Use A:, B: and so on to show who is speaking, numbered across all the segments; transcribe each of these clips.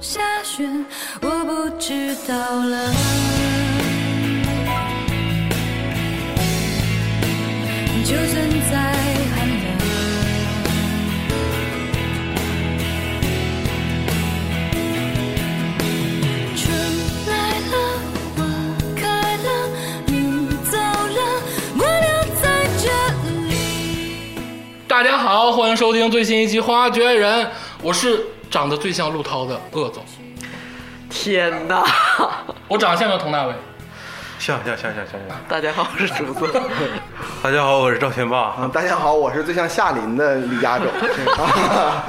A: 选，我不知道了。就算再寒冷，春来了，花开了，你走了，我留在这里。
B: 大家好，欢迎收听最新一期《花绝人》，我是长得最像陆涛的鄂总，
C: 天哪！
B: 我长得像不像佟大为？
D: 像像像像像像。
C: 大家好，我是竹子。
D: 大家好，我是赵天
E: 啊
D: 霸。
E: 大家好，我是最像夏琳的李亚洲。啊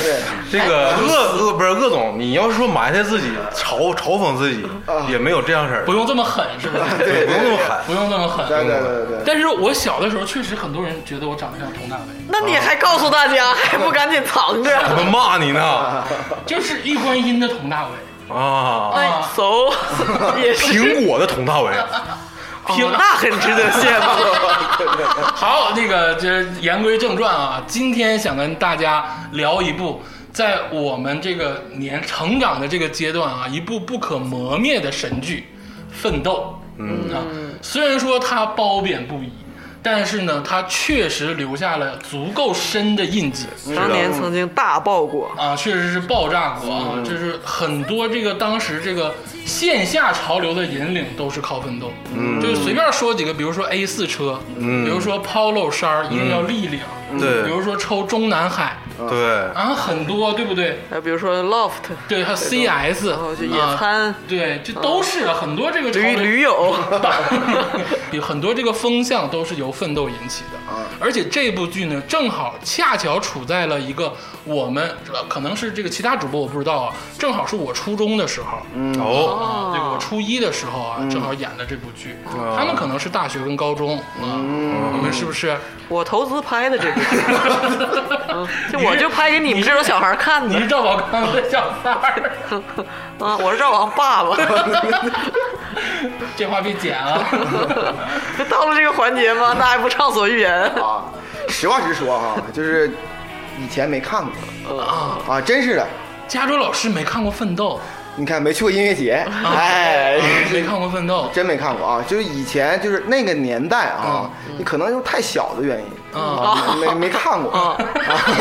E: 对，
D: 这个鄂鄂不是鄂总，你要是说埋汰自己、嘲嘲讽自己，也没有这样式儿
B: 不，用这么狠，是吧？
D: 对不用那么狠。
B: 不用这么
E: 对
B: 狠。
E: 对对对对，
B: 但是我小的时候确实很多人觉得我长得像佟大为，
C: 那你还告诉大家，还不赶紧藏
D: 他
C: 着？
D: 们骂你呢
B: 就是一观音的佟大为。
D: 啊！
C: 哎，so 也是，
D: 苹果的佟大为，
C: 哦那很值得羡慕。
B: 好，那个这呃言归正传啊，今天想跟大家聊一部在我们这个年成长的这个阶段啊，一部不可磨灭的神剧《奋斗》。嗯啊，虽然说它褒贬不一，但是呢，它确实留下了足够深的印记。
C: 当年曾经大爆过，
B: 啊，确实是爆炸过啊！就是很多这个当时这个线下潮流的引领都是靠奋斗，嗯，就是随便说几个，比如说 A 四车，嗯，比如说 polo 衫儿一定要立领，
D: 对
B: 比如说抽中南海
D: 嗯对，
B: 啊，很多对不对？
C: 还有比如说 loft，
B: 对，还有 CS，
C: 然后哦就野
B: 啊
C: 餐、
B: 对，这都是啊很多这个潮
C: 驴
B: 流
C: 驴友，
B: 有很多这个风向都是由奋斗引起的，而且这部剧呢，正好恰巧处在了一个我们呃可能是这个其他主播我不知道啊，正好是我初中的时候，
D: 哦，
B: 啊，这个我初一的时候啊，正好演的这部剧，他们可能是大学跟高中啊，你们是不是？
C: 我投资拍的这 部剧，嗯就我就拍给你们这种小孩看
B: 你
C: 的
B: 是赵宝刚的小三儿，
C: 啊！我是赵王爸爸，
B: 这话别剪啊！
C: 就到了这个环节吗？那还不畅所欲言？
E: 啊，实话实说哈，就是以前没看过啊，真是的，
B: 加州老师没看过《奋斗啊
E: 你看没去过音乐节，》，哎，
B: 没看过《奋斗》，
E: 真没看过啊，就是以前就是那个年代啊，你可能就是太小的原因啊，没没看过啊，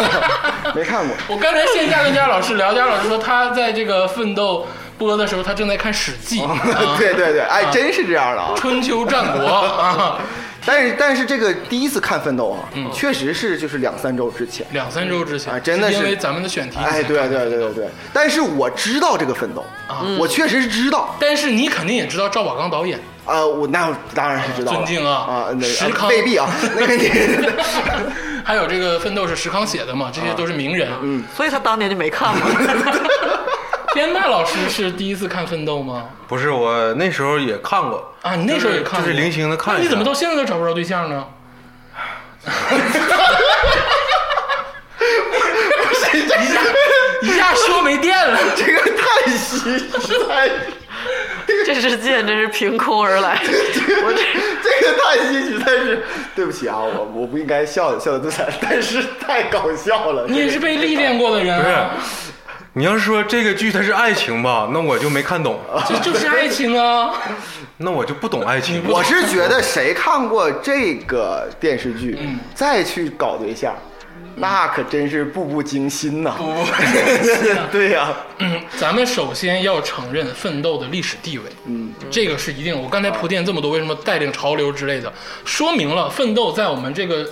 E: 没看过，
B: 我刚才线下跟佳老师聊，佳老师说他在这个奋斗播的时候，他正在看《史记》啊
E: 哦 对对对，哎，真是这样的啊。
B: 春秋战国啊，
E: 但是但是这个第一次看《奋斗》啊，确实是就是两三周之前。
B: 两三周之前，
E: 啊真的是
B: 因为咱们的选题。
E: 哎，对对对对对，但是我知道这个奋斗，
B: 啊
E: 我确实是知道，
B: 但是你肯定也知道赵宝刚 导演，
E: 啊，我那当然是知道了，
B: 尊敬啊
E: 啊，那
B: 石康
E: 啊未必啊，那个你，
B: 还有这个《奋斗》是石康写的嘛，这些都是名人。嗯，
C: 所以他当年就没看过。
B: 天大老师是第一次看《奋斗》吗？
D: 不是我那时候也看过，
B: 啊，你那时候也看过，
D: 就是零星地看一下
B: 那你怎么到现在都找不着对象 呢？一下一下说没电了，
E: 这个太稀实在，
C: 这支箭真是凭空而来，我这
E: 这个太稀奇，但是对不起啊，我我不应该笑笑的自然，但是太搞笑了，
B: 你也是被历练过的人、
D: 不是
B: 啊，。
D: 你要是说这个剧它是爱情吧，那我就没看懂，
B: 这就是爱情啊！
D: 那我就不懂爱情。
E: 我是觉得谁看过这个电视剧，
B: 嗯
E: 再去搞对象，那可真是步步惊心呐、
B: 啊
E: 对呀、
B: 嗯咱们首先要承认奋斗的历史地位，嗯，这个是一定。我刚才铺垫这么多，为什么带领潮流之类的，说明了奋斗在我们这个。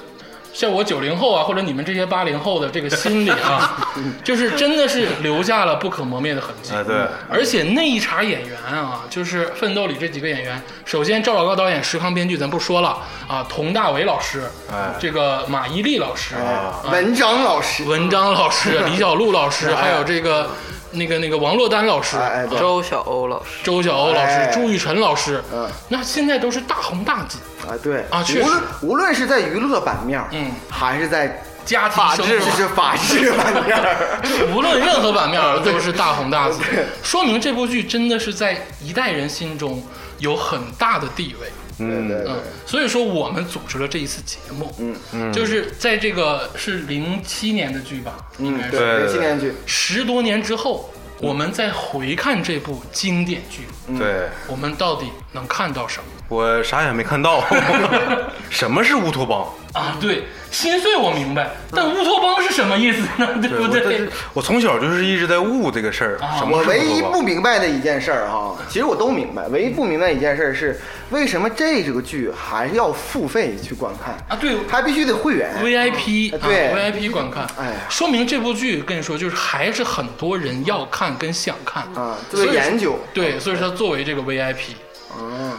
B: 像我九零后啊，或者你们这些八零后的这个心里啊， 就是真的是留下了不可磨灭的痕迹。
D: 哎，对，
B: 而且那一茬演员啊，就是《奋斗》里这几个演员，首先赵老高导演、石康编剧，咱不说了啊，佟大为老师，
D: 哎
B: 这个马伊琍老师，
E: 哎文章老师，
B: 文章老 师、李小璐老师，还有这个那个那个王珞丹老师、
E: 哎哎哎对
C: 周晓鸥老师，
B: 周晓鸥老师、
E: 哎
B: 朱雨辰老师
E: 嗯，
B: 那现在都是大红大紫，
E: 啊，对
B: 啊确实
E: 无论无论是在娱乐版面，
B: 嗯，
E: 还是在
B: 家庭
C: 法
B: 生
C: 制
E: 这
B: 活，
E: 是法制版面儿，
B: 无论任何版面儿都是大红大紫，说明这部剧真的是在一代人心中有很大的地位。
E: 对对对
B: 嗯，所以说我们组织了这一次节目，嗯嗯，就是在
E: 嗯
B: 这个是零七年的剧吧，应该是
D: 对
E: 对，零七年剧，
B: 十多年之后，我们再回看这部经典剧，
D: 对
B: 我们到底能看到什么？
D: 我啥也没看 到，什么是乌托邦？
B: 啊，对，心碎我明白，但乌托邦是什么意思呢？对不
D: 我
B: 对
D: 这？我从小就是一直在悟这个事儿
B: 啊，
D: 什么
E: 我
D: 是
E: 唯
D: 乌
E: 一
D: 托
E: 不
D: 邦？
E: 明白的一件事儿哈，其实我都明白，唯一不明白一件事儿是为什么这个剧还要付费去观看，
B: 啊，对
E: 还必须得会员。
B: ，VIP
E: 啊对
B: 啊、，VIP 观看，
E: 哎呀
B: 说明这部剧跟你说，就是还是很多人要看跟想看
E: 啊，这
B: 所以
E: 个研究，
B: 对，所以说它作为这个 VIP。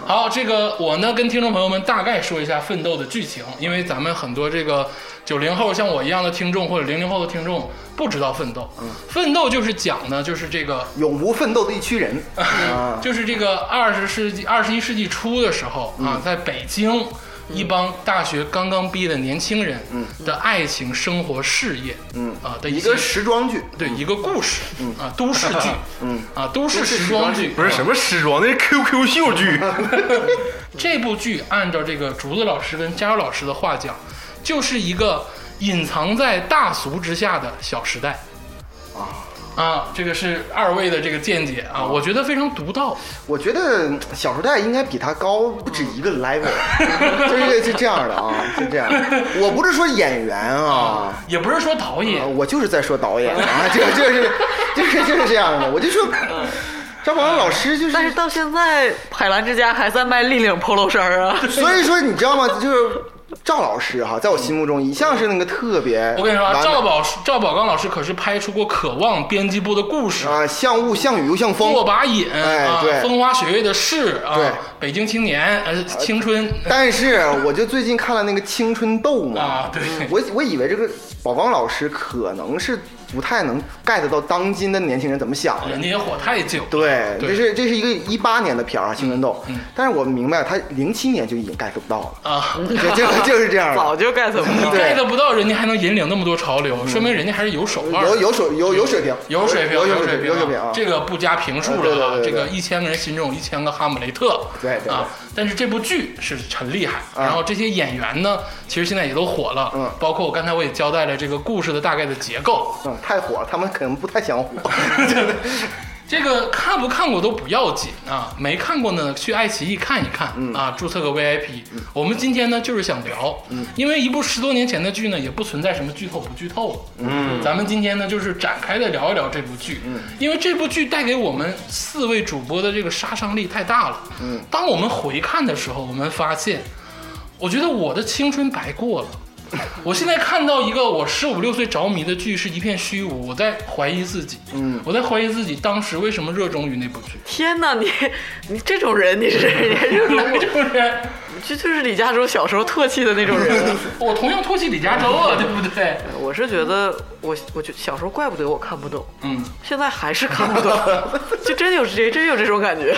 B: 好，这个我呢跟听众朋友们大概说一下《奋斗》的剧情，因为咱们很多这个九零后像我一样的听众或者零零后的听众不知道《奋斗》。奋斗》就是讲呢，就是这个
E: 永无奋斗的一 群人啊，
B: 就是这个二十世纪、二十一世纪初的时候啊，在北京，一帮大学刚刚毕业的年轻人的爱情、生活、事业，
E: 嗯
B: 啊的
E: 一
B: 些
E: 个时装剧，
B: 对一个故事，啊，都市剧，嗯啊，都市时装剧，啊
D: 不是什么时装，那是 QQ 秀剧。
B: 这部剧按照这个竹子老师跟加油老师的话讲，就是一个隐藏在大俗之下的小时代。啊啊，这个是二位的这个见解啊，我觉得非常独到。
E: 我觉得《小时代》应该比它高不止 一个 level，就是是这样的啊，是这样的。我不是说演员啊，
B: 也不是说导演
E: 啊，我就是在说导演啊， 这就是就是就是这样的，我就说
B: 嗯
E: 张宝老师就是，
C: 但是到现在，海澜之家还在卖立领 polo 衫儿啊。
E: 所以说你知道吗？就是赵老师哈，在我心目中一向是那个特别，
B: 我跟你说，啊，
E: 啊，
B: 赵宝赵宝刚老师可是拍出过《渴望》编辑部的故事，
E: 啊，像雾像雨又像风，
B: 过把瘾》
E: 哎
B: 啊，
E: 对
B: 风花雪月的事》啊，
E: 对
B: 北京青年》呃，青春
E: 但是我就最近看了那个《青春痘》嘛，
B: 啊，对，
E: 我我以为这个宝刚老师可能是不太能 get 到当今的年轻人怎么想的
B: 人。家也火太久，
E: 对，
B: 对嗯
E: 这是这是一个一八年的片儿啊，《青春痘》但是我明白他零七年就已经 get 不到 了，
B: 啊。
E: 就就就是这样
C: 早
E: 的，
C: 就 get 不到
E: 啊对嗯
B: get 不到人家还能引领那么多潮流，说明人家还是有手腕儿
E: 有有水有有水平，
B: 有水平，
E: 有有
B: 水
E: 水
B: 平，
E: 有水平啊！
B: 这个不加评述了啊
E: 啊。对对对对
B: 这个一千个人心中有一千个哈姆雷特，
E: 对对
B: 啊。但是这部剧是很厉害，
E: 啊
B: 然后这些演员呢，其实现在也都火了，
E: 嗯
B: 包括我刚才我也交代了这个故事的大概的结构。
E: 嗯，太火了，他们可能不太想火。
B: 这个看不看过都不要紧啊，没看过呢去爱奇艺看一看、啊，注册个 VIP。我们今天呢就是想聊，因为一部十多年前的剧呢也不存在什么剧透不剧透了，嗯，咱们今天呢就是展开的聊一聊这部剧，嗯，因为这部剧带给我们四位主播的这个杀伤力太大了，嗯，当我们回看的时候，我们发现，我觉得我的青春白过了。我现在看到一个我十五六岁着迷的剧是一片虚无，我在怀疑自己，嗯，我在怀疑自己当时为什么热衷于那部 剧，
C: 天哪，你你这种人，你是你这 种
B: 是不是？
C: 这就是李嘉洲小时候唾弃的那种人。
B: 我同样唾弃李嘉洲 啊，对不对？
C: 我是觉得我我就小时候怪不得我看不懂，
B: 嗯，
C: 现在还是看不懂，就真有这真有这种感觉。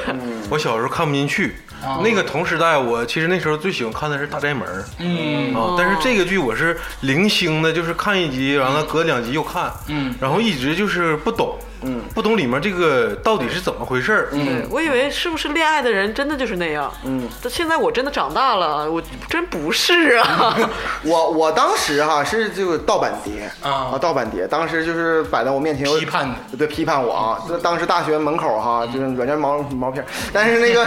D: 我小时候看不进去
B: 啊，
D: 那个同时代，我其实那时候最喜欢看的是《大宅门》
B: 嗯
D: 啊，但是这个剧我是零星的，就是看一集，完了隔两集又看，
B: 嗯
D: 然后一直就是不懂，嗯，不懂里面这个到底是怎么回事儿，嗯，
C: 对，我以为是不是恋爱的人真的就是那样，嗯，但现在我真的长大了，我真不是啊，
E: 我我当时哈、是就是盗版碟
B: 啊
E: 盗版碟，当时就是摆在我面前有
B: 批判你
E: 对批判我啊，就当时大学门口哈、就是软件毛毛片儿，但是 那个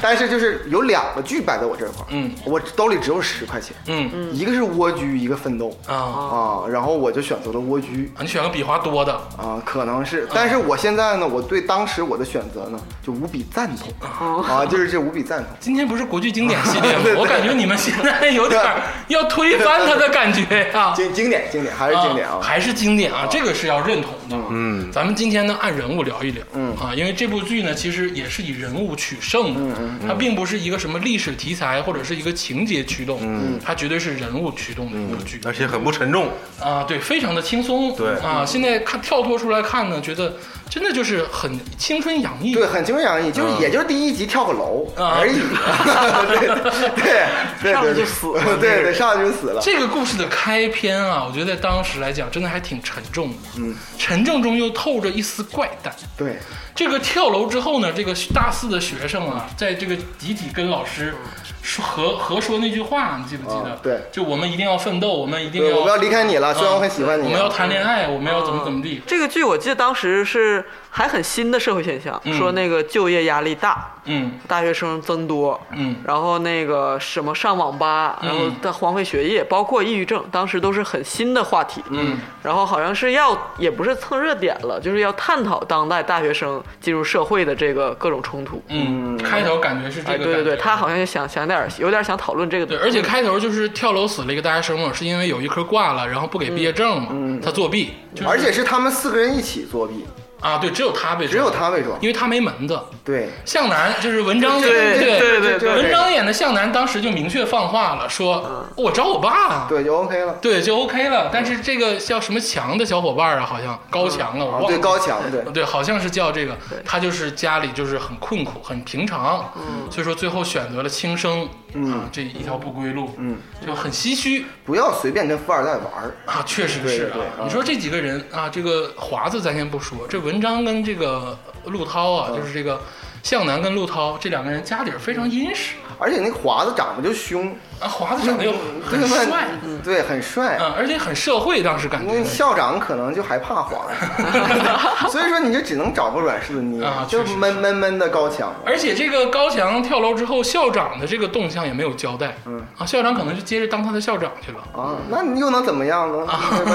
E: 但是就是有两个剧摆在我这块儿，
B: 嗯，
E: 我兜里只有十块钱，
B: 嗯
E: 一个是蜗居，一个奋斗
B: 啊，
E: 啊，然后我就选择了蜗居。
B: 你选个比划多的，
E: 啊，可能是，
B: 嗯
E: 但是我现在呢，我对当时我的选择呢，就无比赞同，啊，就是这无比赞同。
B: 今天不是国剧经典系列 吗？我感觉你们现在有点儿要推翻它的感觉呀、啊。
E: 经经典，经典，还是 经典啊！
B: 还是经典啊，这个是要认同的。嗯，咱们今天呢按人物聊一聊，嗯啊，因为这部剧呢其实也是以人物取胜的，嗯它并不是一个什么历史题材或者是一个情节驱动，嗯，它绝对是人物驱动的一部剧
D: 而且很不沉重，
B: 啊，对，非常的轻松，
D: 对
B: 啊，现在看跳脱出来看呢，觉得真的就是很青春洋溢，
E: 对，很清楚洋溢，
B: 嗯
E: 就是也就是第一集跳个楼
B: 啊
E: 而已， 对对对，
C: 上来就
E: 对
C: 死了
E: 对对，上来就死了。
B: 这个故事的开篇啊，我觉得在当时来讲真的还挺沉重的，嗯，沉重中又透着一丝怪诞，
E: 对，
B: 这个跳楼之后呢，这个大四的学生啊，在这个集体跟老师说合合说那句话，你记不记得？
E: 啊对
B: 就我们一定要奋斗，我们一定
E: 对，
B: 要，啊嗯
E: 我们要离开你了，虽然我很喜欢你，啊
B: 我们要谈恋爱，我们要怎么怎么地。
C: 这个剧我记得当时是还很新的社会现象，说那个就业压力大，
B: 嗯
C: 大学生增多，
B: 嗯
C: 然后那个什么上网吧，然后他荒废学业，包括抑郁症，当时都是很新的话题，嗯，然后好像是要也不是蹭热点了，就是要探讨当代大学生进入社会的这个各种冲突。
B: 嗯，开头感觉是这
C: 哎，
B: 个感觉，
C: 对对对，他好像也想想点儿，有点想讨论这个。嗯
B: 对，而且开头就是跳楼死了一个大学生嘛，是因为有一科挂了，然后不给毕业证嘛，他作弊，就是
E: 嗯而且是他们四个人一起作弊，
B: 啊，对，只有他被抓，
E: 只有他被抓。
B: 因为他没门子。
E: 对，
B: 向南就是文章演，
C: 对
B: 对
C: 对对
E: 对
B: 文章演的向南当时就明确放话了，说我找我爸啊，
E: 对就 OK 了。
B: 对就 OK 了。但是这个叫什么强的小伙伴啊，好像高强了，我
E: 啊，
B: 忘了。
E: 对高强，对
B: 对，好像是叫这个，他就是家里就是很困苦，很平常，所以说最后选择了轻生，啊，这一条不归路，嗯，就很唏嘘
E: 不要随便跟富二代玩儿。
B: 啊，确实是
E: 对对
B: 啊，你说这几个人啊，这个华子咱先不说，这文章跟这个陆涛啊，就是这个向南跟陆涛这两个人家底儿非常殷实
E: 而且那个华子长得就凶，
B: 啊，华子长得又很
E: 对吧
B: 帅，嗯
E: 对，很帅。
B: 啊，而且很社会，当时感
E: 那
B: 觉
E: 校长可能就害怕华 子， 所以说你就只能找个软柿子捏
B: 啊，
E: 就
B: 确实
E: 闷闷闷的高强。
B: 而且这个高强跳楼之后，校长的这个动向也没有交代，嗯啊，校长可能就接着当他的校长去了。
E: 啊，那你又能怎么样呢？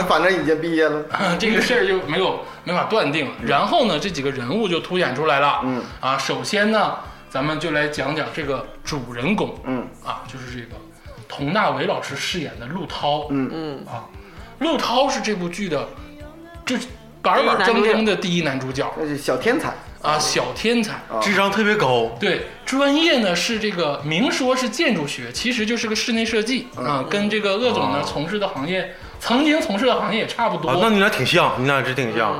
E: 反正已经毕业了。
B: 啊，这个事儿就没有没法断定了。然后呢，这几个人物就凸显出来了。
E: 嗯
B: 啊，首先呢，咱们就来讲讲这个主人公。
E: 嗯
B: 啊，就是这个佟大为老师饰演的陆涛。
E: 嗯
B: 嗯啊，陆涛是这部剧的，就是板板
C: 第一男
B: 正
C: 主角
B: 正的第一男主角
E: 那是小天才，
B: 啊，小天才。
E: 哦
D: 智商特别高，
B: 对，专业呢是这个明说是建筑学，其实就是个室内设计
E: 嗯
B: 啊，跟这个鄂总
E: 哦
B: 呢从事的行业，曾经从事的行业也差不多。
D: 啊，那你俩挺像，你俩是挺像。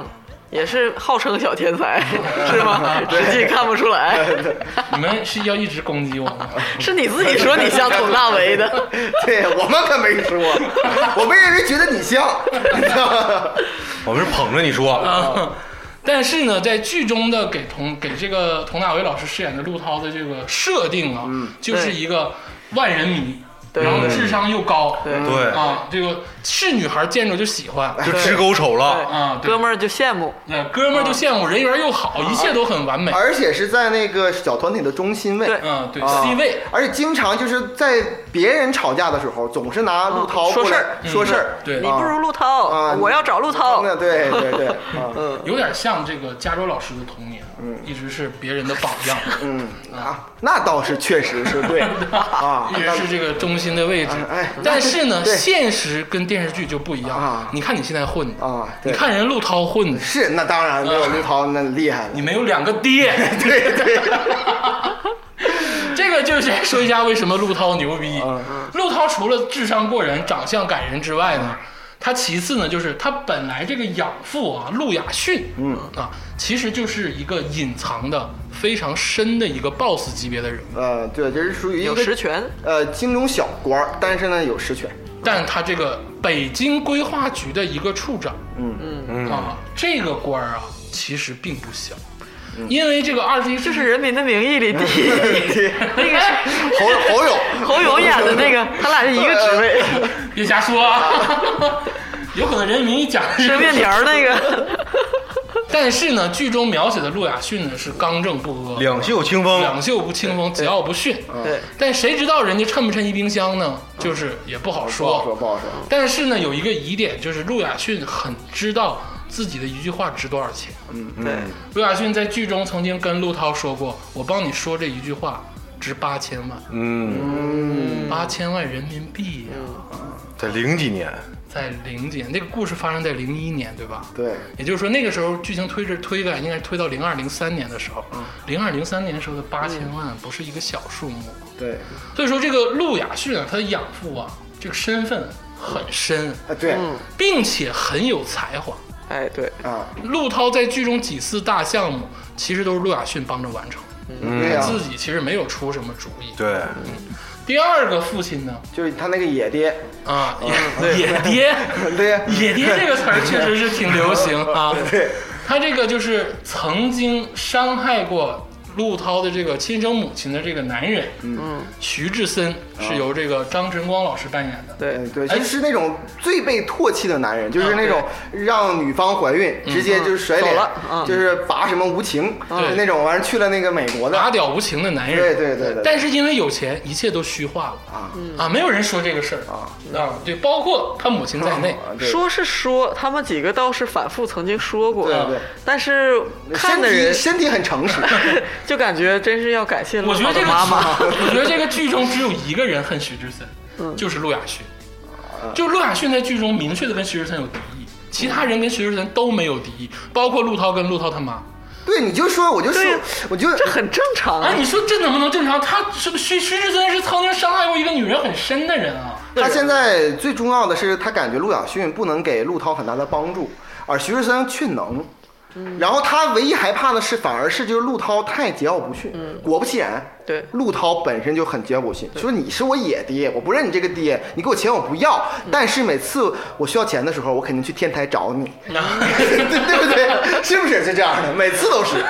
C: 也是号称小天才， 是吗？实际看不出来，
B: 你们是要一直攻击我吗？
C: 是你自己说你像佟大为的。
E: 对我们可没说， 我们认为觉得你像， 你知道吗？
D: 我们是捧着你说，
B: 啊。但是呢，在剧中的给佟给这个佟大为老师饰演的陆涛的这个设定啊，
E: 嗯
B: 就是一个万人迷，
C: 对
B: 然后智商又高，
C: 对
D: 对，
B: 啊，这个是女孩见着就喜欢，
D: 就直勾手了。
B: 啊对
C: 哥们儿就羡慕，
B: 那哥们儿就羡慕，人缘又好，一切都很完美，
E: 啊而且是在那个小团体的中心位
C: 对。
B: 嗯，对
E: 啊
B: ，C 位，
E: 而且经常就是在别人吵架的时候，总是拿陆涛
C: 说
E: 过
C: 事
E: 来
C: 儿嗯
E: 说事儿。
B: 嗯对
C: 你，不如陆
E: 啊
C: 涛，我要找陆涛
E: 真。的，对 对对，啊，
C: 嗯
B: 有点像这个加州老师的童年，一直是别人的榜 样，
E: 嗯啊，那倒是确实是 对啊
B: 一，直是这个中心的位置。
E: 哎
B: 但是呢，
E: 对
B: 现实跟电视剧就不一样
E: 啊。
B: 你看你现在混的
E: 啊
B: 你
E: 对
B: 看人陆涛混的，
E: 是那当然没有陆涛那厉害了
B: 你。没有两个爹。
E: 对对，
B: 这个就是说一下为什么陆涛牛逼。
E: 啊
B: 陆涛除了智商过人、长相感人之外呢，他其次呢就是他本来这个养父啊陆亚逊，嗯啊，其实就是一个隐藏的非常深的一个 boss 级别的人物，
E: 呃，对，这是属于一
C: 有
E: 个
C: 实权，
E: 呃京中小官儿，但是呢有实权。
B: 但他这个北京规划局的一个处长，
E: 嗯
B: 嗯啊，这个官儿啊其实并不小，
E: 嗯
B: 因为这个二十一世
C: 这
B: 纪
C: 是《人民的名 义》里第一，那个是
E: 侯侯勇，
C: 侯勇演的那个，他俩是一个职位，
B: 别瞎说 啊，有可能人民一讲
C: 吃面条儿那个。
B: 但是呢，剧中描写的陆亚逊呢是刚正不阿，
D: 两袖清风，
B: 两袖不清风，桀骜不驯。
E: 嗯
C: 对，
B: 但谁知道人家衬不衬一冰箱呢？就是也不好
E: 不好说
B: 说。
E: 不好说。
B: 但是呢，有一个疑点，就是陆亚逊很知道自己的一句话值多少钱。
E: 嗯
C: 对，
B: 陆亚逊在剧中曾经跟陆涛说过：“我帮你说这一句话值八千万，
D: 嗯，
B: 八千万人民币呀、
D: 在零几年，
B: 在零几年，那个故事发生在零一年，对吧？
E: 对，
B: 也就是说，那个时候剧情推着推赶，应该是推到零二零三年的时候。零二零三年时候的八千万不是一个小数目，
E: 对，
B: 所以说这个陆亚逊啊，他的养父啊，这个身份很深，
E: 啊对
C: 嗯
B: 并且很有才华。
C: 哎对，
E: 啊，
B: 陆涛在剧中几次大项目，其实都是陆亚逊帮着完成，
E: 对啊呀，
B: 自己其实没有出什么主意。
D: 对，
B: 第二个父亲呢，
E: 就是他那个野爹，
B: 啊，野野爹，
E: 对呀，
B: 野爹这个词儿确实是挺流行啊。
E: 对，
B: 他这个就是曾经伤害过陆涛的这个亲生母亲的这个男人，嗯，徐志森是由这个张晨光老师扮演的。
E: 嗯
C: 对，
E: 对，
B: 哎啊
E: 就是那种最被唾弃的男人，就是那种让女方怀孕，直接
B: 嗯
E: 就是甩脸
C: 走了，嗯
E: 就是拔什么无情，就是那种完事去了那个美国的，
B: 打屌无情的男人。
E: 对对对对
B: 但是因为有钱，一切都虚化了啊啊！没有人说这个事儿啊啊！对，包括他母亲在内。
E: 啊对
C: 说是说，他们几个倒是反复曾经说过，啊
E: 对对
C: 但是看的
E: 身体
C: 人
E: 身体 很诚实，
C: 就感觉真是要感谢陆
B: 我觉得
C: 涛
B: 这
C: 的
B: 个，
C: 妈妈。
B: 我觉得这个剧中只有一个人恨徐志森，
C: 嗯
B: 就是陆亚勋。就陆亚勋在剧中明确的跟徐志森有敌意，其他人跟徐志森都没有敌意，包括陆涛跟陆涛他妈。
E: 对，你就说，我就说
C: 对呀，
E: 我就
C: 这很正常啊
B: 哎，你说这能不能正常？他是不是徐徐志森是曾经伤害过一个女人很深的人啊。
E: 他现在最重要的是，他感觉陆亚逊不能给陆涛很大的帮助，而徐志森却能。然后他唯一害怕的是，反而是就是陆涛太桀骜不驯。果不其然，
C: 对
E: 陆涛本身就很桀骜不驯，说你是我野爹，我不认你这个爹，你给我钱我不要，但是每次我需要钱的时候，我肯定去天台找你，对对不对？是不是是这样的？每次都是。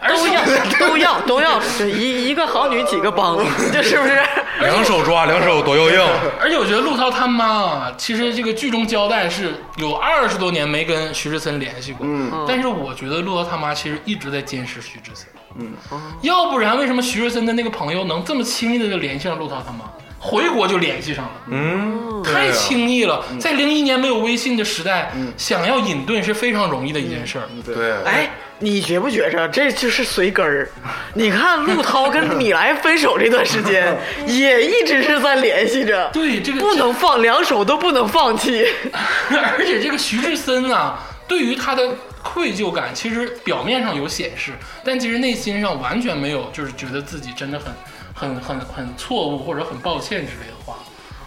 B: 而
C: 都
B: 且
C: 要都要都要，这一一个好女几个帮， 就是不是？
D: 两手抓，两手左右硬，
B: 而且我觉得陆涛他妈啊，其实这个剧中交代是有二十多年没跟徐志森联系过，
C: 哦
B: 嗯，但是我觉得陆涛他妈其实一直在监视徐志森，
C: 哦
B: 嗯，要不然为什么徐志森的那个朋友能这么轻易的就联系上陆涛他妈？回国就联系上了，
D: 嗯，对
B: 太
D: 啊嗯
B: 轻易了。在零一年没有微信的时代，想要隐遁是非常容易的一件事儿。
D: 对啊，
C: 哎，你觉不觉着这就是随根儿？你看陆涛跟米莱分手这段时 间，也一直是在联系着，
B: 对这个
C: 不能放，两手都不能 放弃。
B: 而且这个徐志森啊，对于他的愧疚感，其实表面上有显示，但其实内心上完全没有，就是觉得自己真的很、很、很、很错误或者很抱歉之类的话。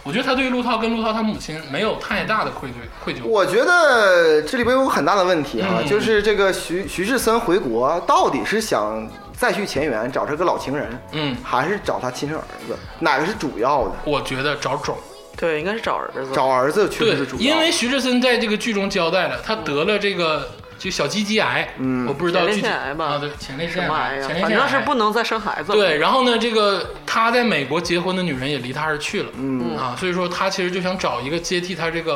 B: 我觉得他对陆涛跟陆涛他母亲没有太大的愧疚愧疚感。
E: 我觉得这里边有很大的问题啊，
B: 嗯
E: 就是这个徐徐志森回国到底是想再续前缘，找这个老情人，
B: 嗯，
E: 还是找他亲生儿子，哪个是主要的？
B: 我觉得找种
C: 对，应该是找儿子。
E: 找儿子确
B: 对
E: 实是主，要的，
B: 因为徐志森在这个剧中交代了，他得了这个就小鸡鸡癌，
E: 嗯
B: 我不知道
C: 前列
B: 具体
C: 腺癌吧
B: 啊，对，前列
C: 什
B: 腺
C: 么玩
B: 癌，
C: 意
B: 前
C: 儿
B: 列腺？
C: 反正是
B: 癌
C: 不能再生孩子了。
B: 对，然后呢，这个他在美国结婚的女人也离他而去了，嗯啊，所以说他其实就想找一个接替他这个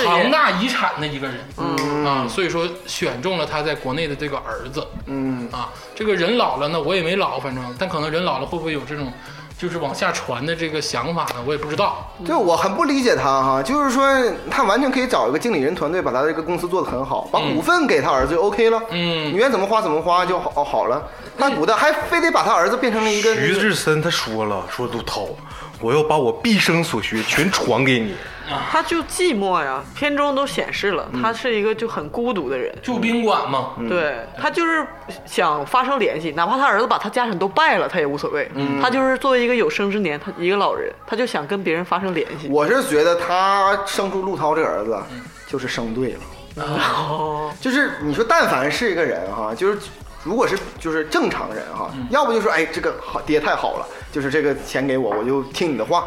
C: 业
B: 庞大遗产的一个人，嗯啊，所以说选中了他在国内的这个儿子
E: 嗯，
B: 啊，这个人老了呢，我也没老，反正，但可能人老了会不会有这种就是往下传的这个想法呢？我也不知道，
E: 对我很不理解他哈，就是说他完全可以找一个经理人团队，把他这个公司做得很好，把股份给他儿子就 OK 了，
B: 嗯
E: 你愿意怎么花怎么花就好好了，他不的还非得把他儿子变成了一个
D: 徐志森他说了，说陆涛，我要把我毕生所学全传给你。
C: 他就寂寞呀，片中都显示了，
B: 嗯
C: 他是一个就很孤独的人。
B: 住宾馆嘛，
C: 对他就是想发生联系，哪怕他儿子把他家产都败了，他也无所谓。
B: 嗯
C: 他就是作为一个有生之年，他一个老人，他就想跟别人发生联系。
E: 我是觉得他生出陆涛这个儿子，就是生对了。
C: 哦，
E: 就是你说，但凡是一个人哈，就是如果是就是正常人哈，要不就说哎这个好爹太好了，就是这个钱给我，我就听你的话。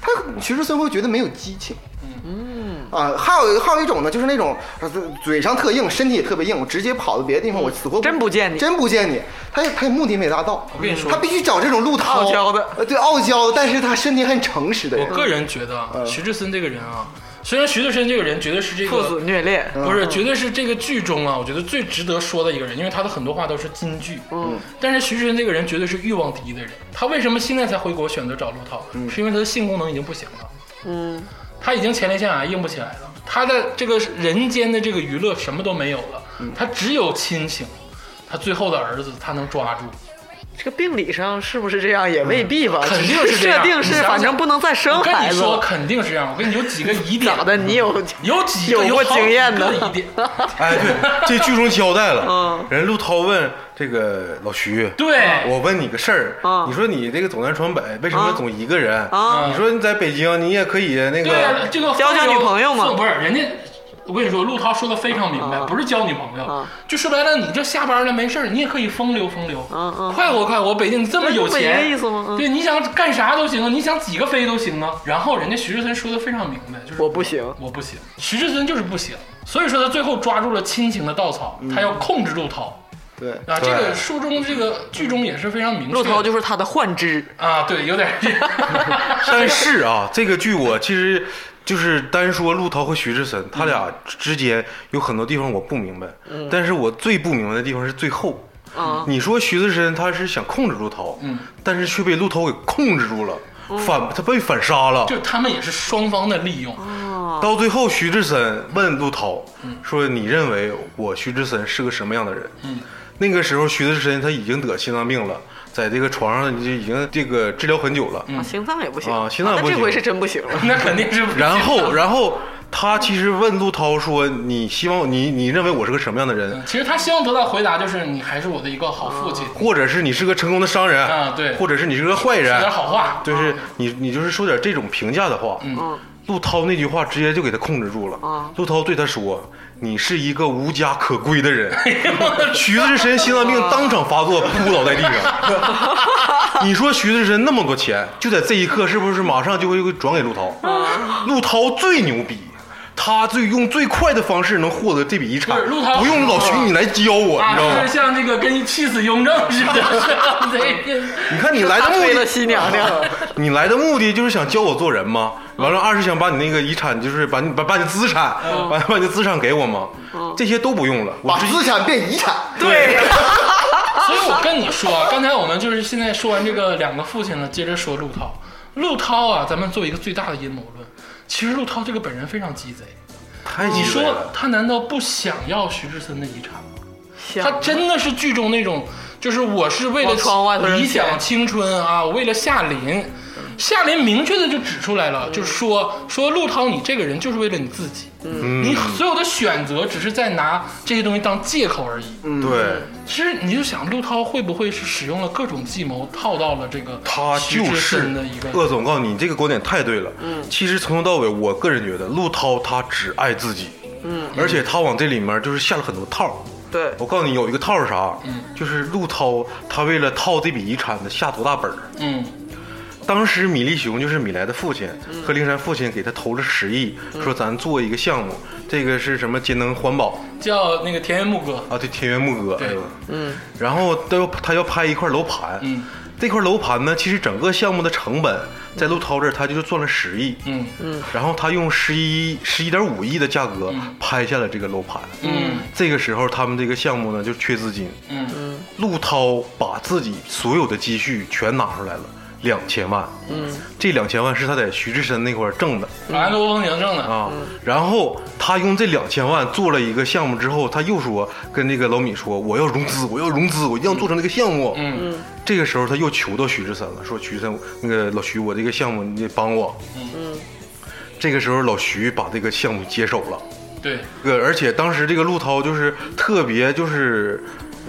E: 他徐志森会觉得没有激情。嗯啊，还有还有一种呢，就是那种呃嘴上特硬，身体也特别硬，我直接跑到别的地方，我死活
C: 真不见你
E: 真不见你。他也他也目的没达到，
B: 我跟你说
E: 他必须找这种路涛
C: 傲娇的，
E: 呃对傲娇的，但是他身体很诚实的
B: 我
E: 人。
B: 个人觉得啊，徐志森这个人啊，虽然徐志森这个人绝对是这个
C: 父子虐恋。
B: 不是，绝对是这个剧中啊，我觉得最值得说的一个人，因为他的很多话都是金句。嗯，但是徐志胜这个人绝对是欲望第一的人。他为什么现在才回国选择找陆涛？是因为他的性功能已经不行了。
C: 嗯，
B: 他已经前列腺癌硬不起来了，他的这个人间的这个娱乐什么都没有了，
C: 嗯
B: 他只有亲情。他最后的儿子他能抓住，
C: 这个病理上是不是这样也未必吧？
B: 嗯肯定
C: 只
B: 是这
C: 设
B: 样
C: 定
B: 你
C: 是，
B: 想想
C: 反正不能再生
B: 我跟
C: 孩
B: 你嗯
C: 子
B: 说
C: 了。
B: 肯定是这样。我跟你有几个疑 点
C: 咋，的？你有
B: 有几个
C: 有过
B: 好
C: 经验呢
B: 几个疑点，
D: 哎，对，这剧中交代了，
C: 嗯
D: 人陆涛问这个老徐，
B: 对
D: 我问你个事儿，
C: 嗯
D: 你说你这个总南闯北，为什么总一个人？
C: 啊？
D: 你说你在北京，你也可以那
B: 对啊
D: 个，，
B: 这个
C: 交交女朋友嘛
B: 不是，人家我跟你说，陆涛说的非常明白，
C: 啊
B: 不是交女朋友，
C: 啊
B: 就说白了，你这下班了没事儿，你也可以风流风流，
C: 嗯嗯
B: 快活快活。北京你这么有
C: 那不一
B: 钱，
C: 个意思吗嗯
B: 对，你想干啥都行啊，你想几个飞都行啊。然后人家徐志森说的非常明白，就是
C: 我不行
B: 我不行，
C: 嗯
B: 徐志森就是不行，所以说他最后抓住了亲情的稻草，他要控制陆涛。
E: 对
B: 啊，这个
D: 对
B: 书中这个剧中也是非常明确的。
C: 陆涛就是他的幻肢，
B: 啊，对，有点儿
D: 但是啊，这个剧我其实就是单说陆涛和徐志森，他
B: 嗯
D: 俩之间有很多地方我不明白，但是我最不明白的地方是最后。
C: 啊
D: 你说徐志深他是想控制陆涛，
B: 嗯
D: 但是却被陆涛给控制住了，反他被反杀了。
B: 就他们也是双方的利用。
C: 啊
D: 到最后，徐志深问陆涛、说：“你认为我徐志深是个什么样的人？”
B: 嗯
D: 那个时候，徐志深他已经得心脏病了，在这个床上就已经这个治疗很久
B: 嗯
D: 了。
C: 啊，心脏也不行
D: 啊心脏
C: 那
D: 不
C: 这回
D: 行
C: 是真不行了。
B: 那肯定是不行
D: 然后，然后他其实问陆涛说：“你希望你你认为我是个什么样的人？”
B: 嗯其实他希望得到回答就是你还是我的一个好父亲，
D: 或者是你是个成功的商人
B: 啊对
D: 或者是你是个坏
B: 说
D: 人，
B: 点好话。
D: 就是你你就是说点这种评价的话，
C: 嗯
D: 陆涛那句话直接就给他控制住了。
C: 啊
D: 陆涛对他说：“你是一个无家可归的人。”
B: 哎
D: 徐志深心脏病
C: 啊
D: 当场发作，扑倒在地上。 你说徐志深那么多钱，就在这一刻是不是马上就会会转给陆涛？
C: 啊
D: 陆涛最牛逼。他最用最快的方式能获得这笔遗产
B: 不是陆涛，
D: 不用老徐你来教我，
B: 啊，
D: 你知道
B: 就是
D: 吗？
B: 像这个跟气死雍正似 的，这个
D: 你看你来的
C: 他
D: 目
C: 推
D: 的
C: 了西娘娘，
D: 你来的目的就是想教我做人吗？完了，二是想把你那个遗产，就是把你把把你资产，把把你资产给我吗？这些都不用了，我
E: 把
D: 直接
E: 资产变遗产，
C: 对，
B: 所以我跟你说，啊，刚才我们就是现在说完这个两个父亲了，接着说陆涛。陆涛啊，咱们做一个最大的阴谋论，其实陆涛这个本人非常鸡贼。
D: 太
B: 你
D: 鸡贼啊
B: 说
D: 了。
B: 他难道不想要徐志森的遗产吗？
C: 行
B: 他真的是剧中那种，就是我是为了
C: 往窗外头扔
B: 理
C: 钱
B: 想青春啊，我为了夏琳。夏琳明确的就指出来了，就是说说陆涛，你这个人就是为了你自己，你
D: 嗯，
B: 所有的选择只是在拿这些东西当借口而已。
D: 对，
B: 其实你就想，陆涛会不会是使用了各种计谋套到了这个
D: 他
B: 徐
D: 就
B: 志
D: 是
B: 深的一个？
D: 鄂总，告诉你，你这个观点太对了。其实从头到尾，我个人觉得陆涛他只爱自己，嗯，而且他往这里面就是下了很多套儿。
C: 对
D: 我告诉你，有一个套儿是啥？就是陆涛他为了套这笔遗产得下多大本儿。
B: 嗯，
D: 当时米粒熊就是米莱的父亲和灵山父亲给他投了十亿，
B: 嗯
D: 说咱做一个项目，这个是什么节能环保
B: 叫那个田园牧歌，
D: 啊？对，田园牧歌。
B: 对
D: 哎呦
C: 嗯，
D: 然后他要他要拍一块楼盘，
B: 嗯
D: 这块楼盘呢，其实整个项目的成本在陆涛这儿他就是赚了十亿，
B: 嗯
D: 然后他用十一十一点五亿的价格拍下了这个楼盘。
B: 嗯
D: 这个时候他们这个项目呢就缺资金，
B: 嗯，
D: 陆涛把自己所有的积蓄全拿出来了，两千万。嗯，这两千万是他在徐志深那块儿挣的
B: 安罗风行挣的，
D: 啊。然后他用这两千万做了一个项目之后，他又说跟这个老米说：“我要融资，我要融资，我一定要做成这个项目。”
B: 嗯，
D: 这个时候他又求到徐志深了，说：“徐志深，那个老徐，我这个项目你得帮我。”嗯，这个时候老徐把这个项目接手了。
B: 对，
D: 呃，而且当时这个陆涛就是特别就是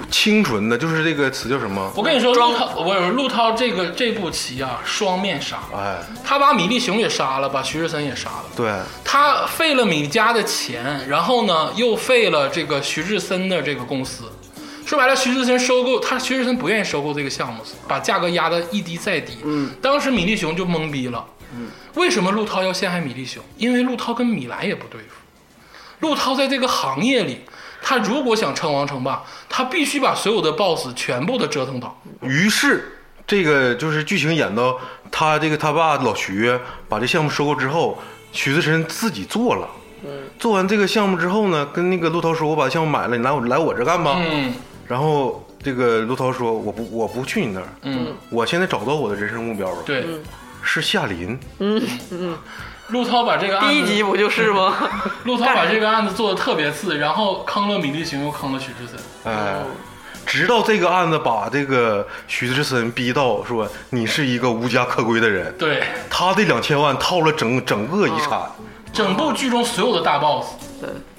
D: 清纯的，就是这个词叫什么？
B: 我跟你说，陆涛，我有陆涛这个这步棋啊，双面杀，
D: 哎，
B: 他把米粒熊也杀了，把徐志森也杀了。
D: 对，
B: 他费了米家的钱，然后呢又费了这个徐志森的这个公司。说白了，徐志森收购他，徐志森不愿意收购这个项目，把价格压得一低再低。嗯，当时米粒熊就懵逼了。嗯，为什么陆涛要陷害米粒熊？因为陆涛跟米莱也不对付。陆涛在这个行业里，他如果想称王称霸，他必须把所有的 boss 全部都折腾倒。
D: 于是这个就是剧情演到他这个他爸老徐把这项目收购之后，徐志深自己做了。嗯做完这个项目之后呢，跟那个陆涛说：“我把项目买了，你来我来我这干吧。
B: 嗯
D: 然后这个陆涛说：“我不我不去你那儿，
B: 嗯，
D: 我现在找到我的人生目标了，
B: 对，
D: 是夏琳。
B: 陆涛把这个案子
C: 第一集不就是吗？
B: 陆涛把这个案子做的特别次，然后坑了米粒熊，又坑了徐志森。
D: 哎，
B: 哦
D: 直到这个案子把这个徐志森逼到说你是一个无家可归的人，
B: 对，
D: 他这两千万套了整整个遗产，
B: 整部剧中所有的大 boss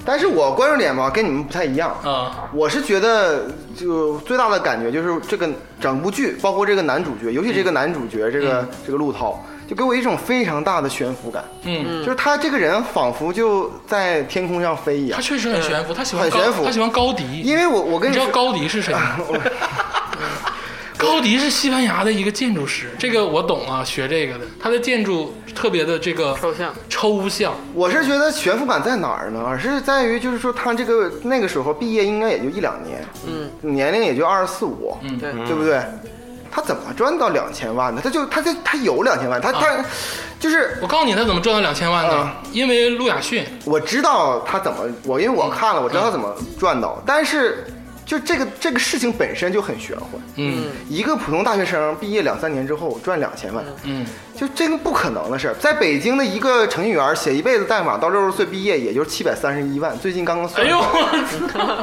E: 但是我关注点吧跟你们不太一样
B: 啊，
E: 我是觉得，就最大的感觉就是这个整部剧，包括这个男主角，尤其这
B: 嗯
E: 个男主角，这个这个陆涛，就给我一种非常大的悬浮感，
B: 嗯，
E: 就是他这个人仿佛就在天空上飞一样
B: 他。确实很悬浮，他喜欢
E: 很
B: 高
E: 悬浮
B: 他喜欢高迪，
E: 因为我我跟
B: 你 知
E: 你
B: 道
E: 说，
B: 高迪是谁吗？高迪是西班牙的一个建筑师，这个我懂啊，学这个的。他的建筑特别的这个
C: 抽象
B: 抽象，
E: 我是觉得悬浮感在哪儿呢？而是在于就是说他这个那个时候毕业应该也就一两年，
C: 嗯，
E: 年龄也就二十四五，
B: 嗯
C: 对，
E: 对不对？他怎么赚到两千万呢？他就他这他有两千万，他他、就是
B: 我告诉你他怎么赚到两千万的
E: 啊，
B: 因为陆亚逊
E: 我知道他怎么我因为我看了，我知道他怎么赚到，但是就这个这个事情本身就很玄幻。
B: 嗯
E: 一个普通大学生毕业两三年之后赚两千万，
B: 嗯，
E: 就这个不可能的事儿。在北京的一个程序员写一辈子代码，到六十岁毕业，也就是七百三十一万，最近刚刚
B: 哎
E: 算出来。
B: 呦，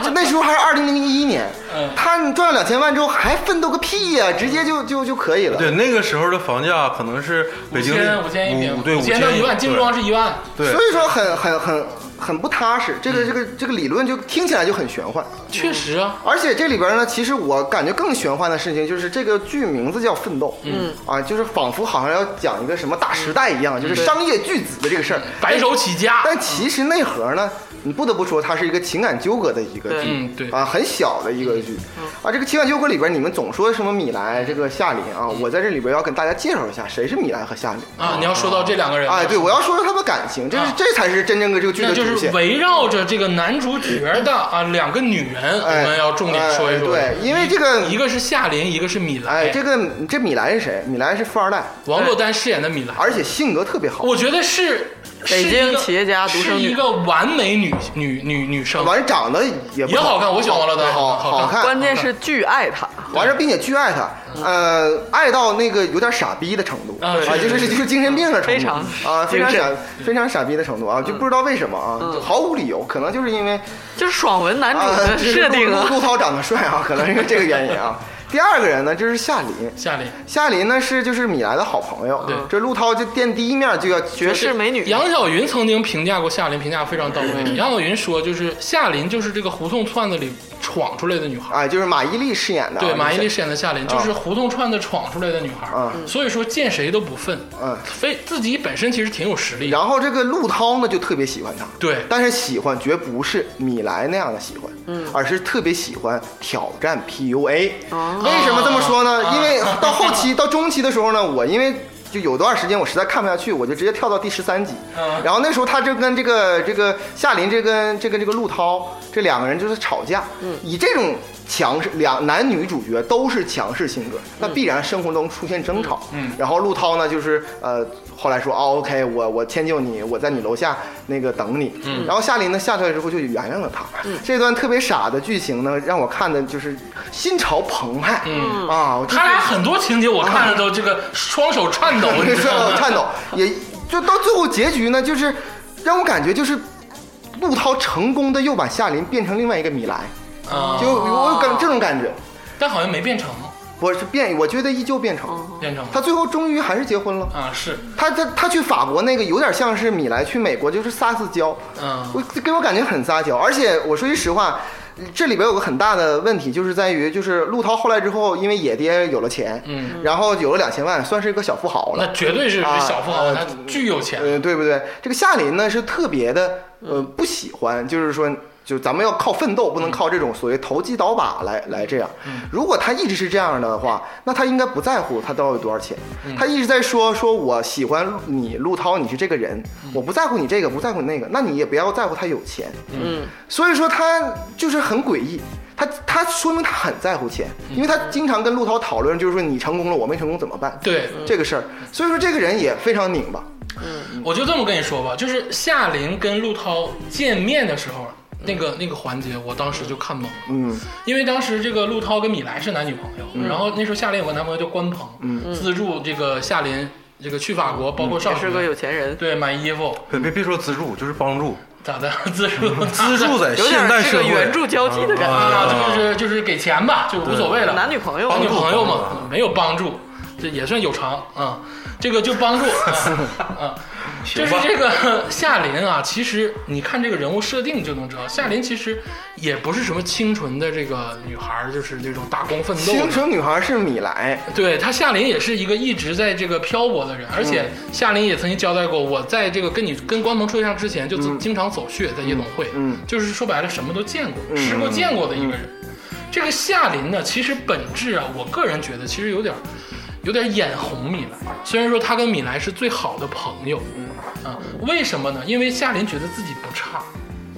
E: 就那时候还是二零零一年
B: 嗯，
E: 他你赚了两千万之后还奋斗个屁呀、直接就就就可以了。
D: 对，，那个时候的房价可能是北京
B: 啊千五千一平，
D: 对
B: 五千到一万，精装是一万，
D: 对
E: 所以说很很很很不踏实，这个这个这个理论就听起来就很玄幻。
B: 确实啊，
E: 而且这里边呢，其实我感觉更玄幻的事情就是这个剧名字叫《奋斗》，嗯啊，就是仿佛好像要讲一个什么大时代一
B: 嗯
E: 样，就是商业巨子的这个事儿。
B: 白手起家，
E: 但其实内核呢，你不得不说它是一个情感纠葛的一个剧，
B: 嗯对嗯
E: 啊，很小的一个剧，啊，这个情感纠葛里边，你们总说什么米兰这个夏琳啊，
B: 嗯
E: 我在这里边要跟大家介绍一下谁是米兰和夏琳。
B: 啊，你要说到这两个人，
E: 哎，对，我要说说他们感情，这是、
B: 啊
E: 这才是真正的这个剧
B: 那
E: 的
B: 就
E: 主
B: 是
E: 线。
B: 围绕着这个男主角的 啊两个女人，我
E: 哎
B: 们要重点说一嗯说。
E: 哎对因为这个
B: 一个是夏琳，一个是米兰。
E: 哎，这个这米兰是谁？米兰是富二代，
B: 王珞丹饰演的米兰，
E: 而且性格特别好。
B: 我觉得是
C: 北京
B: 是一个
C: 企业家独生
B: 是
C: 女
B: 一个完美女女女女生。
E: 完长得也不哎
B: 也好看我喜欢王珞丹
E: 好
B: 好看嗯
E: 看，
C: 关键是巨爱他，
E: 完事儿并且巨爱他，呃，爱到那个有点傻逼的程度
B: 啊是
E: 就是是就是精神病的程度，
C: 非常
E: 啊，非常
C: 精
E: 傻
C: 神
E: 非常傻逼的程度啊，就不知道为什么啊，
B: 嗯
E: 就毫无理由，可能就是因为
C: 就是爽文男主
E: 啊，
C: 的
E: 就是
C: 设定
E: 陆
C: 啊，
E: 陆涛长得帅啊，可能是这个原因啊。第二个人呢，就是夏琳，
B: 夏琳，
E: 夏琳呢是就是米兰的好朋友，
B: 对
E: 这陆涛就见第一面就要
C: 绝
E: 绝
C: 世美女，
B: 杨晓云曾经评价过夏琳，评价非常到
E: 嗯
B: 位。杨晓云说，就是夏琳就是这个胡同串子里闯出来的女孩。
E: 啊，就是马伊琍饰演的啊，
B: 对，马伊琍
E: 饰
B: 饰演的夏琳就是胡同串子闯出来的女孩，
E: 啊
B: 所以说见谁都不愤，
E: 嗯
B: 非自己本身其实挺有实力的。
E: 然后这个陆涛呢就特别喜欢她，
B: 对
E: 但是喜欢绝不是米莱那样的喜欢，嗯，而是特别喜欢挑战 PUA。为什么这么说呢？
B: 啊
E: 因为 到后期、到中期的时候呢，我因为。就有段时间我实在看不下去，我就直接跳到第十三集。
B: 嗯
E: 然后那时候他就跟这个这个夏琳，这跟这个这个陆涛这两个人就是吵架。嗯，以这种强势两男女主角都是强势性格，那必然生活中出现争吵。
B: 嗯
E: 然后陆涛呢，就是呃，后来说哦，OK，我我迁就你，我在你楼下那个等你。嗯，然后夏琳呢下出来之后就原谅了他。
B: 嗯
E: 这段特别傻的剧情呢，让我看的就是心潮澎湃。
B: 嗯
E: 啊，我就
B: 他俩很多情节我看着都这个双手颤抖， 你知道
E: 我
B: 吗？
E: 啊颤抖，也就到最后结局呢，就是让我感觉就是陆涛成功的又把夏琳变成另外一个米莱，
B: 啊
E: 就我有感这种感觉，
B: 但好像没变成，
E: 我是变，我觉得依旧变成了，
B: 变成了
E: 他最后终于还是结婚了。
B: 啊是，
E: 他他他去法国那个有点像是米莱去美国就是撒次娇，
B: 嗯
E: 我给我感觉很撒娇，而且我说句实话。这里边有个很大的问题，就是在于，就是陆涛后来之后，因为野爹有了钱，
B: 嗯，
E: 然后有了两千万，算是一个小富豪了
B: 那。绝对是
E: 啊
B: 小富豪，
E: 呃
B: 他巨有钱，
E: 呃，对不对？这个夏琳呢是特别的，呃，不喜欢，就是说，就咱们要靠奋斗，不能靠这种所谓投机倒把来来这样。如果他一直是这样的话，那他应该不在乎他到底多少钱，他一直在说说我喜欢你陆涛，你是这个人，我不在乎你这个，不在乎你那个，那你也不要在乎他有钱。
C: 嗯，
E: 所以说他就是很诡异。他他说明他很在乎钱，因为他经常跟陆涛讨论，就是说你成功了，我没成功怎么办？
B: 对，
E: 这个事儿，所以说这个人也非常拧巴。
B: 我就这么跟你说吧，就是夏琳跟陆涛见面的时候，那个那个环节，我当时就看懵了。
E: 嗯，
B: 因为当时这个陆涛跟米莱是男女朋友，
C: 嗯
B: 然后那时候夏琳有个男朋友叫关鹏，资助这个夏琳这个去法国，包括上
C: 嗯也
B: 学，
C: 是个有钱人，
B: 对买衣服
D: 别别别说资助，就是帮助，
B: 咋的 资助
C: 嗯
D: 资助在
C: 有
D: 现
C: 点
D: 代
C: 这
D: 社
C: 个
D: 会
C: 援助交际的感觉，
B: 啊，就是就是给钱吧，就无所谓了，
C: 男女朋友
B: 帮女
C: 嘛，
B: 朋友嘛，没有帮助，这也算有偿啊，这个就帮助啊。啊就
D: 行
B: 是
D: 吧
B: 这个 夏琳啊，其实你看这个人物设定就能知道，夏琳其实也不是什么清纯的这个女孩儿，就是这种打工奋斗的。
E: 青春女孩是米莱，
B: 对她夏琳也是一个一直在这个漂泊的人，而且
E: 嗯
B: 夏琳也曾经交代过，我在这个跟你跟关鹏处对象之前，就经常走穴在夜总会，
E: 嗯
B: 就是说白了什么都见过，吃过见过的一个人。这个夏琳呢，其实本质啊，我个人觉得其实有点儿，有点儿眼红米莱。虽然说她跟米莱是最好的朋友，
E: 嗯
B: 啊，为什么呢？因为夏琳觉得自己不差，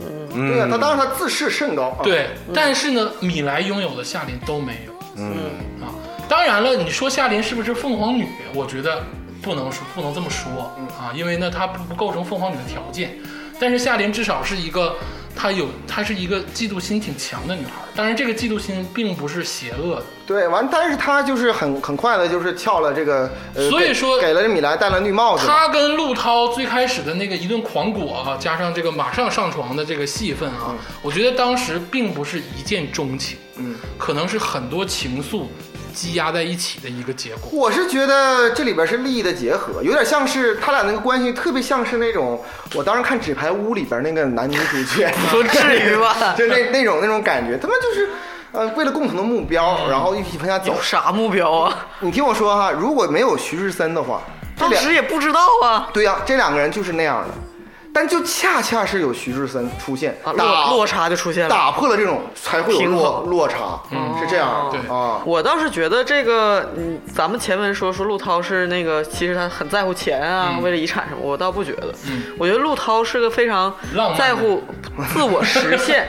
D: 嗯
E: 对啊，他当时他自视甚高啊。，
B: 对，但是呢，米莱拥有的夏琳都没有
D: 嗯
B: 啊。当然了，你说夏琳是不是凤凰女？我觉得不能说不能这么说啊，因为呢，她不不构成凤凰女的条件。但是夏琳至少是一个，她有她是一个嫉妒心挺强的女孩儿。当然，这个嫉妒心并不是邪恶的，
E: 对，完，但是他就是很很快的，就是撬了这个，呃、
B: 所以
E: 给
B: 说
E: 给了米莱戴了绿帽子嘛。
B: 他跟陆涛最开始的那个一顿狂裹啊，加上这个马上上床的这个戏份啊，我觉得当时并不是一见钟情，
E: 嗯，
B: 可能是很多情愫积压在一起的一个结果。
E: 我是觉得这里边是利益的结合，有点像是他俩那个关系，特别像是那种我当时看《纸牌屋》里边那个男女主角，
C: 不至于吧
E: 就那那种那种感觉，他们就是呃为了共同的目标，然后一起往下走
C: 有。啥目标啊？
E: 你听我说哈，如果没有徐志森的话，这
C: 当
E: 俩
C: 时也不知道啊，
E: 对呀、这两个人就是那样的，但就恰恰是有徐志森出现，
C: 啊
E: 打
C: 落落差就出现了。
E: 打破了这种才会有
C: 平
E: 落
C: 衡哦
E: 落差，嗯是这样
B: 对
E: 啊。
C: 我倒是觉得这个，嗯，咱们前文说说陆涛是那个，其实他很在乎钱
B: 嗯
C: 啊，为了遗产什么，我倒不觉得。我觉得陆涛是个非常
B: 浪漫的
C: 在乎自我 实现，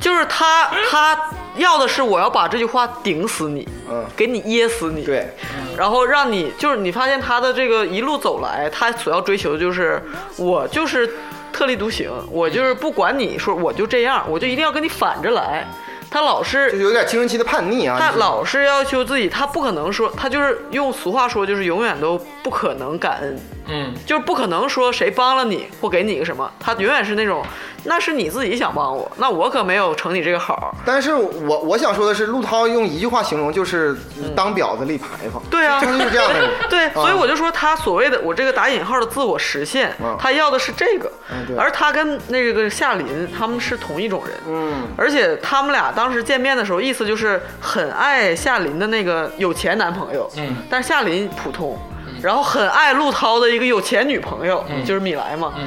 C: 就是他他要的是我要把这句话顶死你，
E: 嗯
C: 给你噎死你，
E: 对，
C: 嗯然后让你就是你发现他的这个一路走来，他所要追求的就是我就是特立独行，我就是不管你说我就这样，我就一定要跟你反着来。他老是
E: 就是有点青春期的叛逆啊。
C: 他
E: 就是
C: 老是要求自己，他不可能说，他就是用俗话说，就是永远都不可能感恩，
B: 嗯，
C: 就是不可能说谁帮了你或给你一个什么，他永远是那种，那是你自己想帮我，那我可没有成你这个好。
E: 但是我我想说的是，陆涛用一句话形容就是当婊子立牌坊，
C: 嗯对啊，。
E: 他就是这样的人
C: 对，所以
E: 啊
C: 我就说他所谓的我这个打引号的自我实现
E: 嗯，
C: 他要的是这个
E: 嗯对，
C: 而他跟那个夏琳他们是同一种人，
E: 嗯，
C: 而且他们俩当时见面的时候，意思就是很爱夏琳的那个有钱男朋友，
B: 嗯
C: 但是夏琳普通，然后很爱陆涛的一个有钱女朋友，
B: 嗯
C: 就是米莱嘛，
B: 嗯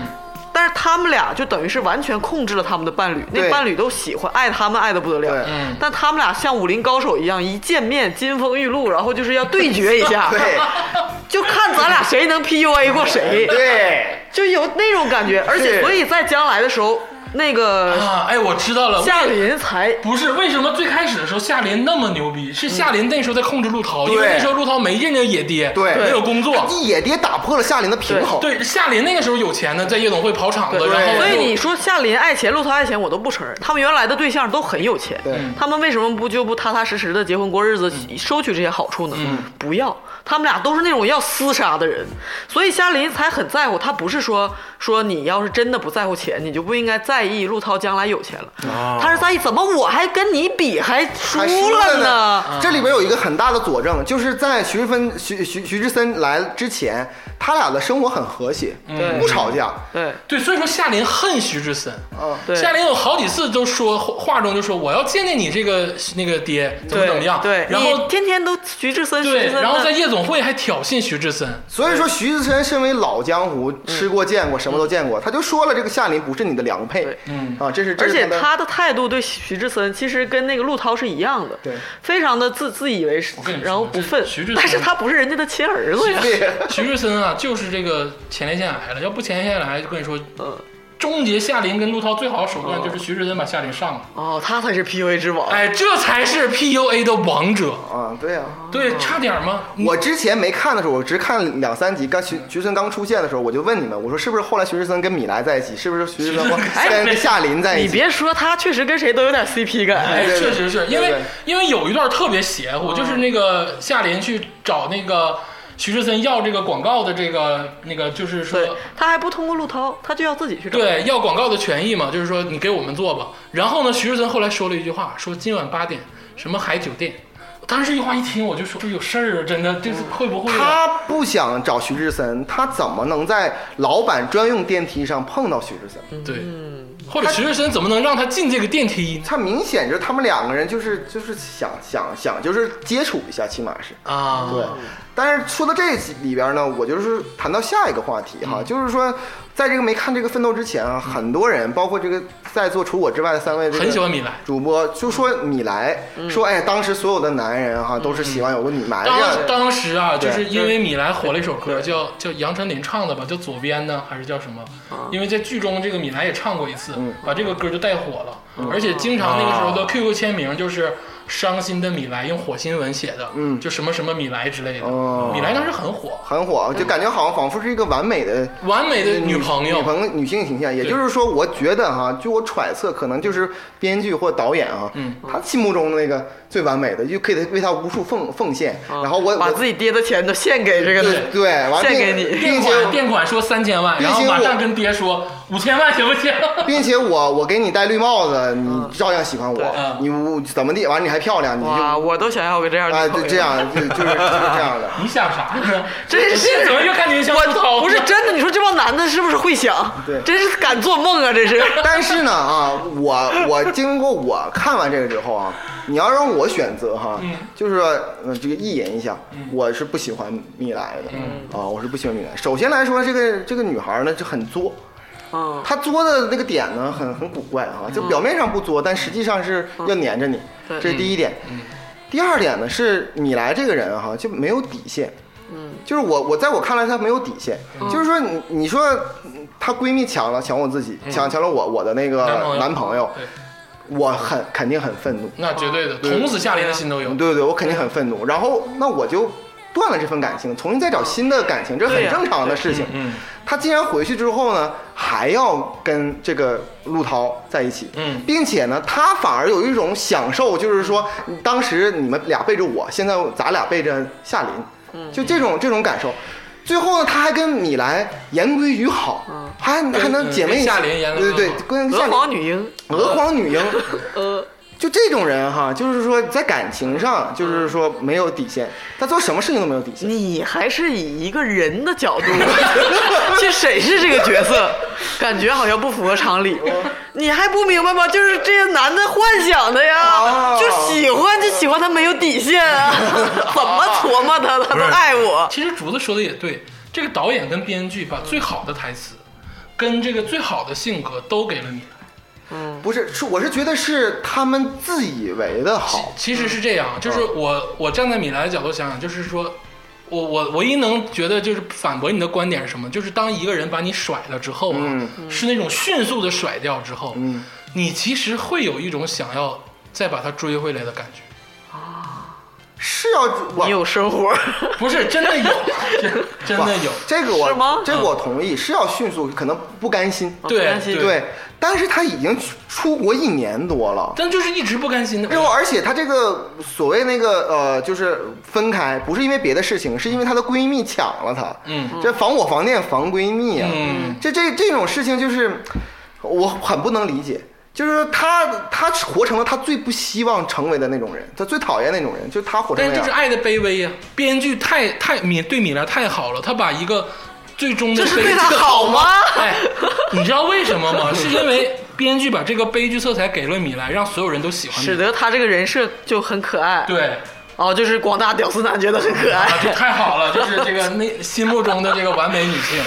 C: 但是他们俩就等于是完全控制了他们的伴侣，那
E: 对
C: 伴侣都喜欢爱他们爱的不得了，
E: 对
B: 嗯
C: 但他们俩像武林高手一样，一见面金风玉露，然后就是要对决一下，
E: 对
C: 就看咱俩谁能 PUA 过谁，
E: 对，
C: 就有那种感觉。而且，
E: 是
C: 所以在将来的时候，那个
B: 啊，哎，我知道了。
C: 夏琳才
B: 不是为什么最开始的时候夏琳那么牛逼？是夏琳那时候在控制陆涛，
E: 对
B: 因为那时候陆涛没认着野爹，
E: 对
B: 没有工作，
E: 一野爹打破了夏琳的平衡。
B: 对夏琳那个时候有钱呢，在夜总会跑场子，
C: 对
B: 然后
C: 所以
B: 又
C: 你说夏琳爱钱，陆涛爱钱，我都不承认。他们原来的对象都很有钱，
E: 对
C: 他们为什么不就不踏踏实实的结婚过日子，收取这些好处呢？不要，他们俩都是那种要厮杀的人，所以夏琳才很在乎。她不是说说你要是真的不在乎钱，你就不应该在意陆涛将来有钱了。
D: 哦
C: 他是在意怎么我还跟你比还输
E: 还输
C: 了
E: 呢。这里边有一个很大的佐证，就是在徐志芬、徐徐徐志森来之前，他俩的生活很和谐，
C: 对
E: 不吵架。
C: 对
B: 对，所以说夏琳恨徐志森。
E: 嗯，
C: 对
B: 夏琳有好几次都说话中就说我要见见你这个那个爹怎么
C: 对
B: 怎么样，
C: 对，
B: 然
C: 你
B: 后
C: 天天都徐志森，徐
B: 对，
C: 志森的，
B: 然后在夜总会还挑衅徐志森，
E: 所以说徐志森身为老江湖，吃过见过，什么都见过，他就说了这个夏琳不是你的良配
C: 对。
B: 嗯
E: 啊，这是这
C: 而
E: 是
C: 且
E: 的
C: 他的态度对徐志森其实跟那个陆涛是一样的，
E: 对
C: 非常的自自以为是
B: 我跟你，说
C: 然后不忿
B: 这徐志森。
C: 但是他不是人家的亲儿子呀，
E: 对
B: 徐志森啊，就是这个前列腺癌了，要不前列腺癌就跟你说，
C: 嗯，
B: 终结夏琳跟陆涛最好的手段就是徐志森把夏琳上了，
C: 哦，他才是 PUA 之王，
B: 哎，这才是 PUA 的王者，
E: 啊，对啊。
B: 对，差点吗？
E: 我之前没看的时候，我只看两三集。刚徐徐志森刚出现的时候，我就问你们，我说是不是后来徐志森跟米莱在一起？是不是徐志森哎跟跟夏琳在一
C: 你
E: 起？
C: 别说他确实跟谁都有点 CP
B: 哎，
C: 感，
E: 对对
B: 确实是因
E: 对
B: 为
E: 对
B: 因为有一段特别邪乎，就是那个夏琳去找那个徐志森要这个广告的这个那个，就是
C: 对
B: 说，
C: 他还不通过陆涛，他就要自己去找，
B: 对要广告的权益嘛，就是说你给我们做吧。然后呢，徐志森后来说了一句话，说今晚八点什么海酒店。当时这句话一听，我就说这有事儿啊，真的，这是会不会啊？
E: 他不想找徐志森，他怎么能在老板专用电梯上碰到徐志森？
B: 对，或者徐志森怎么能让他进这个电梯呢
E: 他明显就是他们两个人就是就是想想想就是接触一下，起码是
C: 哦
B: 啊？
E: 对。但是说到这里边呢，我就是谈到下一个话题
B: 嗯
E: 哈，就是说，在这个没看这个《奋斗》之前啊，很多人，包括这个在座除我之外的三位，
B: 很喜欢米莱。
E: 主播就说米莱，说哎，当时所有的男人哈都是喜欢有个米莱这样
B: 嗯当
E: 的，
B: 当时啊，就
E: 哎对
B: 是
E: 就
B: 因
E: 是
B: 为米兰火了一首歌，叫叫杨丞琳唱的吧，叫左边呢还是叫什么？
E: 啊
B: 因为在剧中这个米兰也唱过一次，
E: 嗯
B: 把这个歌就带火了，而且经常那个时候的 QQ 签名就是。伤心的米莱用火星文写的，
E: 嗯
B: 就什么什么米莱之类的。
E: 哦
B: 米莱当时很火，
E: 很火，就感觉好像仿佛是一个完美的
B: 完美的女朋友
E: 女，朋友女性形象，也就是说，我觉得哈，据我揣测，可能就是编剧或导演啊，
B: 嗯
E: 他心目中的那个最完美的，就可以为他无数奉奉献，然后我
C: 啊把
E: 我
C: 自己爹的钱都献给这个
E: 对对，完了
C: 献
E: 并
C: 给你
B: 店
E: 并且
B: 款店款说三千万，
E: 并
B: 然
E: 且
B: 后马
E: 我
B: 上跟爹说五千万行不行？
E: 并且我我给你戴绿帽子，你照样喜欢我
C: 对，
B: 嗯
E: 你我怎么地，完了你还漂亮，你就
C: 哇，
E: 啊
C: 我都想要个这样的女朋
E: 就
C: 友
E: 这，样，就就是就是这样的。
B: 你想 啥呢？
C: 真是
B: 怎么越看越像
C: 我
B: 杜涛？
C: 不是真的，你说这帮男的是不是会想？
E: 对
C: 真是敢做梦啊！这是
E: 但是呢啊，我我经过我看完这个之后啊，你要让我选择哈，就是说呃这个一言一下，我是不喜欢米莱的、啊，我是不喜欢米莱。首先来说，这个这个女孩呢就很作，
C: 嗯，
E: 她作的那个点呢很很古怪啊，
B: 嗯
E: 就表面上不作，但实际上是要粘着你，
C: 对
E: 这是第一点。
B: 嗯
E: 第二点呢是米莱这个人哈、就没有底线。
B: 嗯
E: 就是我，我在我看来，她没有底线。就是说你，你说嗯她闺蜜抢了抢我自己，抢抢了我我的那个
B: 嗯男朋友
E: 男朋友，
B: 对
E: 我很肯定很愤怒。
B: 那绝对的，捅死夏琳的心都有
E: 嗯对。对对，我肯定很愤怒。然后那我就断了这份感情，重新再找新的感情，这
C: 对
E: 很
C: 呀
E: 正常的事情。
B: 嗯，
E: 他竟然回去之后呢，还要跟这个陆涛在一起，
B: 嗯
E: 并且呢，他反而有一种享受，就是说当时你们俩背着我，现在咱俩背着夏琳，嗯，就这种这种感受。最后呢，他还跟米兰言归于好，还还能姐妹
B: 跟夏琳言归于
E: 对
B: 好
E: 对， 跟夏
C: 娥
E: 琳
C: 皇女英，
E: 娥皇女英，
C: 呃，
E: 就这种人哈，就是说在感情上，就是说没有底线，他做什么事情都没有底线。
C: 你还是以一个人的角度 去审视这个角色，感觉好像不符合常理。 你还不明白吗？就是这些男的幻想的呀，
E: 哦
C: 就喜欢就喜欢他没有底线啊，怎么琢磨他他都爱我。
B: 其实竹子说的也对，这个导演跟编剧把最好的台词，跟这个最好的性格都给了你。
E: 不是，是我是觉得是他们自以为的好，嗯
B: 其实是这样，就是我我站在米兰的角度想想，就是说。我我唯一能觉得就是反驳你的观点是什么？就是当一个人把你甩了之后啊，
E: 嗯
B: 是那种迅速的甩掉之后，
C: 嗯
B: 你其实会有一种想要再把他追回来的 感觉。
E: 是要我
C: 你有生活，
B: 不是真的有，啊真真的有。
E: 这个我
C: 是吗嗯哦
E: 这个我同意，是要迅速，可能不甘心，
B: 对
C: 不甘心
B: 对
E: 对，但是他已经出出国一年多了。
B: 但就是一直不甘心的。
E: 然后，哎而且她这个所谓那个呃，就是分开，不是因为别的事情，是因为她的闺蜜抢了她。
B: 嗯，
E: 这防我防电防闺蜜啊，
B: 嗯
E: 这这这种事情就是我很不能理解。就是她她活成了她最不希望成为的那种人，她最讨厌那种人，就是她活成
B: 但
E: 那
B: 是
E: 样。
B: 就是爱的卑微呀、编剧太太米对米兰太好了，他把一个最终的
C: 这是
B: 悲
C: 对
B: 剧
C: 他好吗
B: 哎，你知道为什么吗？是因为编剧把这个悲剧色彩给了米兰，让所有人都喜欢
C: 使
B: 你。
C: 得他这个人设就很可爱。
B: 对
C: 哦，就是广大屌丝男觉得很可
B: 啊，这
C: 爱。
B: 太好了，就是这个内心目中的这个完美女性。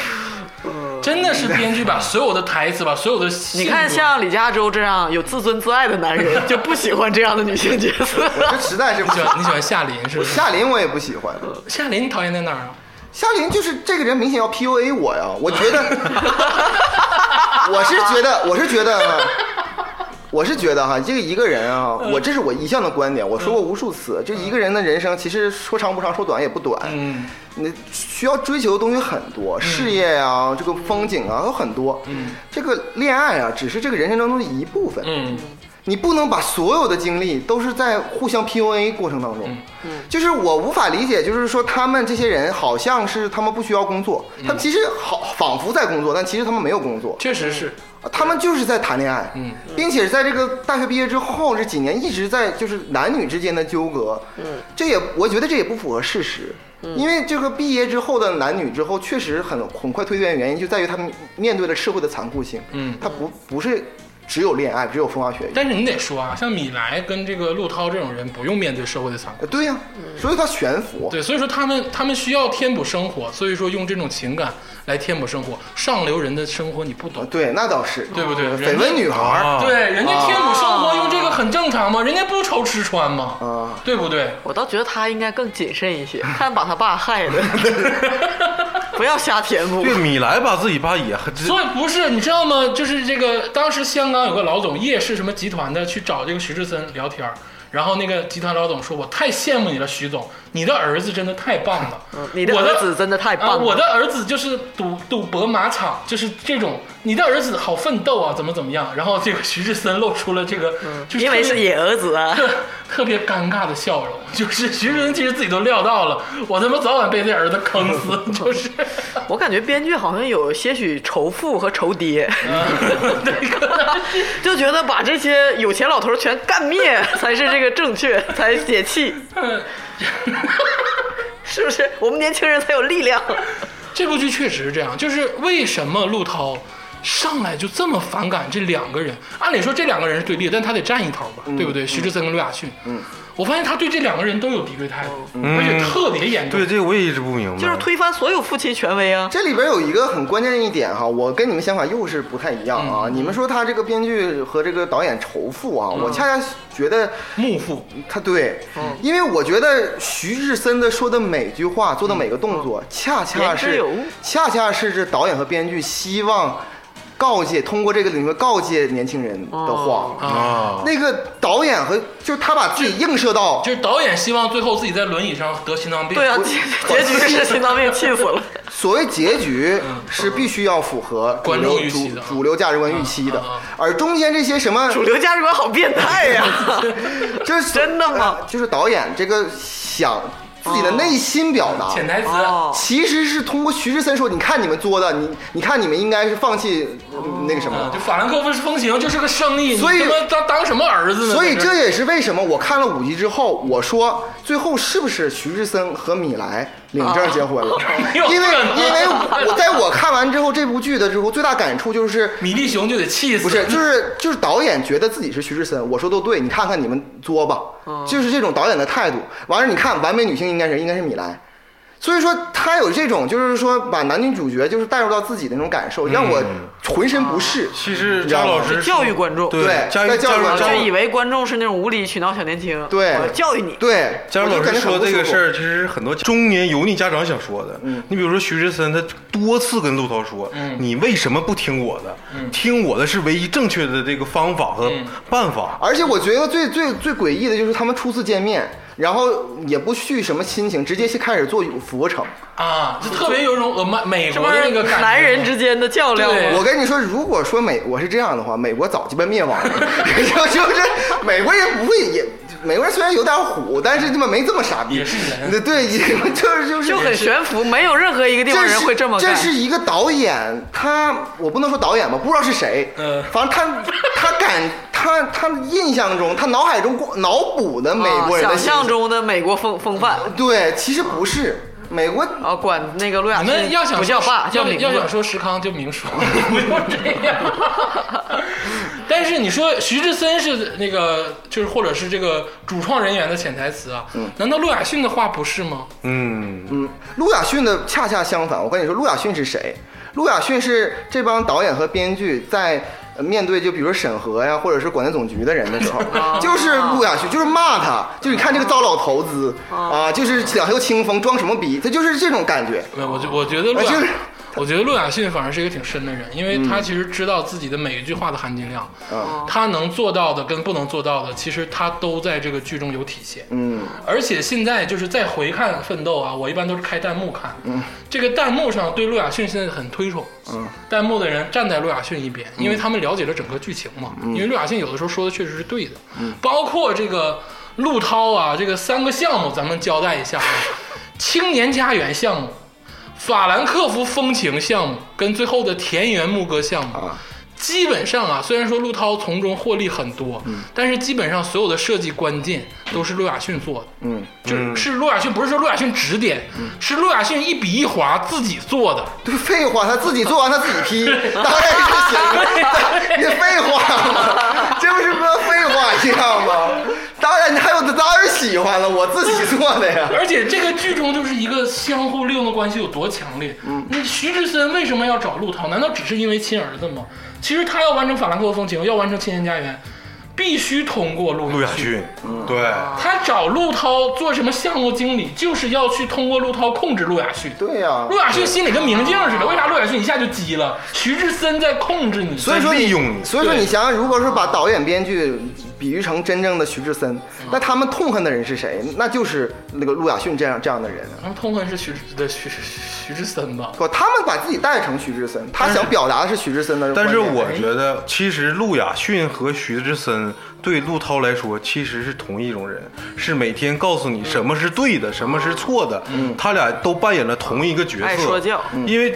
B: 真的是编剧把所有的台词，把所有的
C: 嗯你看，
B: 像。
C: 像李佳州这样有自尊自爱的男人，就不喜欢这样的女性角 色。
E: 这实在是不
B: 你喜
E: 行。
B: 欢你喜欢夏琳是不是？
E: 夏琳我也不喜欢，
B: 夏琳你讨厌在哪儿啊？
E: 夏琳就是这个人明显要 PUA 我呀，我 觉得，我是觉得，我是觉得啊，我是觉得哈，这个一个人啊，
B: 嗯
E: 我这是我一向的观点，我说过无数次，就一个人的人生其实说长不长，说短也不短，
B: 嗯，
E: 你需要追求的东西很多，事业啊，这个风景啊有很多，嗯，这个恋爱啊，只是这个人生当中的一部分，
B: 嗯，
E: 你不能把所有的精力都是在互相 PUA 过程当中。
B: 嗯
E: 就是我无法理解，就是说他们这些人好像是他们不需要工作，
B: 嗯
E: 他们其实好仿佛在工作，但其实他们没有工作，
B: 确实是。
E: 他们就是在谈恋爱，
B: 嗯，
E: 并且在这个大学毕业之后这几年一直在就是男女之间的纠葛，嗯，这也我觉得这也不符合事实，
B: 嗯
E: 因为这个毕业之后的男女之后确实很很快蜕变，原因就在于他们面对了社会的残酷性，
B: 嗯
E: 他不不是只有恋爱，只有风花雪月。
B: 但是你得说啊，像米莱跟这个陆涛这种人，不用面对社会的残酷。
E: 呃对呀、所以他悬浮。
B: 对，所以说他们他们需要填补生活，所以说用这种情感来填补生活。上流人的生活你不懂，
E: 对，那倒是，
B: 对不对人家
E: 绯闻女孩儿，
D: 啊
B: 对，人家填补生活用这个很正常嘛，人家不愁吃穿嘛，
E: 啊
B: 对不对？
C: 我倒觉得他应该更谨慎一些， 看把他爸害的， 不要瞎填补。
D: 对，米莱把自己爸也 这
B: 所以不是你知道吗？就是这个，当时香港有个老总，叶氏什么集团的，去找这个徐志森聊天儿然后那个集团老总说：“我太羡慕你了，徐总，你的儿子真的太棒了。
C: 你的
B: 我
C: 儿子真的太棒
B: 啊
C: 了
B: 我的儿子就是赌赌博马场，就是这种。你的儿子好奋斗啊，怎么怎么样？然后这个徐志森露出了这个，就是
C: 嗯因为
B: 特别
C: 是野儿子啊，
B: 特特别尴尬的笑容，就是徐志森其实自己都料到了，我他妈早晚被这儿子坑死， 就是。
C: 我感觉编剧好像有些许仇富和仇爹， 就觉得把这些有钱老头儿全干灭 才是这个正确，才解气， 是不是？我们年轻人才有力量。
B: 这部剧确实是这样，就是为什么陆涛上来就这么反感这两个人？按理说这两个人是对立的，但他得站一头吧，
E: 嗯
B: 对不对？徐志森跟陆亚逊，嗯，我发现他对这两个人都有敌对态度，
E: 嗯
B: 而且特别严重。
D: 对，这我也一直不明白。
C: 就是推翻所有父亲权威啊！
E: 这里边有一个很关键的一点哈，我跟你们想法又是不太一样啊。你们说他这个编剧和这个导演仇富啊，我恰恰觉得
B: 幕父，
E: 他对，因为我觉得徐志森的说的每句话、做的每个动作，恰恰
C: 言之
E: 是
C: 有物
E: 恰恰是这导演和编剧希望告诫，通过这个领域告诫年轻人的话。
D: 啊，
E: 那个导演和就是他把自己映射到
B: 就是导演希望最后自己在轮椅上得心脏病。
C: 对啊，结结局是心脏病，气死了。
E: 所谓结局是必须要符合主
B: 嗯观众
E: 流
B: 预期
E: 主
B: 的啊
E: 主流价值观预期的
B: 啊啊啊，
E: 而中间这些什么
C: 主流价值观好变态 呀、
E: 就是
C: 真的吗
E: 呃就是导演这个想自己的内心表达，
B: 潜台词，
C: 哦，
E: 其实是通过徐志森说：“你看你们作的，你你看你们应该是放弃、嗯那个什么。
B: 啊就法兰克福风行就是个生意，
E: 所以
B: 你他妈当当什么儿子呢？
E: 所以
B: 在
E: 这也是为什么我看了五集之后，我说最后是不是徐志森和米莱领证结 婚了？
B: 没有
E: 因为
B: 可能
E: 因为我在我看完之后这部剧的之后，最大感触就是
B: 米粒熊就得气死，
E: 不是，就是就是导演觉得自己是徐志森，我说都对，你看看你们作吧，
C: 哦
E: 就是这种导演的态度。完了，你看完美女性应该是应该是米兰，所以说他有这种就是说把男女主角就是带入到自己的那种感受，让我
D: 嗯
E: 浑身不适。
D: 其实张老师
C: 啊是教育观众，
E: 对
D: 教
E: 在
D: 育
E: 教育
D: 教
E: 观
D: 育
E: 众
D: 教
C: 就
D: 育
C: 以为观众是那种无理取闹小年轻，
E: 对
C: 我要教育你，
E: 对，
D: 家长
E: 我
D: 老
E: 就感
D: 师
E: 觉
D: 说
E: 很不
D: 这
E: 舒
D: 个
E: 服
D: 事儿，其实很多中年油腻家长想说的。
E: 嗯
D: 你比如说徐志森，他多次跟陆涛说：“你为什么不听我的？听我的是唯一正确的这个方法和办法。
E: 而且我觉得最最最诡异的就是他们初次见面，然后也不叙什么亲情，直接就开始做俯卧撑。
B: 啊，就特别有一种俄美美
C: 这
B: 国
C: 帮
B: 的那个
C: 人
B: 感觉。
C: 男人之间的较量
B: 对
C: 嘛。
E: 我跟你说，如果说美国是这样的话，美国早鸡巴灭亡了， 就就是美国人不会也。美国人虽然有点虎，但是他妈没这么傻逼。
B: 也是人
E: 对 对，也就是就是
C: 就很悬浮，没有任何一个地
E: 这
C: 方
E: 是
C: 人会这么
E: 这
C: 干。
E: 是一个导演，他我不能说导演吧，不知道是谁，
B: 嗯
E: 反正他他感他他印象中，他脑海中过脑补的美国人
C: 啊
E: 的
C: 想
E: 嗯形
C: 象
E: 象，
C: 中的美国风风范
E: 对，其实不是美国
C: 啊，管那个陆亚
B: 你们
C: 逊
B: 要想
C: 不叫爸，叫
B: 要
C: 名
B: 要想
C: 字。
B: 说石康就明说，不用这样。 但是你说徐志森是那个，就是或者是这个主创人员的潜台词啊？难道陆亚逊的话不是吗？”
D: 嗯，
E: 嗯，陆亚逊的恰恰相反。我跟你说，陆亚逊是谁？陆亚逊是这帮导演和编剧在呃面对就比如审核呀，或者是管监总局的人的时候，就是陆亚逊，就是骂他，就是你看这个糟老头子啊，就是两袖清风，装什么逼，他就是这种感觉。
B: 没有，我觉我觉得陆
E: 哎就
B: 亚
E: 是，
B: 我觉得陆亚逊反而是一个挺深的人，因为他其实知道自己的每一句话的含金量，
E: 嗯
B: 他能做到的跟不能做到的，其实他都在这个剧中有体现。
E: 嗯，
B: 而且现在就是再回看《奋斗》啊，我一般都是开弹幕看。嗯，这个弹幕上对陆亚逊现在很推崇。嗯，弹幕的人站在陆亚逊一边，因为他们了解了整个剧情嘛。因为陆亚逊有的时候说的确实是对的，包括这个陆涛啊，这个三个项目咱们交代一 下啊，青年家园项目、法兰克福风情项目跟最后的田园牧歌项目。
E: 啊
B: 基本上啊，虽然说陆涛从中获利很多，
E: 嗯
B: 但是基本上所有的设计关键都是陆亚逊做的。
E: 嗯，
B: 就是是陆亚逊，不是说陆亚逊指点，是陆亚逊一笔一划自己做的。
E: 对，废话，他自己做完他自己批，当然是行了。你废话吗？这不是跟废话一样吗？当然，你还有的当然喜欢了，我自己做的呀。
B: 而且这个剧中就是一个相互利用的关系有多强烈。
E: 嗯
B: 那徐志森为什么要找陆涛？难道只是因为亲儿子吗？其实他要完成《法兰克福风情》，要完成《千年家园》，必须通过陆
D: 陆亚逊，对，
B: 他找陆涛做什么项目经理，就是要去通过陆涛控制陆亚逊。
E: 对呀、
B: 陆亚逊心里跟明镜似的，为啥陆亚逊一下就急了？徐志森在控制你，
E: 所以说
D: 利
E: 你
D: 用你
E: 所以说
B: 对
E: 你想想，如果说把导演、编剧比喻成真正的徐志森，
D: 嗯
E: 那他们痛恨的人是谁？那就是那个陆亚逊这样这样的人。
B: 他们痛恨是徐志的徐徐徐志森吧？
E: 不，他们把自己带成徐志森，他想表达的是徐志森的观
D: 但
E: 点。
D: 是我觉得，其实陆亚逊和徐志森对陆涛来说其实是同一种人，是每天告诉你什么是对的，什么是错的。他俩都扮演了同一个角色。
C: 爱说教
D: 因为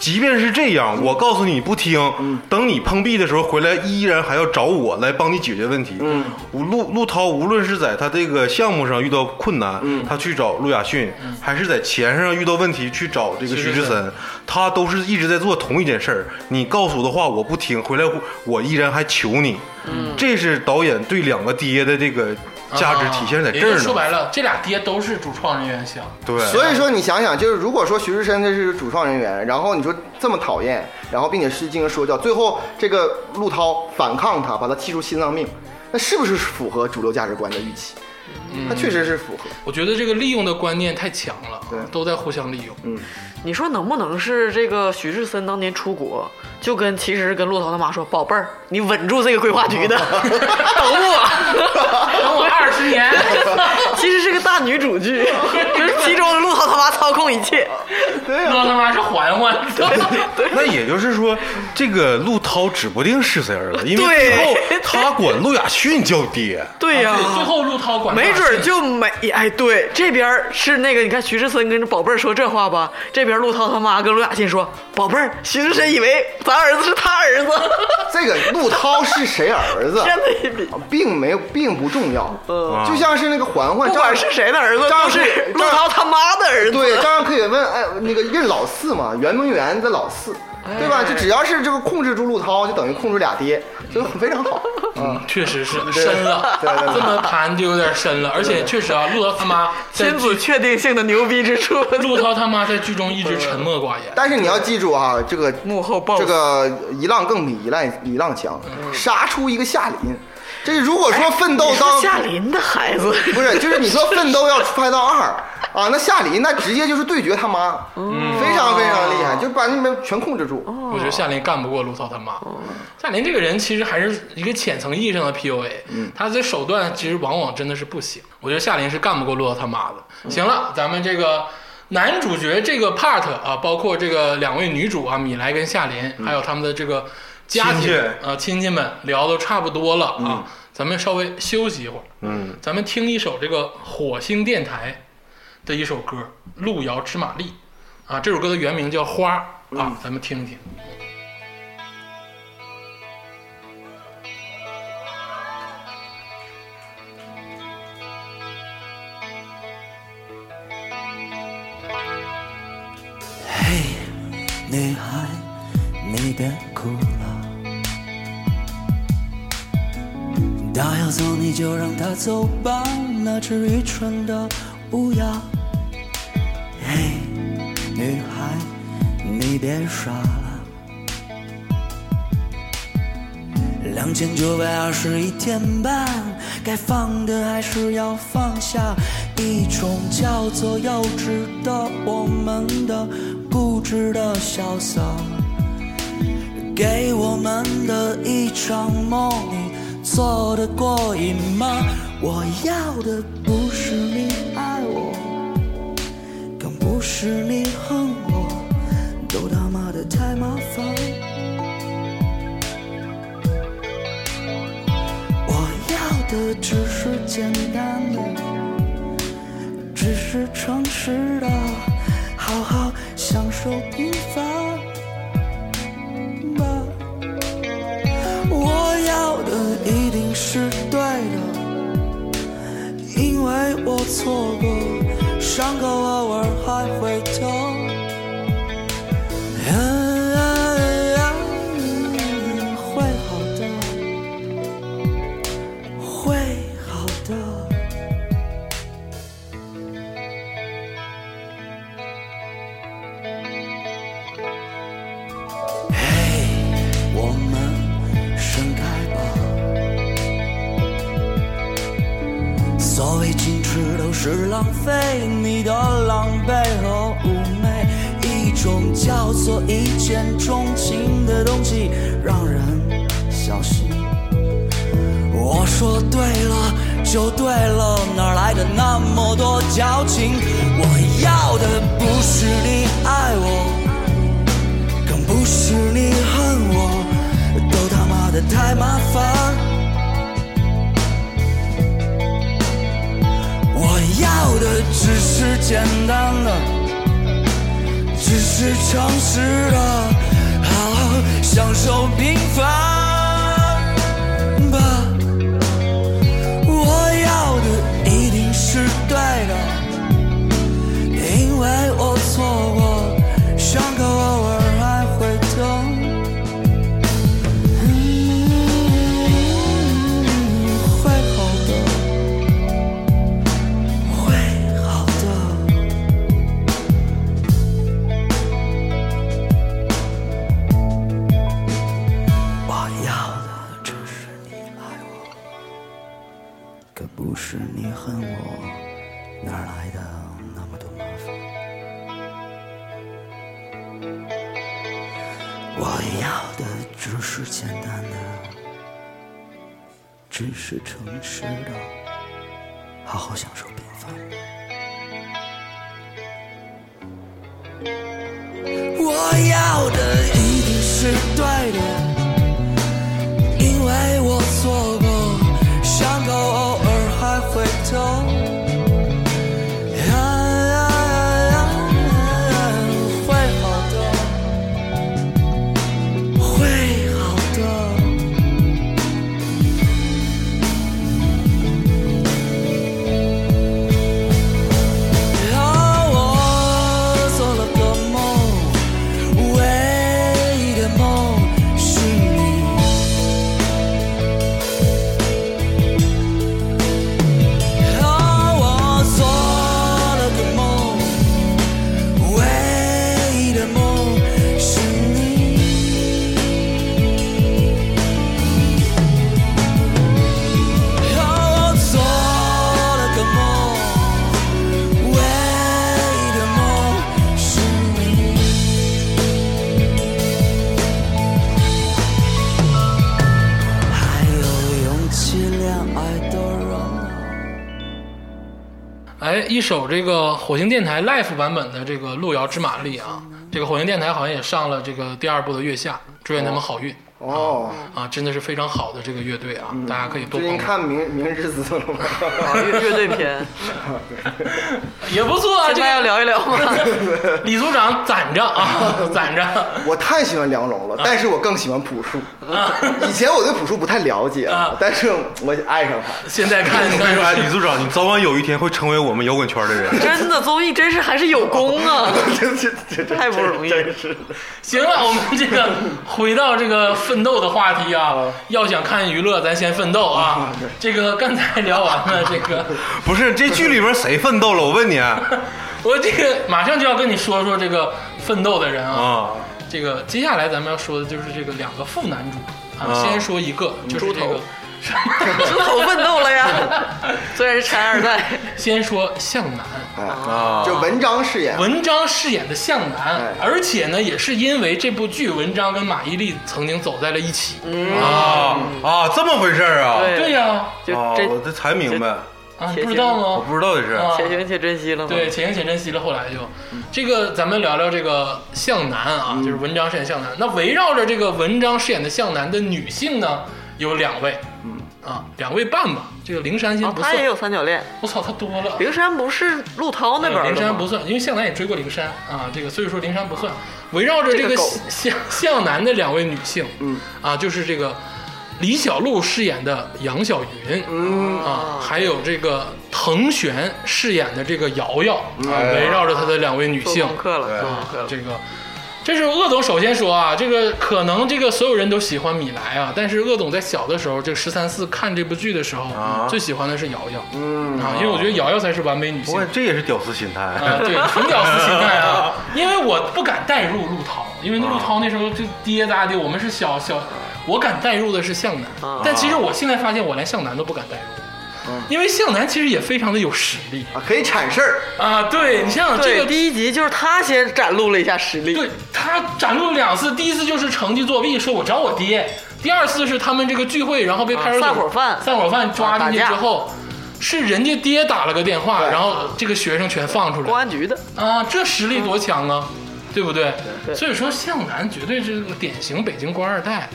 D: 即便是这样，我告诉你不听，等你碰壁的时候回来，依然还要找我来帮你解决问题。嗯，陆陆涛无论是在他这个项目上遇到困难，他去找陆亚逊，还是在钱上遇到问题去找这个徐
B: 徐志
D: 志
B: 森
D: 森，他都是一直在做同一件事儿。你告诉我的话我不听，回来我依然还求你。嗯，这是导演对两个爹的这个价值体现在这
B: 啊也
D: 儿
B: 就
D: 呢。
B: 说白了，这俩爹都是主创人员想。
D: 对，啊
E: 所以说你想想，就是如果说徐志森这是主创人员，然后你说这么讨厌，然后并且是进行说教，最后这个陆涛反抗他，把他踢出心脏病，那是不是符合主流价值观的预期？他确实是符合。
B: 我觉得这个利用的观念太强了，
E: 对
B: 都在互相利用。
C: 你说能不能是这个徐志森当年出国，就跟其实跟陆涛他妈说，宝贝儿，你稳住这个规划 局的，等我。
B: 等我二十年，
C: 其实是个大女主剧，就是其中陆涛他妈操控一切。
E: 啊
B: 乐他妈是环环，
D: 那也就是说，这个陆涛指不定是谁儿子，因为
C: 对
D: 最后他管陆亚逊叫爹。
C: 对呀、
B: 啊最后陆涛管
C: 没准儿就没哎，对，这边儿是那个，你看徐志森跟宝贝儿说这话吧，这边陆涛他妈跟陆亚信说，宝贝儿，徐志森以为咱儿子是他儿子，
E: 这个陆涛是谁儿子
C: 这，样的一比，
E: 并没有并不重要，就像是那个环环，
C: 呃不管是谁的儿子，
E: 张
C: 都是陆涛他妈的儿子。
E: 对，照样可以问，哎，那个认老四嘛，圆明园的老四，
C: 哎
E: 对吧？就只要是这个控制住陆涛，就等于控制俩爹，所以很非常 好。嗯，
B: 确实是深了，
E: 对对对
B: 这么盘就有点深了，而且确实啊，陆涛他妈在
C: 亲子
B: 剧，
C: 确定性的牛逼之处，
B: 陆涛他妈在剧中一直沉默寡言。
E: 但是你要记住啊，这个
C: 幕后 boss
E: 这个一浪更比一浪一浪强，杀出一个夏琳。这如果说奋斗
C: 你
E: 到
C: 说哎夏琳的孩子，
E: 不是，就是你说奋斗要拍到 二啊，那夏琳那直接就是对决他妈，
C: 哦
E: 非常非常厉害，就把你们全控制住。
B: 我觉得夏琳干不过陆涛他妈。夏琳这个人其实还是一个浅层意义上的 PUA，他
D: 嗯
B: 这手段其实往往真的是不行。我觉得夏琳是干不过陆涛他妈的。行了，咱们这个男主角这个 part 啊，包括这个两位女主啊，米莱跟夏琳，还有他们的这个家
D: 嗯亲
B: 庭
D: 戚
B: 啊亲戚们聊都差不多了啊，咱们稍微休息一会儿，
D: 嗯，
B: 咱们听一首这个火星电台的一首歌《路遥知马力》啊，这首歌的原名叫《花》
D: 嗯
B: 啊，咱们听一听。
F: 女孩，你别哭了。他要走你就让他走吧，那只愚蠢的乌鸦。嘿，女孩，你别傻了。两千九百二十一天半，该放的还是要放下。一种叫做幼稚的我们的固执的潇洒，给我们的一场梦，你做得过瘾吗？我要的不是你爱我，更不是你恨我，都他妈的太麻烦。我要的只是简单的，只是诚实的，好好享受平凡吧。错过，伤口偶尔还会痛。啊会好的，会好的。嘿，我们盛开吧。所谓矜持都是浪费，你的狼狈和妩媚，一种叫做一见钟情的东西，让人小心。我说对了就对了，哪来的那么多矫情？我要的不是你爱我。更不是你恨我，都他妈的太麻烦。我要的只是简单的，只是诚实的，好好享受平凡吧。我要的一定是对的。因为我错过，伤口偶尔还会痛。嗯，会好的，会好的。我要的只是你爱我，可不是你恨我，哪儿来的那么多麻烦？我要的只是简单的，只是诚实的，好好享受平凡。我要的一定是对的。因为我错过，伤口偶尔还会痛。啊啊啊啊会好的，会好的。哦，我做了个梦，唯一的梦是你。哦，我做了个梦，唯一的梦是你。哦，我做了个梦，唯一的梦是你。还有勇气恋爱的人啊。
B: 哎，一首这个火星电台 Live 版本的这个《路遥知马力》啊，这个火星电台好像也上了这个第二部的月下，祝愿他们好运
E: 哦，
B: 啊！真的是非常好的这个乐队啊，大家可以多
E: 最
B: 关
E: 近
B: 注，
E: 看明明日之子了吗？
C: 啊乐乐队篇，
B: 也不错啊。
C: 现
B: 这
C: 在要
B: 个
C: 聊一聊吗？
B: 李组长攒着啊，攒着。
E: 我太喜欢梁龙了，但是我更喜欢朴树。以前我对朴树不太了解
B: 啊，
E: 但是我爱上他。
B: 现在看，
D: 我跟你说，哎，李组长，你早晚有一天会成为我们摇滚圈的人。
C: 真的综艺真是还是有功啊，
E: 这这这这
C: 太不容易了。
B: 行了，我们这个回到这个奋斗的话题啊，要想看娱乐，咱先奋斗啊。这个刚才聊完了这个。
D: 不是这剧里面谁奋斗了？我问你啊，
B: 我这个马上就要跟你说说这个奋斗的人啊。这个接下来咱们要说的就是这个两个副男主啊，
D: 啊
B: 先说一个就是这个，
C: 出头奋斗了呀，虽然是拆二代，
B: 先说向南，
D: 啊，
E: 就文章饰演，
B: 文章饰演的向南
E: 哎，
B: 而且呢也是因为这部剧，文章跟马伊琍曾经走在了一起。
D: 啊啊，这么回事儿啊？
C: 对
B: 对呀，
C: 就
D: 啊，
C: 这
D: 我这才明白，
B: 啊，你
C: 铁
B: 不知道
D: 我
B: 吗？
D: 不知道这是。
B: 啊
C: 且行且珍惜了嘛。
B: 对，且行且珍惜了。后来就，这个咱们聊聊这个向南啊，就是文章饰演向南。那围绕着这个文章饰演的向南的女性呢，有两位，嗯啊，两位半吧。这个灵山先
C: 哦，
B: 不
C: 他
B: 算
C: 也，有三角恋。
B: 我操，他多了。
C: 灵山不是陆涛那边
B: 呃灵
C: 的
B: 嗯山
C: 吗？
B: 不算，因为向南也追过灵山啊，这个所以说灵山不算。围绕着
C: 这
B: 这
C: 个
B: 个
C: 狗
B: 向向南的两位女性，嗯啊，就是这个李小璐饰演的杨晓云，
C: 嗯
B: 啊，
C: 哦
B: 还有这个滕璇饰演的这个瑶瑶，
C: 嗯
B: 啊，
D: 哎
B: 围绕着她的两位女
C: 做
B: 性，
C: 功课了，做功
B: 啊
C: 课了。
B: 这个，这是鄂总首先说啊，这个可能这个所有人都喜欢米莱啊，但是鄂总在小的时候，这个十三四看这部剧的时候，
D: 啊
B: 最喜欢的是瑶瑶，
E: 嗯
B: 啊，因为我觉得瑶瑶才是完美女
D: 不
B: 性
D: 过。这也是屌丝心态，
B: 啊，对，纯屌丝心态 啊！因为我不敢代入陆涛，因为陆涛那时候就跌搭跌，我们是小小，我敢代入的是向南，
C: 啊嗯
B: 但其实我现在发现我连向南都不敢代入，因为向南其实也非常的有实力
E: 啊，可以铲事儿，
B: 啊！对你想想这
C: 对，
B: 个
C: 第一集就是他先展露了一下实力，
B: 对他展露两次，第一次就是成绩作弊，说我找我爹；第二次是他们这个聚会，然后被派出所、
C: 啊散伙饭
B: 散伙饭抓进去
C: 啊打
B: 之
C: 架
B: 后，是人家爹打了个电话，然后这个学生全放出
C: 公
B: 来
C: 安局的，
B: 啊，这实力多强啊，对不对？
C: 对
B: 所以说向南绝对是典型北京官二代，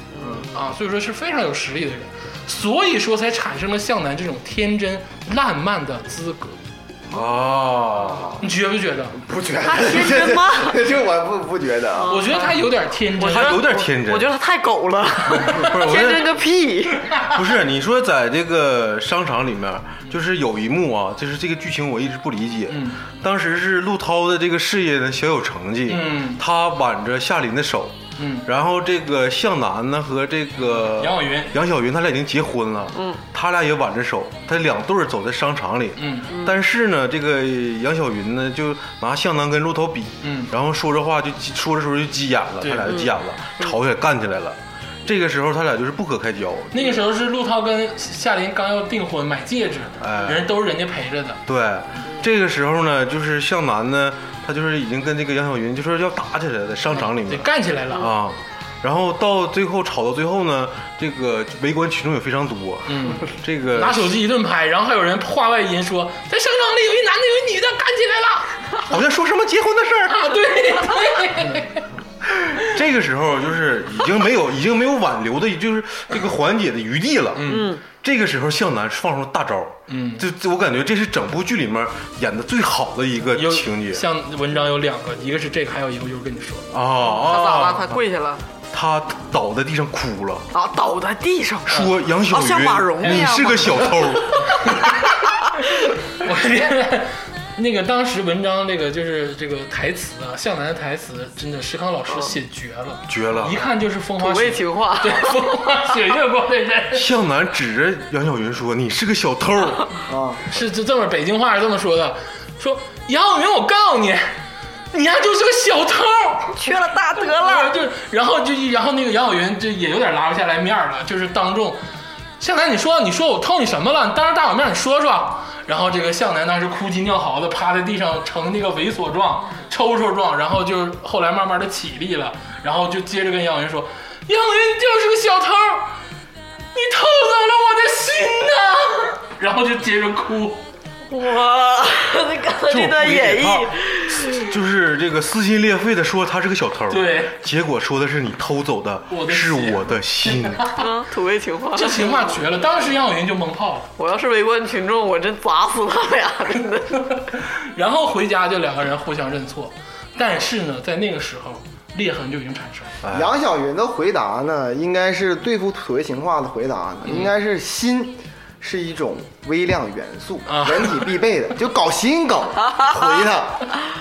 B: 啊，所以说是非常有实力的人，所以说才产生了向南这种天真烂漫的资格，
D: 哦，
B: 你觉不觉得？
E: 不觉得？
C: 他天真吗
E: 这我不不觉得啊。
B: 我觉得他有点天真，
D: 还有点天真。
C: 我觉得他太狗了，
D: 不是，我
C: 天真
D: 觉
C: 个屁！
D: 得 不是。你说在这个商场里面，就是有一幕啊，就是这个剧情我一直不理解。
B: 嗯
D: 当时是陆涛的这个事业呢小有成绩，
B: 嗯
D: 他挽着夏琳的手，
B: 嗯
D: 然后这个向南呢和这个
B: 杨晓云
D: 杨晓云他俩已经结婚了，
C: 嗯，
D: 他俩也挽着手，他两对儿走在商场里，
B: 嗯
D: 但是呢，这个杨晓云呢就拿向南跟陆涛比，
B: 嗯
D: 然后说着话就急说着说着就急眼了，
B: 对
D: 他俩就急眼了，吵起来干起来了。这个时候他俩就是不可开交，
B: 那个时候是陆涛跟夏琳刚要订婚买戒指，
D: 哎
B: 人都是人家陪着的，
D: 对，这个时候呢，就是向南呢，他就是已经跟这个杨晓云就说要打起来了，在商场里
B: 得
D: 面
B: 干起来了。
D: 啊。然后到最后吵到最后呢，这个围观群众也非常多，
B: 嗯，
D: 这个
B: 拿手机一顿拍，然后还有人话外音说，在商场里有一男的，有一女的，干起来了。
D: 好像说什么结婚的事儿。
B: 啊，对对，
D: 这个时候就是已经没有已经没有挽留的，就是这个缓解的余地了。嗯，这个时候向南放出大招，
B: 嗯
D: 这这我感觉这是整部剧里面演的最好的一个
B: 有
D: 情节
B: 像文章有两个，一个是这个，还有一个就是跟你说 的，
D: 啊
C: 他咋
D: 啊
C: 了？！他跪下了
D: 他倒在地上哭了，
C: 啊，倒在地上。
D: 说杨晓
C: 啊像马蓉
D: 云，
C: 那
D: 你
C: 样
D: 是个小偷。
B: 我觉得。那个当时文章这个就是这个台词啊，向南的台词真的石康老师写绝了，
D: 哦绝了
B: 一看就是风花
C: 土味
B: 雪
C: 情话，
B: 对风花雪月光的人。
D: 向南指着杨晓云说：“你是个小偷。
E: 啊，
B: 是这这么北京话是这么说的，说杨晓云，我告诉你，你丫就是个小偷。
C: 缺了大德
B: 然后
C: 了。
B: 就然后就然后那个杨晓云就也有点拉不下来面儿了，就是当众，向南你说你说我偷你什么了？你当着大伙面你说说。然后这个向南当时哭鸡尿嚎的趴在地上呈那个猥琐状、抽抽状，然后就是后来慢慢的起立了，然后就接着跟杨晓云说，杨晓云你就是个小偷，你偷走了我的心呐、 然后就接着哭。
C: 哇，那刚才 这段演绎，”
D: 就是这个撕心裂肺的说他是个小偷，
B: 对，
D: 结果说的是你偷走的
B: 我的
D: 是
B: 血
D: 我 的心。
C: 嗯，土味情话。
B: 这情话绝了！当时杨晓云就蒙泡了，
C: 我要是围观群众，我真砸死他俩，真的是。
B: 然后回家就两个人互相认错，但是呢，在那个时候裂痕就已经产生了。
D: 哎
E: 杨晓云的回答呢，应该是对付土味情话的回答呢，应该是心是一种微量元素
B: 啊，
E: 人体必备的，就搞心 梗回他，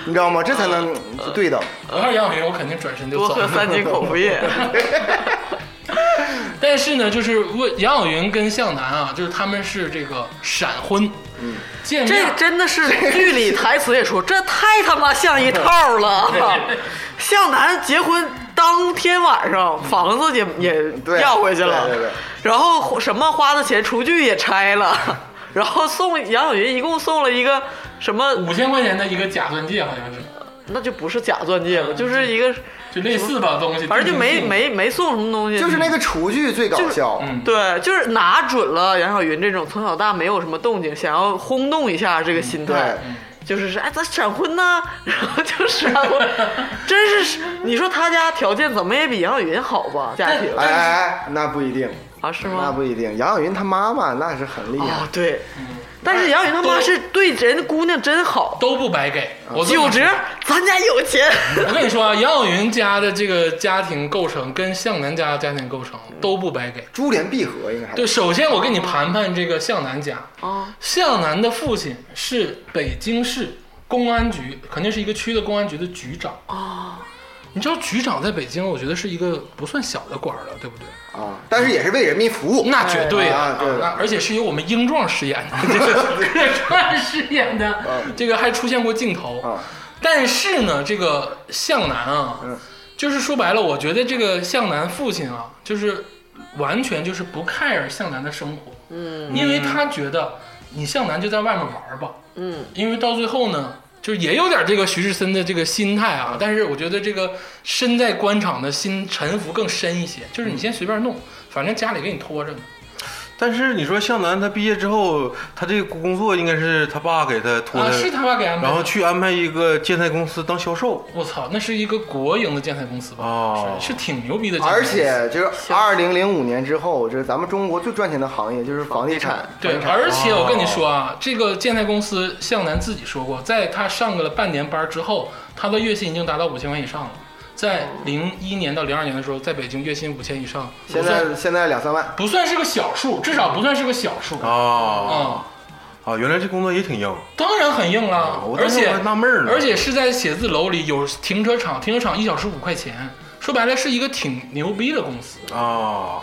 E: 你知道吗？这才能
B: 啊
E: 对的。
B: 我要是杨晓云，我肯定转身就
C: 呃多
B: 走
C: 喝
B: 了。
C: 三斤口服液，
B: 但是呢，就是问杨晓云跟向南啊，就是他们是这个闪婚，见
C: 嗯这
B: 面
C: 真的是哎剧里台词也说，这太他妈像一套 了。向南结婚当天晚上，房子也也
E: 嗯对
C: 要回去了，
E: 对对对
C: 然后什么花的钱，厨具也拆了， 然后送杨晓云一共送了一个什么，
B: 五千块钱的一个假钻戒，好像是，
C: 那就不是假钻戒
E: 嗯
C: 了，就是一个，
B: 就类似吧东西，
C: 反正就没
B: 定制
C: 没没送什么东西，
E: 就是那个厨具最搞笑，
C: 对，就是拿准了杨晓云这种从小到大没有什么动静，想要轰动一下这个心
E: 嗯
C: 态，就是是哎，咱闪婚呐、 然后就闪 婚，真是你说他家条件怎么也比杨晓云好吧？家庭
E: 哎哎哎，那不一定，
C: 啊，是
E: 那
C: 吗？
E: 不一定。杨晓云她妈妈那是很厉害
C: 哦，，对，但是杨宇他妈是对人姑娘真好，
B: 都不白给。我跟你
C: 九折，咱家有钱。
B: 我跟你说啊，杨晓云家的这个家庭构成跟向南家的家庭构成都不白给。
E: 珠联璧合应该还
B: 对，首先我跟你盘盘这个向南家。
C: 啊，
B: 向南的父亲是北京市公安局，肯定是一个区的公安局的局长。哦，你知道局长在北京，我觉得是一个不算小的官儿了，对不对？
E: 啊，但是也是为人民服务。
B: 那绝对的
E: 啊对
B: 那而且是由我们英壮饰演的， 这个客串饰演的，这个还出现过镜头。
E: 啊
B: 但是呢，这个向南啊，
E: 嗯
B: 就是说白了，我觉得这个向南父亲啊，就是完全就是不 care 向南的生活，嗯，因为他觉得你向南就在外面玩吧，
C: 嗯，
B: 因为到最后呢。就是也有点这个徐志森的这个心态
E: 嗯
B: 啊，但是我觉得这个身在官场的心沉浮更深一些。就是你先随便弄，反正家里给你拖着呢。
D: 但是你说向南他毕业之后，他这个工作应该是他爸给他托
B: 啊，
D: 的，
B: 是他爸给安排的。
D: 然后去安排一个建材公司当销售。
B: 我操，那是一个国营的建材公司吧？
D: 哦
B: 是是挺牛逼的建材
E: 而
B: 公司。
E: 且就是二零零五年之后，这是咱们中国最赚钱的行业就是房地产。
B: 对，
E: 房地产
B: 而且我跟
D: 哦
B: 你说啊，这个建材公司向南自己说过，在他上个了半年班之后，他的月薪已经达到五千万以上了。在零一年到零二年的时候，在北京月薪五千以上，不
E: 现
B: 算
E: 在现在两三万，
B: 不算是个小数，至少不算是个小数啊、
D: 啊啊！原来这工作也挺硬，
B: 当然很硬啦
D: 啊，我
B: 而
D: 当时
B: 且
D: 我还纳闷儿呢
B: 而且是在写字楼里有停车场，停车场一小时五块钱，说白了是一个挺牛逼的公司，
D: 啊！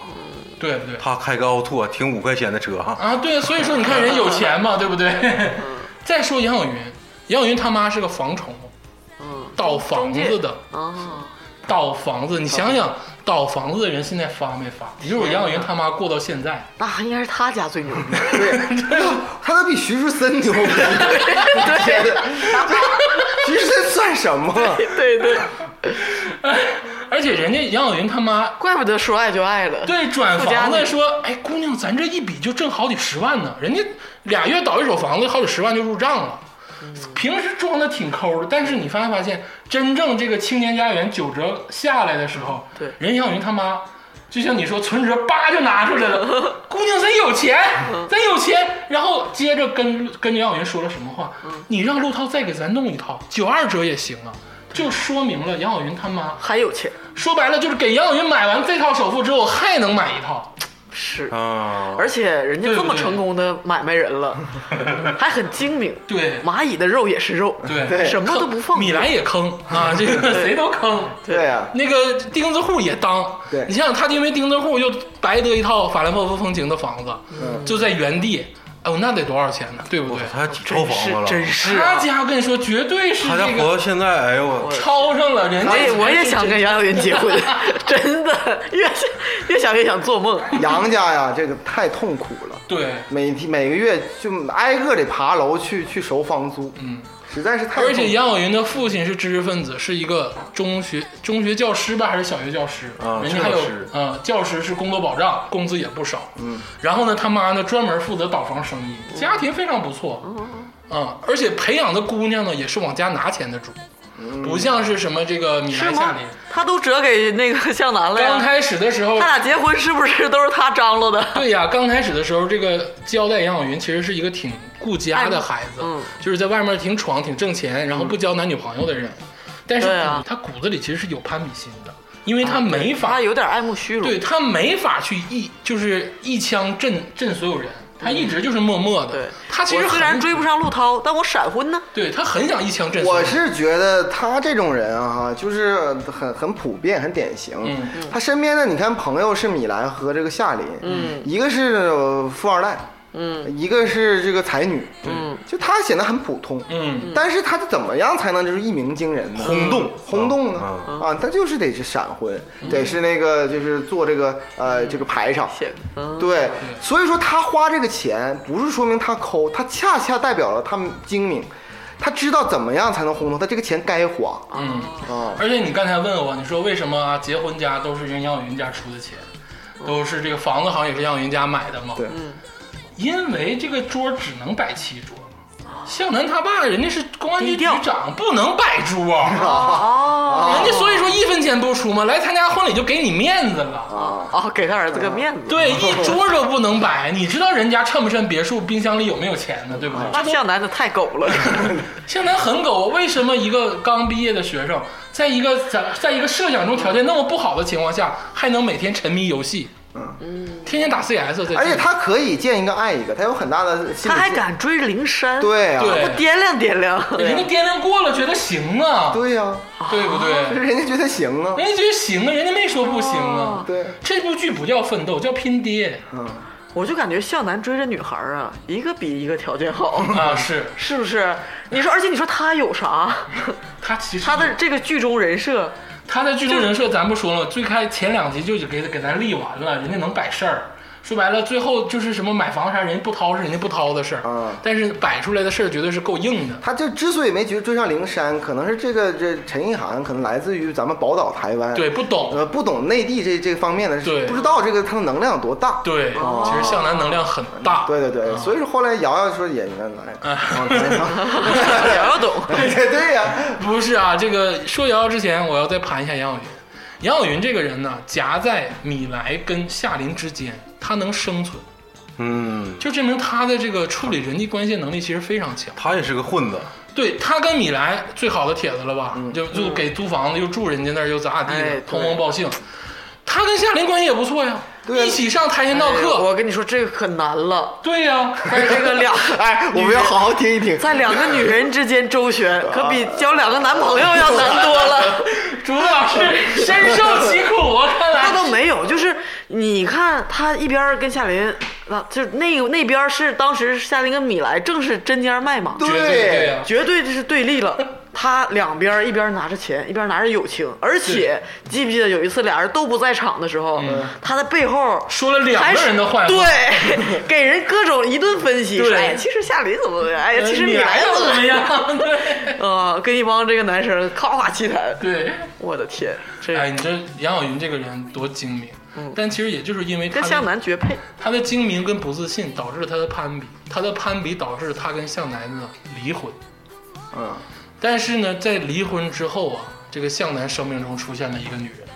B: 对不对？
D: 他开个奥拓，停五块钱的车哈。
B: 啊，对，所以说你看人有钱嘛，对不对？ 再说杨晓云，杨晓云他妈是个房虫，
C: 嗯，
B: 倒房子的，
C: 啊，
B: 倒房子，你想想，倒房子的人现在发没发？你说我杨晓云他妈过到现在，
C: 啊那应该是他家最牛 逼。
E: 对，哎他都比徐志森牛逼。 对，徐志森算什么？
C: 对对，
B: 而且人家杨晓云他妈
C: 怪不得说爱就爱了。
B: 对转
C: 附加
B: 房
C: 的
B: 子说，哎，姑娘，咱这一笔就挣好几十万呢，人家俩月倒一手房子，好几十万就入账了。
C: 嗯
B: 平时装的挺抠的，但是你发没发现，真正这个青年家园九折下来的时候，
C: 对
B: 任小云他妈，就像你说存折叭就拿出来了， 姑娘咱有钱，
C: 嗯
B: 咱有钱，然后接着跟跟任小云说了什么话？
C: 嗯
B: 你让陆涛再给咱弄一套九二折也行啊，就说明了杨晓云他妈
C: 还有钱
B: 说白了就是给杨晓云买完这套首付之后，还能买一套，
C: 是，
D: 啊，
C: 而且人家
B: 对
C: 这
B: 不
C: 么
B: 对
C: 成功的买卖人了，还很精明。
B: 对
C: 蚂蚁的肉也是肉，
B: 对
E: 对
C: 什么都不放过。
B: 米兰也坑啊，这个谁都坑。
E: 对啊呀，
B: 那个钉子户也当，
E: 对
B: 你想想，他因为钉子户又白得一套法兰克福风情的房子，
E: 嗯
B: 就在原地，哦，那得多少钱呢？对不对？
D: 他几套
C: 真
D: 房子
C: 是
D: 了？
C: 真是
B: 他
C: 啊！
B: 家我跟你说，绝对是
D: 他家
B: 这
D: 活
B: 个
D: 到现在，哎呦我，
B: 超上了人家
C: 我也哎我也想跟
B: 人
C: 杨晓云结 婚，真的越想越想越想做梦。
E: 杨家呀，这个太痛苦了，
B: 对，
E: 每天每个月就挨个得爬楼去去收房租，
B: 嗯，
E: 实在是太痛苦。
B: 而且杨晓云的父亲是知识分子，是一个中学中学教师吧，还是小学教师？
D: 啊
B: 人家还有
D: 教师
B: 啊、教师是工作保障，工资也不少。嗯，然后呢，他妈呢专门负责倒房生
D: 嗯
B: 意，家庭非常不错。
D: 哦
B: 啊、而且培养的姑娘呢，也是往家拿钱的主，
D: 嗯
B: 不像是什么这个米
C: 是
B: 兰夏
C: 吗
B: 琳。？
C: 他都折给那个向南了
B: 刚
C: 呀。
B: 开始的时候
C: 他，俩结婚是不是都是他张罗的？
B: 对呀，刚开始的时候，这个交代杨晓云其实是一个挺顾家的孩子，
C: 嗯
B: 就是在外面挺闯、挺挣钱，然后不交男女朋友的人。但是
C: 对啊
B: 他骨子里其实是有攀比心的，因为他没法，
C: 他有点爱慕虚荣。
B: 对他没法去一就是一枪震震所有人，他一直就是默默的。
C: 对，
B: 他其实
C: 我虽然
B: 很
C: 追不上陆涛，但我闪婚呢。
B: 对他很想一枪震所有
E: 我
B: 人。
E: 是觉得他这种人啊，就是很很普遍、很典型。
B: 嗯
E: 他身边的你看，朋友是米兰和这个夏琳，嗯，一个是呃富二代，嗯，一个是这个才女，
C: 嗯，
E: 就他显得很普通，
B: 嗯，
E: 但是他怎么样才能就是一鸣惊人呢？
D: 轰动
E: 轰动呢？
D: 啊
B: 嗯
E: 啊，他就是得是闪婚，得是那个就是做这个呃这个排场，
C: 显嗯，
E: 对，所以说他花这个钱，不是说明他抠，他恰恰代表了他们精明，他知道怎么样才能轰动，他这个钱该花
B: 嗯，
E: 啊。
B: 而且你刚才问我，你说为什么啊结婚家都是人杨晓云家出的钱，都是这个房子好像也是杨晓云家买的嘛？
E: 对
B: 因为这个桌只能摆七桌。向南他爸人家是公安局
C: 低
B: 局
C: 调
B: 长，不能摆桌，
C: 哦，
B: 人家所以说一分钱不出吗？来参加婚礼就给你面子了。
C: 啊，给他儿子个面子。
B: 对，一桌都不能摆，你知道人家衬不衬别墅，冰箱里有没有钱呢？对不对？
C: 那向南的太狗了，
B: 向南很狗，为什么一个刚毕业的学生，在一个在在一个设想中条件那么不好的情况下，还能每天沉迷游戏？嗯天天打 CS，在
E: 而且他可以见一个爱一个，他有很大的心理。
C: 他还？敢追灵山，，
E: 对啊，
B: 对
C: 不掂量掂量。
B: 人家掂量过了，觉得行啊，
E: 对呀，
B: 对不对？
E: 人家觉得行啊。
B: 人家觉得行啊，人家没说不行啊。
E: 对，
B: 这部剧不叫奋斗，叫拼爹
C: 我就感觉向南追这女孩儿啊，一个比一个条件好，
B: 啊！是
C: 是不是？你说，而且你说他有啥？
B: 他其实
C: 他的这个剧中人设，
B: 他的剧中人设咱不说了，最开前两集就已经给给咱立完
E: 嗯
B: 了，人家能摆事儿。说白了，最后就是什么买房啥，人家不掏是人家不掏的事儿，
E: 嗯
B: 但是摆出来的事儿绝对是够硬的。
E: 他就之所以没追追上灵山，可能是这个这陈意涵可能来自于咱们宝岛台湾，
B: 对，，不懂，
E: 呃，不懂内地这这方面的，
B: 对
E: 不知道这个他的能量有多大。
B: 对，啊其实向南能量很大，
E: 哦对对对，所以说后来瑶瑶说也应该来，
B: 嗯
C: 瑶瑶懂。
E: 对对呀，
B: 不是啊，这个说瑶瑶之前，我要再盘一下杨晓云。杨晓云这个人呢，夹在米莱跟夏琳之间，她能生存，
D: 嗯，
B: 就证明她的这个处理人际关系能力其实非常强。
D: 他也是个混子，
B: 对她跟米莱最好的帖子了吧？就就给租房子，又住人家那儿，又咋咋地
C: 嗯哎
B: 的，
C: 对
B: 通风报信。她跟夏琳关系也不错呀，
E: 对啊
B: 一起上跆拳道
C: 哎
B: 课。
C: 我跟你说，这个可难了。
B: 对 呀、
C: 但是这个两，
E: 哎，我们要好好听 一听。
C: 在两个女人之间周旋，可比交两个男朋友要难多 了。
B: 竹子老师 深受其苦啊，看
C: 那
B: 来。
C: 倒没有，就是你看他一边儿跟夏琳，那就是那那边儿是当时夏琳跟米莱正是针尖儿麦芒，
B: 绝对对呀、
C: 绝对这是对立了。他两边儿一边儿拿着钱，一边儿拿着友情，而且记不记得有一次俩人都不在场的时候，他在背后
B: 说了两个人的坏话。
C: 对，给人各种一顿分析，
B: 对呃
C: 说哎呀，其实夏琳怎么怎么样，哎呀，其实
B: 你
C: 米莱
B: 来
C: 怎
B: 怎
C: 么
B: 么
C: 样，
B: 样？ 对
C: 呃，跟一帮这个男生夸夸其谈，
B: 对，
C: 我的天，这
B: 哎，你这杨晓云这个人多精明，但其实也就是因为
C: 嗯跟
B: 他
C: 向
B: 的
C: 南绝配，
B: 他的精明跟不自信，导致了他的攀比，他的攀比导致他跟向南的离婚。
E: 嗯，
B: 但是呢，在离婚之后啊，这个向南生命中出现了一个女人，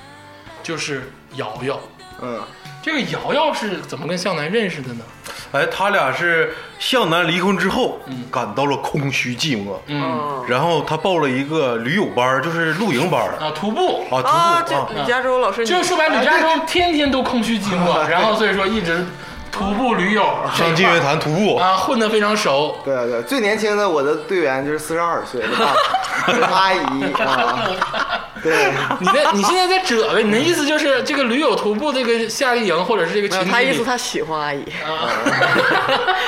B: 就是瑶瑶。
E: 嗯，
B: 这个瑶瑶是怎么跟向南认识的呢？
D: 哎，他俩是向南离婚之后，感到了空虚寂寞，
B: 嗯
C: 嗯
D: 然后他报了一个驴友班儿，就是露营班儿
B: 啊，徒步。
D: 啊，徒步
C: 啊，这
D: 啊，
C: 李嘉洲老师，你
B: 嗯就是说白，了，李嘉诚天天都空虚寂 寞，然后所以说一直徒步驴友
D: 上金源潭徒步，
B: 啊，混得非常熟。
E: 对啊对啊，最年轻的我的队员就是四十二岁的大的阿姨啊，对，
B: 你在你现在在褶呗？你的意思就是这个驴友徒步这个夏令营或者是这个
C: 没
B: 群
C: 有
B: 体里，
C: 他意思他喜欢阿姨，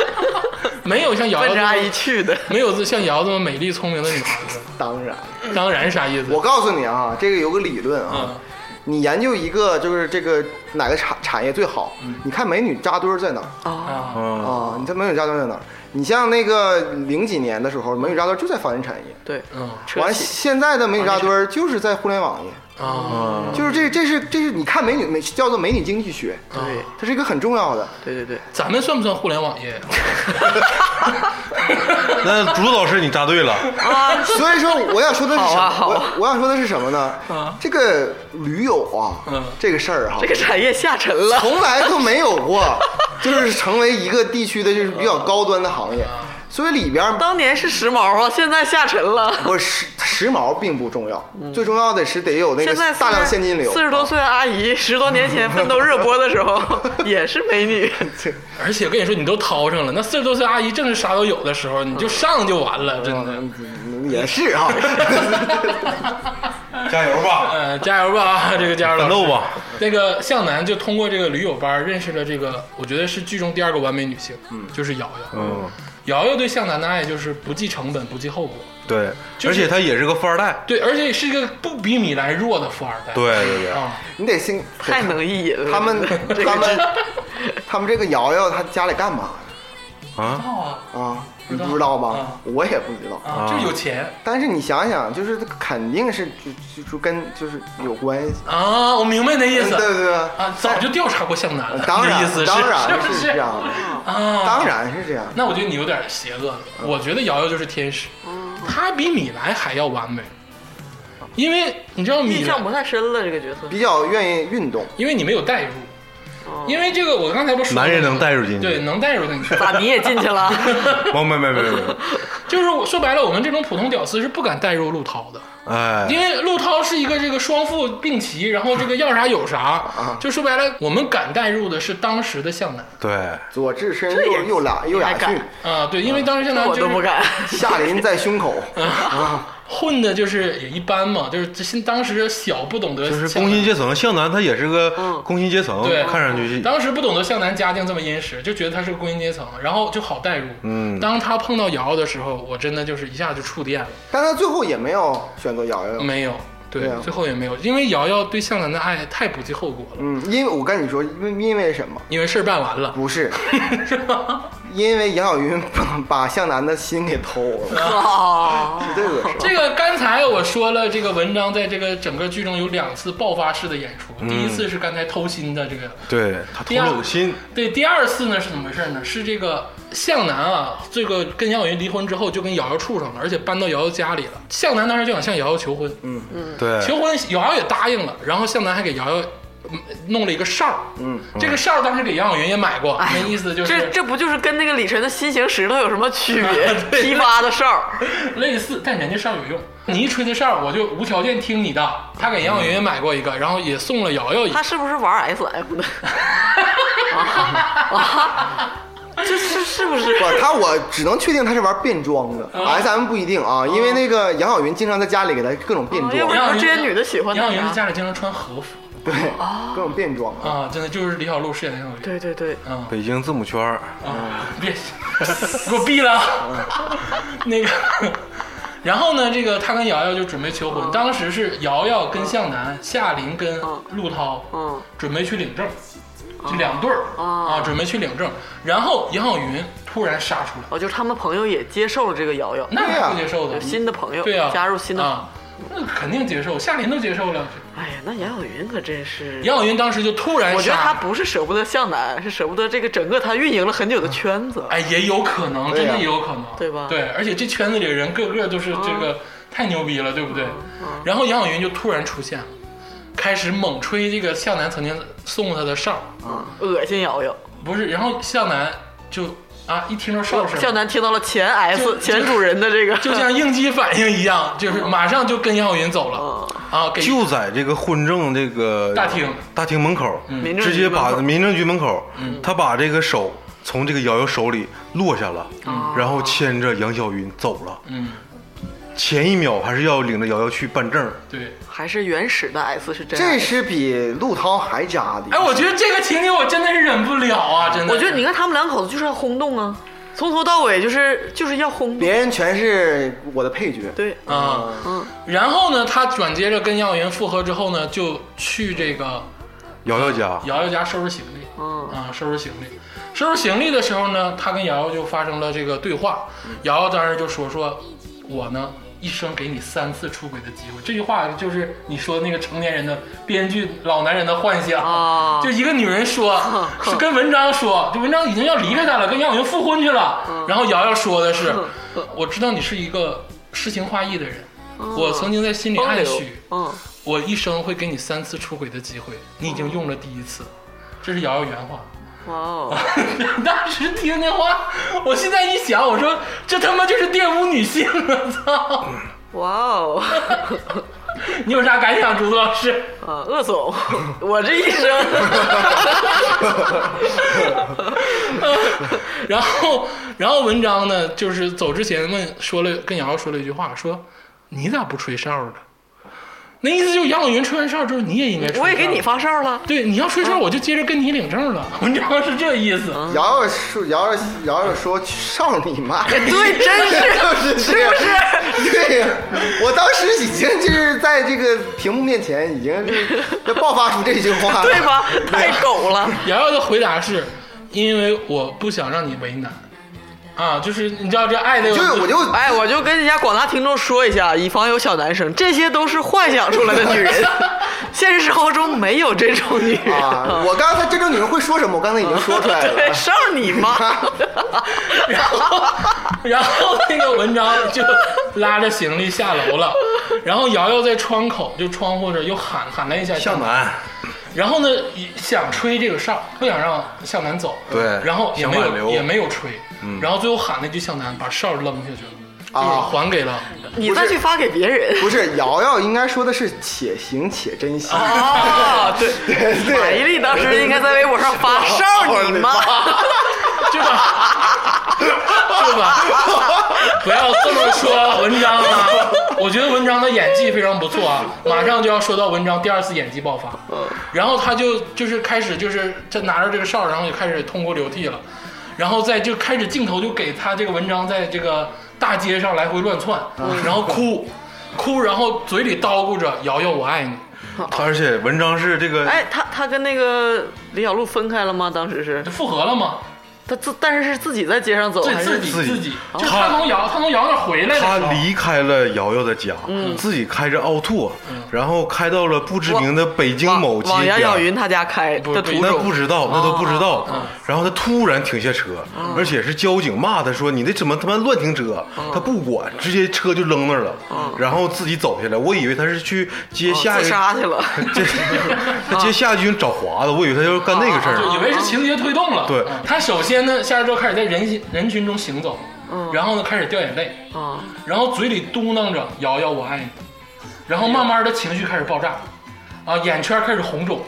B: 没有像瑶
C: 奔
B: 瑶这
C: 着
B: 么
C: 阿姨去的，
B: 没有像瑶这么美丽聪明的女孩子。
E: 当然，
B: 当然啥意思？
E: 我告诉你啊，这个有个理论啊
B: 嗯，
E: 你研究一个就是这个哪个产产业最好，你看美女扎堆儿在哪儿。
C: 啊，
B: 啊，
D: 嗯，
E: 啊，你这美女扎堆在哪儿？你像那个零几年的时候，美女扎堆就在房地产业，
C: 对，
B: 嗯
C: 车
E: 完
C: 企
E: 现在的美女扎堆就是在互联网业，
B: 啊，
E: 就是这这是这是你看美女美叫做美女经济学，
B: 嗯
C: 对
E: 它是一个很重要的。
C: 对对对，
B: 咱们算不算互联网业？
D: 那竹子老师你 答对了，
E: 所以说我想说的是什
C: 好啊
E: 么？
C: 好啊
E: 我我想说的是什么呢
B: 嗯？
E: 这个驴友
B: 嗯
E: 啊，这个事儿哈
C: 这，个产业下沉了，
E: 从来都没有过， 就是成为一个地区的就是比较高端的行业，
B: 嗯
E: 所以里边儿
C: 当年是时髦啊，现在下沉了。
E: 不是时时髦并不重要，最重要的是得有那个
C: 嗯现在
E: 大量现金流。
C: 四十
B: 嗯
C: 多岁的阿姨，十多年前奋斗热播的 时候也是美女，
B: 而且我跟你说，你都掏上了，那四十多岁阿姨正是啥都有的时候，你就上就完了，真的。
E: 嗯也是 啊，
D: 加油 吧，
B: 呃，加油吧啊，这个加油
D: 奋
B: 老
D: 斗
B: 师。
D: 吧，
B: 那个向南就通过这个驴友班认识了这个，我觉得是剧中第二个完美女性，嗯，就是瑶瑶。
D: 嗯，
B: 瑶瑶对向南的爱就是不计成本、不计后果，
D: 对，
B: 就是
D: 而且他也是个富二代，
B: 对，而且是一个不比米莱弱的富二代。
D: 对对对，
B: 啊，
E: 你得先
C: 太能意淫了。
E: 他们他们他们这个瑶瑶她家里干嘛
D: 啊，
E: 的啊？你
B: 道
E: 不知道吧
B: 啊？
E: 我也不知道。
B: 啊，就是有钱
E: 但是你想想，就是肯定是就就就跟就是有关系，
B: 啊，我明白你的意
E: 嗯对
B: 思
E: 不对？
B: 啊，早就调查过向南了，
E: 当
B: 你的意思
E: 然
B: 是
E: 当然
B: 是不
E: 是这样的，
B: 啊，
E: 当然是这样的。
B: 那我觉得你有点邪恶了。我觉得瑶瑶就是天使，她比米莱还要完美。因为你知道米
C: 印象
B: 兰，
C: 不太深了这个角色。
E: 比较愿意运动。
B: 因为你没有代入，因为这个我刚才不是说
D: 男人能带入进去
B: 对，能带入进去。
C: 咋你也进去了？
D: 没没没没没，没
B: 就是我说白了，我们这种普通屌丝是不敢带入陆涛的，因
D: 哎，
B: 为陆涛是一个这个双富并齐，然后这个要啥有啥，就说白了，我们敢带入的是当时的向南
D: 对，
E: 左智深
C: 这
E: 右
C: 也
E: 右俩右雅
C: 还敢
E: 逊，
B: 啊，对，因为当时向南
C: 我
B: 就是
C: 都不敢。
E: 夏林在胸口。
B: 混的，就是也一般嘛，就是这现当时小不懂得，
D: 就是工薪阶层，向南他也是个
C: 嗯
D: 工薪阶层，
B: 对，
D: 看上去是
B: 当时不懂得向南家境这么殷实，就觉得他是个工薪阶层，然后就好带入。
D: 嗯
B: 当他碰到瑶瑶的时候，我真的就是一下就触电了。
E: 但他最后也没有选择瑶瑶。
B: 没有，对，
E: 对啊
B: 最后也没有，因为瑶瑶对向南的爱太不计后果了，
E: 嗯，因为我跟你说，因为因为什么？
B: 因为事儿办完 了。
E: 不是，因为杨晓云把把向南的心给偷 了，
C: 哦，
E: 绝对 恶心。
B: 这个刚才我说了，这个文章在这个整个剧中有两次爆发式的演出，
D: 嗯
B: 第一次是刚才偷心的这个，
D: 对他偷
B: 第二
D: 了我心，
B: 对，第二次呢是怎么回事呢？是这个向南啊，这个跟杨晓云离婚之后就跟瑶瑶处上了，而且搬到瑶瑶家里了。向南当时就想向瑶瑶求婚，嗯，
D: 对，
B: 求婚瑶瑶也答应了，然后向南还给瑶瑶嗯弄了一个哨儿，嗯，这个哨儿当时给杨晓云也买过，那意思就
C: 哎这
B: 是？
C: 这不就是跟那个李晨的心形石头有什么区别
B: 对
C: 批发的哨儿，
B: 类似，但人家哨儿有用。你一吹他哨儿，我就无条件听你的。他给杨晓云也买过一个，然后也送了瑶瑶一
C: 他
B: 个。
C: 是不是玩 SF 的？啊啊，这是是不是？
E: 不，他我只能确定他是玩变装的，S M 不一定啊，因为那个杨晓云经常在家里给他各种变
C: 哦要
E: 装
C: 不，然
B: 杨晓云
C: 这些女的喜欢啊他
B: 杨晓云在家里经常穿和服
E: 对，各种变装。
B: 啊，真的就是李小璐饰演的杨晓云。
C: 对对对，
B: 啊
D: 北京字母圈儿，
B: 啊，别 给我闭了啊。那个， 然后呢，这个他跟瑶瑶就准备求
C: 嗯
B: 婚，当时是瑶瑶跟向南、夏琳跟陆涛，
C: 嗯，
B: 准备去领证，就两对儿
C: 哦
B: 啊，准备去领证。然后杨晓云突然杀出来，
C: 哦，就是他们朋友也接受了这个瑶瑶，
B: 那
E: 对呀
B: 是不接受的
C: 有，新的朋友，
B: 对呀、
C: 加入新的朋友。
B: 啊，那肯定接受，夏琳都接受了。
C: 哎呀，那杨晓云可真是，
B: 杨晓云当时就突然杀，
C: 我觉得他不是舍不得向南，是舍不得这个整个他运营了很久的圈子。
B: 哎，也有可能，
E: 对
B: 真
E: 呀
B: 的也有可能，
C: 对吧嗯
B: 对，而且这圈子里的人个个都是这个、太牛逼了，对不对？然后杨晓云就突然出现了，开始猛吹这个向南曾经送过他的哨儿，
C: 恶心瑶瑶，
B: 不是，然后向南就啊一听到哨声，
C: 向南听到了前
B: 就
C: S 前主人的这个，
B: 就像应激反应一样，就是
C: 嗯
B: 马上就跟杨晓云走了、啊，给
D: 就在这个婚政这个
B: 大厅
D: 大厅门口，
C: 民政
D: 直
C: 局
D: 接把
C: 门口
D: 民政局门口，
C: 嗯
D: 他把这个手从这个瑶瑶手里落下了，
C: 啊
D: 然后牵着杨晓云走了。
B: 嗯，
D: 前一秒还是要领着瑶瑶去办证儿，
B: 对。
C: 还是原始的 S 是真
E: 这
C: S。
E: 是比陆涛还渣的。
B: 哎，我觉得这个情景我真的是忍不了啊！真的，
C: 我觉得你看他们两口子就是要轰动啊，从头到尾就是就是要轰动。
E: 别人全是我的配角，
C: 对，
B: 啊，
C: 嗯，
B: 然后呢，他转接着跟杨晓云复合之后呢，就去这个
D: 瑶瑶家
B: 瑶瑶家收拾行李，
C: 嗯
B: 啊，收拾行李，收拾行李的时候呢，他跟瑶瑶就发生了这个对话，
C: 嗯
B: 瑶瑶当时就说说，我呢一生给你三次出轨的机会，这句话就是你说那个成年人的编剧老男人的幻想
C: 啊
B: 就一个女人说，是跟文章说，就文章已经要离开他了，跟杨晓云复婚去了，
C: 嗯
B: 然后瑶瑶说的是，我知道你是一个诗情画意的人，我曾经在心里暗许。
C: 嗯，
B: 我一生会给你三次出轨的机会，你已经用了第一次，这是瑶瑶原话。
C: 哇哦，
B: 当时听的话，我现在一想，我说这他妈就是玷污女性啊！操，
C: 哇哦，
B: 你有啥感想，竹子老师？
C: 啊，鄂总，我这一生，
B: 然后，然后文章呢，就是走之前问说了，跟瑶瑶说了一句话，说你咋不吹哨呢？那意思就是杨晓云吹完哨之后，你也应该吹哨。
C: 我也给你发哨了。
B: 对，你要吹哨，我就接着跟你领证了。 文章是这意思。
E: 瑶瑶说，瑶瑶瑶瑶说上你妈！
C: 对，真哎 是。
E: 就是这样，对呀，我当时已经就是在这个屏幕面前已经是要爆发出这句话，
C: 对？吧？太狗了！
B: 瑶瑶的回答是，因为我不想让你为难，啊，就是你知道这爱的有，
E: 就是我就
C: 哎，我就跟人家广大听众说一下，以防有小男生，这些都是幻想出来的女人，现实生活中没有这种女人。
E: 啊！我刚才真正女人会说什么，我刚才已经说出来
C: 对，
E: 了。
C: 上你妈！
B: 然后， 然后那个文章就拉着行李下楼了。然后瑶瑶在窗口，就窗户这儿又喊喊了一下
D: 向。南，
B: 然后呢，想吹这个哨，不想让向南走。
D: 对
B: 然后也没
D: 想挽
B: 有
D: 留
B: 也没有吹。然后最后喊了一句向南，把哨扔下去了，就是
E: 嗯啊
B: 还给了。
C: 你再去发给别人。
E: 不是，瑶瑶应该说的是且行且珍惜。
C: 啊，对，哦
E: 对
C: 马伊琍当时应该在微博上 发“上你妈
B: 是吧？是吧？不要这么说文章啊！我觉得文章的演技非常不错啊，马上就要说到文章第二次演技爆发。然后他就就是开始就是这拿着这个哨，然后就开始痛哭流涕了，然后再就开始镜头就给他这个文章在这个大街上来回乱窜，然后哭哭，然后嘴里叨咕着“瑶瑶我爱你
D: 他而且文章是这”。个，
C: 哎，他他跟那个李小璐分开了吗？当时是”，
B: 复合了吗？
C: 他自，但是是自己在街上走
B: 这
C: 还
B: 自
C: 是？
B: 己
D: 自己
B: 自己，就是他从瑶他从瑶那儿回来的时
D: 他
B: 候，
D: 离开了瑶瑶的家，
C: 嗯
D: 自己开着奥拓，然后开到了不知名的北京某街
C: 往
D: 边
C: 杨
D: 儿。
C: 晓云他家开的途
D: 那
C: 中，
D: 不知道，那都不知
C: 哦
D: 道。然后他突然停下车，
C: 嗯
D: 而且是交警骂他说：“你这怎么他妈乱停车？”他不管，直接车就扔那儿了，然后自己走下来。我以为他是去接
C: 嗯哦
D: 夏
C: 自
D: 军，
C: 杀去了。
D: 接 他 接夏军找华子，我以为他要干那个事
C: 哦
D: 儿
B: 就
C: 啊
B: 以
D: 呢。
B: 为是情节推动了。
D: 对
B: 嗯他首先呢，下来之后开始在人群人群中行走，
C: 嗯
B: 然后呢开始掉眼泪，
C: 啊，
B: 然后嘴里嘟囔着“瑶瑶我爱你”，然后慢慢的情绪开始爆炸，啊，眼圈开始红肿，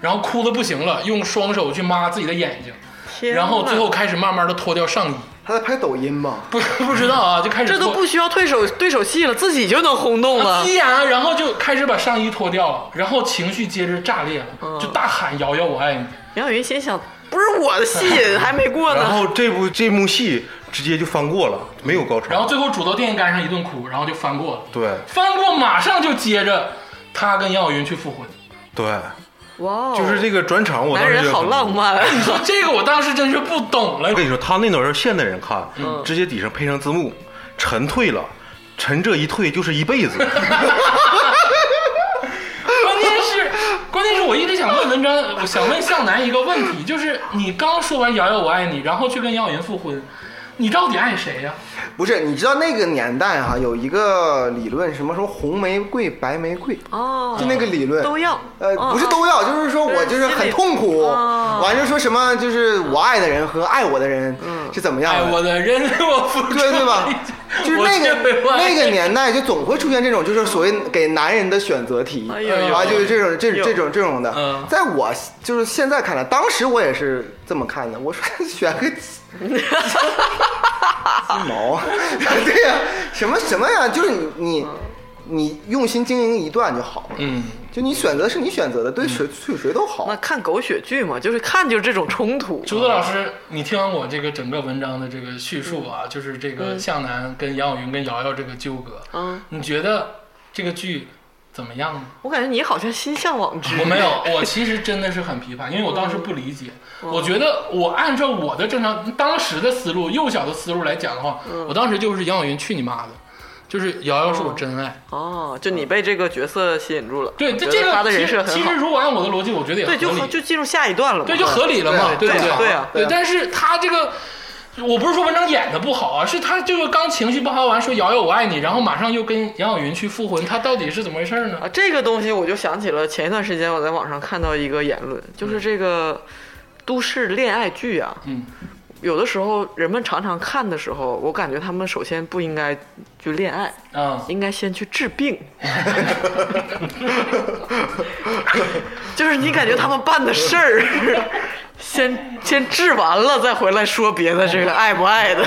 B: 然后哭的不行了，用双手去抹自己的眼睛，
C: 天哪
B: 然后最后开始慢慢的脱掉上衣，
E: 她在拍抖音吧？
B: 不不知道啊，就开始
C: 这都
B: 脱
C: 不需要对手对手戏了，自己就能轰动
D: 啊
C: 了。
B: 依啊然，然后就开始把上衣脱掉了，然后情绪接着炸裂
C: 嗯
B: 了，就大喊“瑶瑶我爱你
C: 杨晓云心想，不是我的戏 瘾还没过
D: 然
C: 呢，
D: 后这部这幕戏直接就翻过了，没有高”，
B: 然
D: 潮
B: 后。最后杵到电线杆上一顿哭，然后就翻过了。
D: 对
B: 翻过马上就接着他跟杨晓云去复婚。
D: 对，
C: 哇哦，
D: 就是这个转场，我当
C: 男
D: 时就
C: 人好浪漫。
B: 说这个我当时真是不懂了
D: 我，跟你说，他那段要是现代人看，
C: 嗯
D: 直接底上配上字幕，沉退了，沉这一退就是一辈子。
B: 关键是关键是我一直想问文章，我想问向南一个问题，就是你刚说完瑶瑶我爱你，然后去跟杨晓云复婚，你到底爱谁呀、
E: 不是，你知道那个年代哈、有一个理论，什么说红玫瑰、白玫瑰，
C: 哦，
E: 就那个理论
C: 都要
E: 呃，
C: 嗯
E: 不是都要，就是说我就是很痛苦，
C: 嗯
E: 完就说什么就是我爱的人和爱我的人
C: 嗯
E: 是怎么样
B: 爱
E: 的，
B: 哎我的人我付出，
E: 对 对吧？就是那个那个年代，就总会出现这种，就是所谓给男人的选择题，
C: 哎呦
E: 啊，就是这种这
C: 哎呦
E: 种这种这种
B: 嗯
E: 的。在我就是现在看来，当时我也是这么看的，我说 选 个鸡毛，啊 对呀、什么什么呀，就是你你你用心经营一段就好了，
B: 嗯，
E: 就你选择是你选择的，对谁对谁都好
C: 那。看狗血剧嘛，就是看就是这种冲突。
B: 竹子老师，你听完我这个整个文章的这个叙述啊，就是这
E: 嗯
B: 个向南跟杨晓云跟瑶瑶这个纠葛，
C: 嗯，
B: 你觉得这个剧怎么样呢？
C: 我感觉你好像心向往之。
B: 我没有，我其实真的是很批判，因为我当时不理解。
C: 嗯
B: 我觉得我按照我的正常当时的思路、幼小的思路来讲的话，
C: 嗯
B: 我当时就是杨晓云去你妈的，就是瑶瑶是我真爱。
C: 哦，就你被这个角色吸引住了。
B: 对，这
C: 觉
B: 这
C: 得
B: 个
C: 他的人设
B: 其实
C: 很
B: 其
C: 好
B: 实。如果按我的逻辑，我觉得也合
C: 对，
B: 理，
C: 就就进入下一段了嘛。
B: 对就合理了嘛，
E: 对
B: 不对？
C: 对啊
E: 对啊
B: 但是他这个。我不是说文章演的不好啊，是他这个刚情绪爆发完说瑶瑶我爱你，然后马上又跟杨晓云去复婚，他到底是怎么回事呢？
C: 啊，这个东西我就想起了前一段时间我在网上看到一个言论，就是这个都市恋爱剧啊，
B: 嗯，
C: 有的时候人们常常看的时候，我感觉他们首先不应该去恋爱，
B: 啊、
C: 应该先去治病。 就是你感觉他们办的事儿，先先治完了再回来说别的，这个爱不爱的，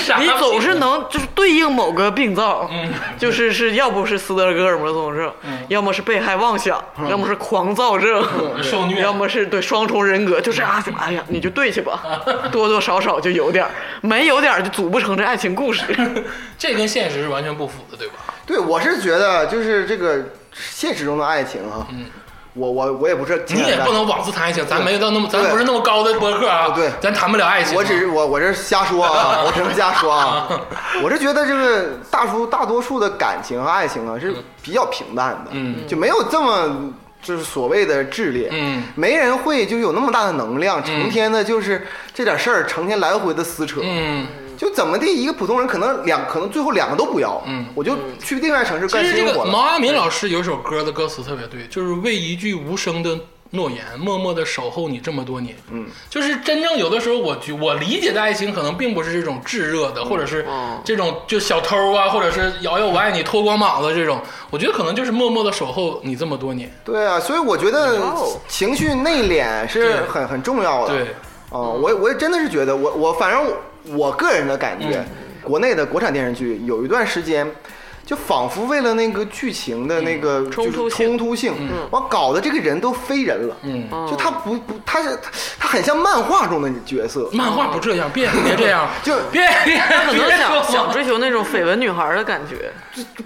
B: 傻
C: 你总是能就是对应某个病灶，
B: 嗯
C: 就是是要不是斯德哥尔摩综合症，要么是被害妄想，要么是狂躁症，
B: 嗯受虐
C: 要么是对双重人格，就是啊，就哎呀，你就对去 吧，多多少少就有点儿，没有点儿就组不成这爱情故事。
B: 这跟现实是完全不符的，对吧？
E: 对，我是觉得就是这个现实中的爱情哈、啊我我我也不是
B: 嗯你也不能妄自谈爱情，咱没有到那么，咱
E: 啊对
B: 不是那么高的播客啊，
E: 对
B: 咱谈不了爱情啊。
E: 我只是我我这瞎说 啊，我只是瞎说啊，我是觉得这个大叔大多数的感情和爱情啊是比较平淡的，
B: 嗯
E: 就没有这么就是所谓的炽烈，
B: 嗯
E: 没人会就有那么大的能量，成天的就是这点事儿，成天来回的撕扯，
B: 嗯，
E: 就怎么地一个普通人可能两可能最后两个都不要，
B: 嗯
E: 我就去另外城市
B: 其
E: 干
B: 实这
E: 生
B: 个
E: 活
B: 毛
E: 了，
B: 阿敏老师有一首歌的歌词特别对，就是为一句无声的诺言，默默的守候你这么多年。嗯，就是真正有的时候我觉我理解的爱情，可能并不是这种炙热的，或者
E: 嗯
B: 是
C: 哦
B: 这种就小偷啊，或者是瑶瑶我爱你脱光膀子这种，我觉得可能就是默默的守候你这么多年。
E: 对啊，所以我觉得
C: 哦
E: 情绪内敛是
B: 对
E: 很很重要的，
B: 对，
E: 哦，我我真的是觉得我我反正我个人的感
C: 嗯
E: 觉，国内的国产电视剧有一段时间。就仿佛为了那个剧情的那个就是
C: 嗯冲突性嗯
E: 冲突性，完搞得这个人都非人了。
B: 嗯
E: 就他不不，他是他他很像漫画中的角色。
B: 漫画不这样，别别这样，
E: 就
B: 别别
C: 可能
B: 别
C: 想
B: 说
C: 想
B: 我
C: 追求那种绯闻女孩的感觉，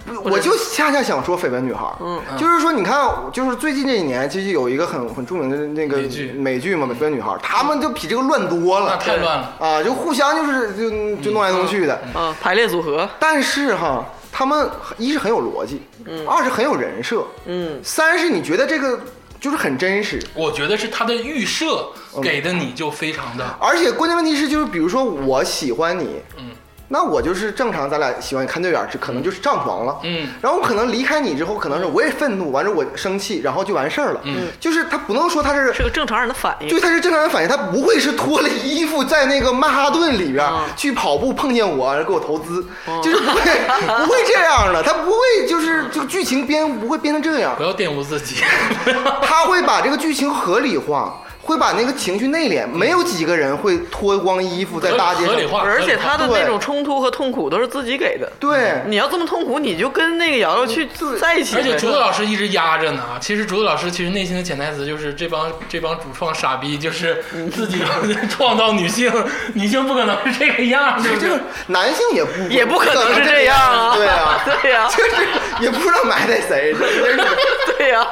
E: 不我就恰恰想说绯闻女孩，嗯，就是说你看，就是最近这几年，其实有一个很很著名的那个
B: 美剧
E: 美剧嘛，《绯闻女孩》，他们就比这个乱多
B: 那
E: 了，
B: 太嗯乱了。
E: 啊，就互相就是就就弄来弄去的，嗯
C: 啊，排列组合，
E: 但是哈，他们一是很有逻辑，
B: 嗯
E: 二是很有人设，
C: 嗯，
E: 三是你觉得这个就是很真实。
B: 我觉得是他的预设
E: 嗯
B: 给的你就非常的，
E: 而且关键问题是，就是比如说我喜欢你，
B: 嗯，
E: 那我就是正常，咱俩喜欢看对眼儿，这可能就是上床了，
B: 嗯
E: 然后我可能离开你之后，可能是我也愤怒，完了我生气，然后就完事儿了，嗯，就是他不能说他是
C: 是个正常人的反应。
E: 对，他是正常人反应，他不会是脱了衣服在那个曼哈顿里边儿
C: 嗯
E: 去跑步碰见我，然后给我投资，就是不会不会这样的，他不会就是这个剧情编不会编成这样
B: 不，要玷污自己。
E: 他会把这个剧情合理化，会把那个情绪内
C: 嗯
E: 敛，没有几个人会脱光衣服在大街
B: 合
E: 上
B: 理，化，
C: 而且他的
E: 对
C: 那种冲突和痛苦都是自己给的。
E: 对，
C: 你要这么痛苦，你就跟那个瑶瑶去在一起呗。
B: 而且竹子老师一直压着呢。其实竹子老师其实内心的潜台词就是这帮这帮主创傻逼，就是
E: 嗯
B: 自己 创造女性，女性不可能是这个样儿，对不
E: 这
B: 对
E: 个？男性也不
C: 也不可能是这样啊
E: 对啊，
C: 对呀
E: 就是也不知道埋汰谁，真是
C: 对呀、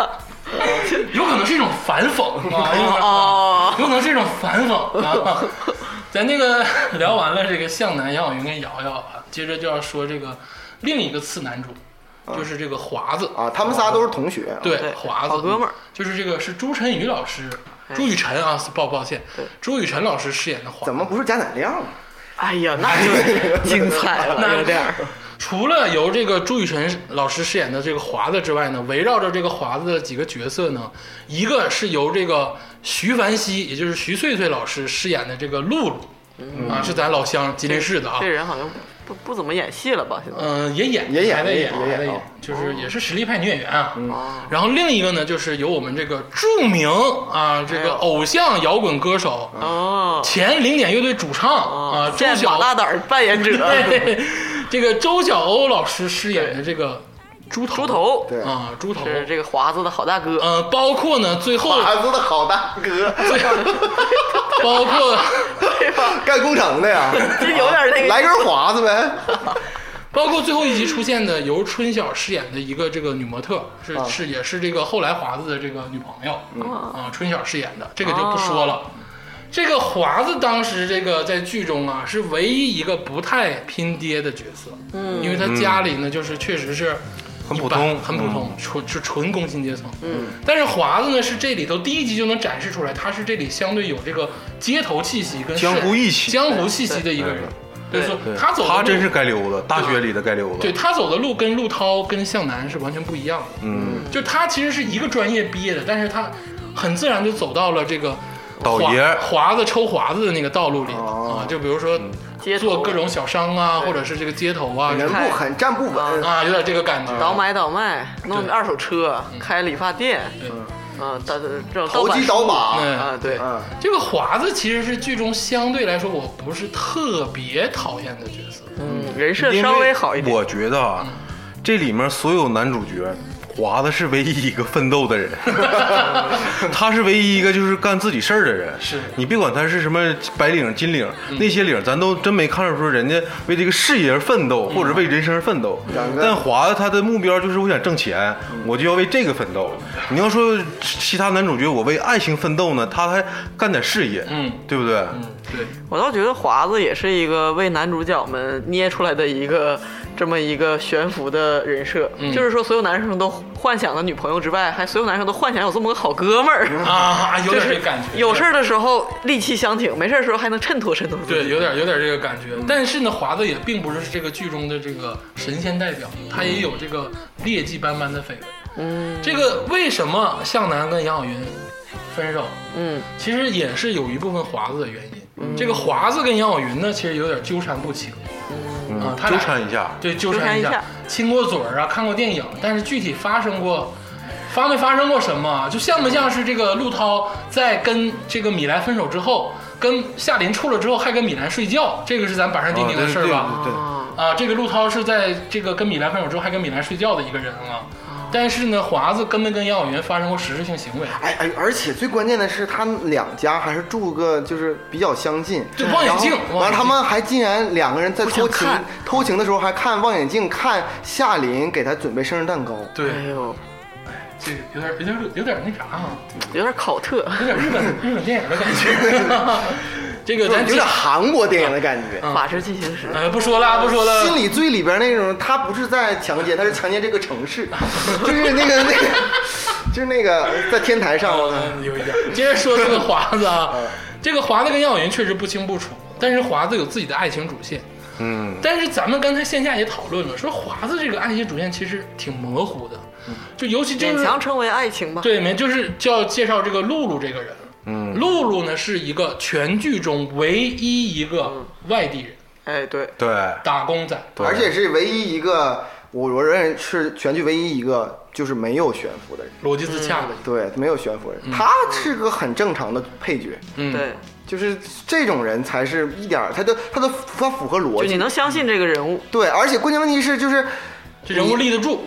B: 有可能是一种反讽啊，
C: 哦，
B: 有可能是一种反讽啊。 咱那个 聊完了这个向南、杨晓云跟瑶瑶啊，接着就要说这个另一个次男主，就是这个华子
E: 啊，他们仨都是同学，，
B: 啊对，
C: 对
B: 华子
C: 好哥们儿，哎
B: 就是这个是朱晨宇老师，朱雨辰啊，抱抱歉，朱雨辰老师饰演的华，
E: 怎么不是贾乃亮呢？
C: 哎呀，那 就精彩了，有点儿。
B: 啊除了由这个朱雨辰老师饰演的这个华子之外呢，围绕着这个华子的几个角色呢，一个是由这个徐凡熙，也就是徐翠翠老师饰演的这个露露，
C: 嗯
B: 啊，是咱老乡吉林市的啊
C: 这，人好像不不怎么演戏了吧？现在
B: 嗯、也演
E: 也演
B: 还在
E: 也
B: 演
E: 演
B: 还在
E: 也演
B: 演
E: 哦，
B: 就是也是实力派女演员啊。
C: 哦
B: 然后另一个呢，就是由我们这个著名啊这
C: 哎
B: 个
C: 呦
B: 偶像摇滚歌手
C: 哦
B: 前零点乐队主唱啊，周
C: 现在马
B: 晓
C: 大胆儿扮演者，
B: 对，这个周晓鸥老师饰演的这个猪头，
C: 猪头
E: 对
B: 啊，猪头，
C: 是这个华子的好大哥，
B: 呃，包括呢，最后
E: 华子的好大哥，
B: 包括
E: 干工程 的呀，
C: 这有点那个
E: 来根华子 呗，
B: 包括最后一集出现的由春晓饰演的一个这个女模特，是是也是这个后来华子的这个女朋友
D: 嗯
B: 啊，春晓饰演的，这个就不说了。这个华子当时这个在剧中啊是唯一一个不太拼爹的角色，嗯，因为他家里呢就是确实是
D: 很
B: 一
D: 普
B: 般
D: 通嗯
B: 很普通，纯是纯工薪阶层。嗯，但是华子呢是这里头第一集就能展示出来，他是这里相对有这个街头气息跟
D: 江湖义气
B: 江湖气息的一个人。对，所以
D: 对
B: 他走的
D: 他
B: 路
D: 真是该溜达，大学里的该溜达
B: 对。他走的路跟陆涛、跟向南是完全不一样的。
D: 嗯，
B: 就他其实是一个专业毕业的，但是他很自然就走到了这个
D: 倒
B: 华
D: 爷
B: 华子抽华子的那个道路里、
E: 哦
B: 啊。就比如说
C: 街头
B: 做各种小商啊，或者是这个街头啊
E: 人不很站不稳，
B: 啊，有点这个感觉。
C: 倒买倒卖，弄
B: 对
C: 二手车，开理发店，
B: 对
C: 嗯，倒这种
E: 投机倒把，
B: 嗯
C: 啊，对，
E: 嗯，
B: 这个华子其实是剧中相对来说我不是特别讨厌的角色。
C: 嗯，人设
D: 因为
C: 稍微好一点，
B: 嗯
D: 我觉得啊，这里面所有男主角，华子是唯一一个奋斗的人， 他是唯一一个就是干自己事儿的人。
B: 是嗯
D: 你别管他是什么白领、金领、那些领，咱都真没看出说人家为这个事业而奋
B: 嗯
D: 斗，或者为人生而奋斗。
E: 感觉
D: 但华子他的目标就是我想挣钱，
B: 嗯
D: 我就要为这个奋斗。你要说其他男主角我为爱情奋斗呢，他还干点事业，
B: 嗯
D: 对不对？
B: 嗯，对，
C: 我倒觉得华子也是一个为男主角们捏出来的一个这么一个悬浮的人设，
B: 嗯
C: 就是说所有男生都幻想的女朋友之外，还所有男生都幻想有这么个好哥们儿，
B: 啊，有
C: 就
B: 点
C: 是
B: 这感觉，
C: 有事儿的时候力气相挺，没事儿的时候还能衬托衬托自己。
B: 对，有点有点这个感觉。但是呢，华子也并不是这个剧中的这个神仙代表，他也有这个劣迹斑斑的绯闻。嗯，这个为什么向南跟杨晓云分手？
C: 嗯，
B: 其实也是有一部分华子的原因。这个华子跟杨晓云呢，其实有点纠缠不清。啊
D: 嗯，
B: 他
D: 纠
B: 俩
D: 缠一下，
B: 对，纠
C: 纠
B: 缠
C: 缠
B: 一
C: 一
B: 下
C: 下，
B: 亲过嘴儿啊，看过电影，但是具体发生过，发没发生过什么啊，就像不像是这个陆涛在跟这个米兰分手之后，跟夏琳处了之后，还跟米兰睡觉，这个是咱板上钉钉的事儿吧？
E: 哦
D: 啊对对对
C: 啊，
B: 啊，这个陆涛是在这个跟米兰分手之后还跟米兰睡觉的一个人啊，
E: 哦
B: 但是呢，华子根本跟杨晓云发生过实质性行为，
E: 哎哎，而且最关键的是，他们两家还是住个就是比较相近，
B: 对望远镜
E: 然后
B: 望远
E: 完了，
B: 镜
E: 他们还竟然两个人在偷
C: 互相
E: 情
C: 看
E: 偷情的时候还看望远镜，看夏琳给他准备生日蛋糕。
B: 对，
C: 哎呦，
B: 这个有点有点有点那啥啊，
C: 有点考特。
B: 有点日本日本电影的感 觉，这个
E: 有
B: 咱
E: 点有点韩国电影的感觉，
C: 法制进行时，
B: 呃不说了不说了，
E: 心理罪里边那种，他不是在强奸，他是强奸这个城市， 就是那个那个，就是那个在天台上，我操
B: 嗯，有一点。 接着说这个华子啊，这个华子跟杨晓云确实不清不楚，但是华子有自己的爱情主线。
D: 嗯，
B: 但是咱们刚才线下也讨论了，说华子这个爱情主线其实挺模糊的，就尤其就
C: 勉
B: 是
C: 强称为爱情吧。
B: 对，没就是就要介绍这个露露这个人。嗯，露露呢是一个全剧中唯一一个外地人，
C: 哎，对，
D: 对，
B: 打工仔。
D: 对
E: 而且是唯一一个我我认为是全剧唯一一个就是没有悬浮的人，
B: 逻辑自洽的一个，
E: 对，没有悬浮
C: 嗯
E: 人，他是个很正常的配角，
B: 嗯，
C: 对，就是
E: 这种人才是一点儿他的他的他符合逻
C: 就你
E: 辑，
C: 能相信这个人物，
E: 对，而且关键问题是就是
B: 这人物立得住，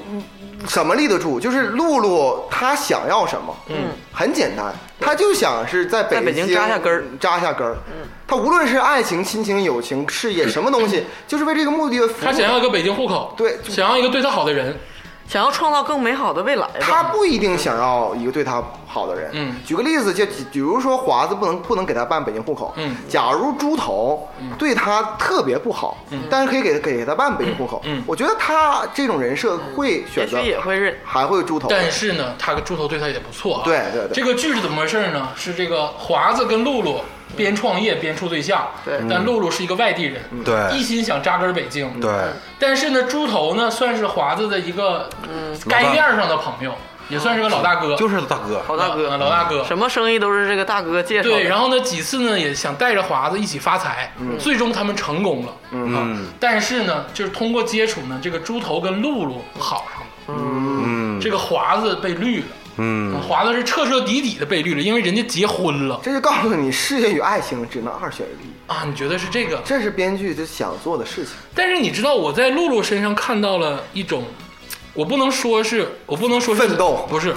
E: 什么立得住？就是露露她想要什么？嗯，很简单，她就想是在北
C: 在北京扎下根儿
E: 扎下根儿。嗯，她无论是爱情、亲情、友情、事业，什么东西，就是为这个目的服务。
B: 他想要一个北京户口，
E: 对就
B: 想要一个对他好的人，
C: 想要创造更美好的未来
E: 她
C: 吧。
E: 不一定想要一个对她好的人。
B: 嗯
E: 举个例子，就比如说华子不能不能给她办北京户口。
B: 嗯
E: 假如猪头对她特别不好，但是可以给给她办北京户口。
B: 嗯
E: 我觉得她这种人设会选
C: 也许
E: 择
C: 也会认，
E: 还会猪头。
B: 但是呢，他跟猪头对他也不错啊。
E: 对对对
B: 这个剧是怎么回事呢？是这个华子跟露露边创业边处对象，
C: 对
B: 但露露是一个外地人，
D: 嗯对
B: 一心想扎根北京，
D: 对。
B: 但是呢，猪头呢算是华子的一个嗯该面上的朋友，也算是个老大哥，
D: 就是大哥，
C: 好
B: 啊
C: 大哥，嗯
B: 老大哥。
C: 什么生意都是这个大哥介绍的。嗯
B: 对，然后呢，几次呢也想带着华子一起发财，最终他们成功了。啊
D: 嗯
B: 但是呢，就是通过接触呢，这个猪头跟露露好上了，
D: 嗯
B: 这个华子被绿了。
D: 嗯，
B: 华子是彻彻底底的被绿了，因为人家结婚了
E: 这就告诉你，事业与爱情只能二选一。
B: 啊！你觉得是这个？
E: 这是编剧就想做的事情。
B: 但是你知道我在露露身上看到了一种，我不能说是，我不能说是
E: 奋斗
B: 不是，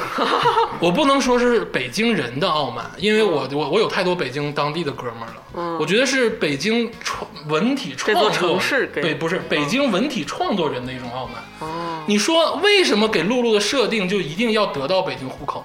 B: 我不能说是北京人的傲慢，因为我我我有太多北京当地的哥们儿了。我觉得是北京创文体创作
C: 嗯这座城市给嗯
B: 北不是北京文体创作人的一种傲慢。哦，你说为什么给露露的设定就一定要得到北京户口？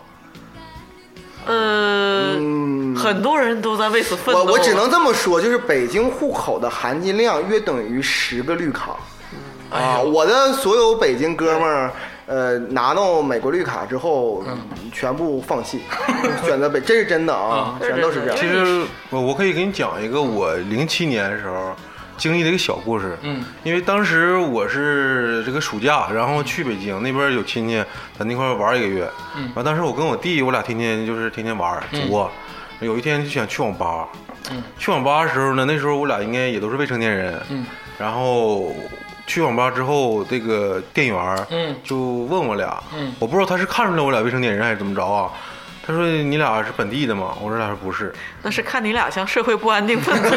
C: 呃，
E: 嗯，
C: 很多人都在为此奋斗。
E: 我我只能这么说，就是北京户口的含金量约等于十个绿卡。
C: 嗯
E: 啊，
C: 哎
E: 我的所有北京哥们儿，呃，拿到美国绿卡之后，
C: 嗯
E: 全部放弃， 选择北，这是真的啊，全都是这
D: 其
E: 样。
D: 实我我可以给你讲一个我零七年的时候经历的一个小故事。
B: 嗯，
D: 因为当时我是这个暑假，然后去北京那边有亲戚，在那块儿玩一个月。嗯，完当时我跟我弟，我俩天天就是天天玩儿作。有一天就想去网吧。
B: 嗯，
D: 去网吧的时候呢，那时候我俩应该也都是未成年人。
B: 嗯，
D: 然后。去网吧之后，这个店员儿
B: 嗯
D: 就问我俩，
B: 嗯
D: 我不知道他是看出来我俩未成年人还是怎么着啊？他说你俩是本地的吗？我说俩是不是？
C: 那是看你俩像社会不安定分子。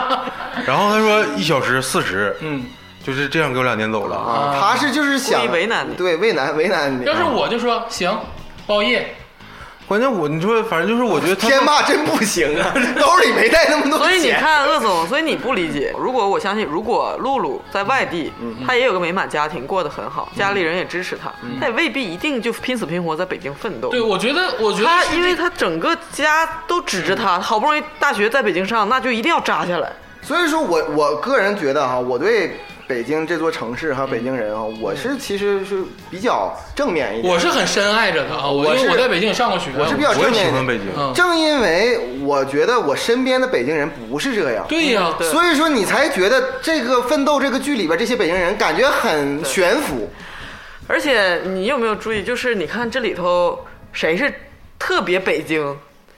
D: 然后他说一小时四十，
B: 嗯，
D: 就是这样给我俩撵走了啊。
E: 啊，他是就是想
C: 故意为难你
E: 对，为难为难你。啊
B: 要是我就说行，包夜，
D: 关键我你说，反正就是我觉得他
E: 天霸真不行 啊，兜里没带那么多钱。
C: 所 以你看，鄂总，所以你不理解。如果我相信，如果露露在外地，她也有个美满家庭，过得很好，家里人也支持她，她也未必一定就拼死拼活在北京奋斗。
B: 对我觉得，我觉得
C: 她
B: 是
C: 因为她整个家都指着她，好不容易大学在北京上，那就一定要扎下来。
E: 所以说我我个人觉得哈，我对北京这座城市哈，
C: 嗯
E: 北京人哈，我是其实是比较正面一点。
B: 我是很深爱着的啊，我
E: 我
B: 因为
E: 是
B: 我在北京也上过学，啊
E: 我是比较
D: 我
E: 正
D: 也喜
E: 面
D: 欢
E: 一
D: 北
E: 点。
D: 京，
B: 嗯
E: 正因为我觉得我身边的北京人不是这样，
B: 对呀，
C: 对
E: 所以说你才觉得这个《奋斗》这个剧里边这些北京人感觉很悬浮。
C: 而且你有没有注意，就是你看这里头谁是特别北京，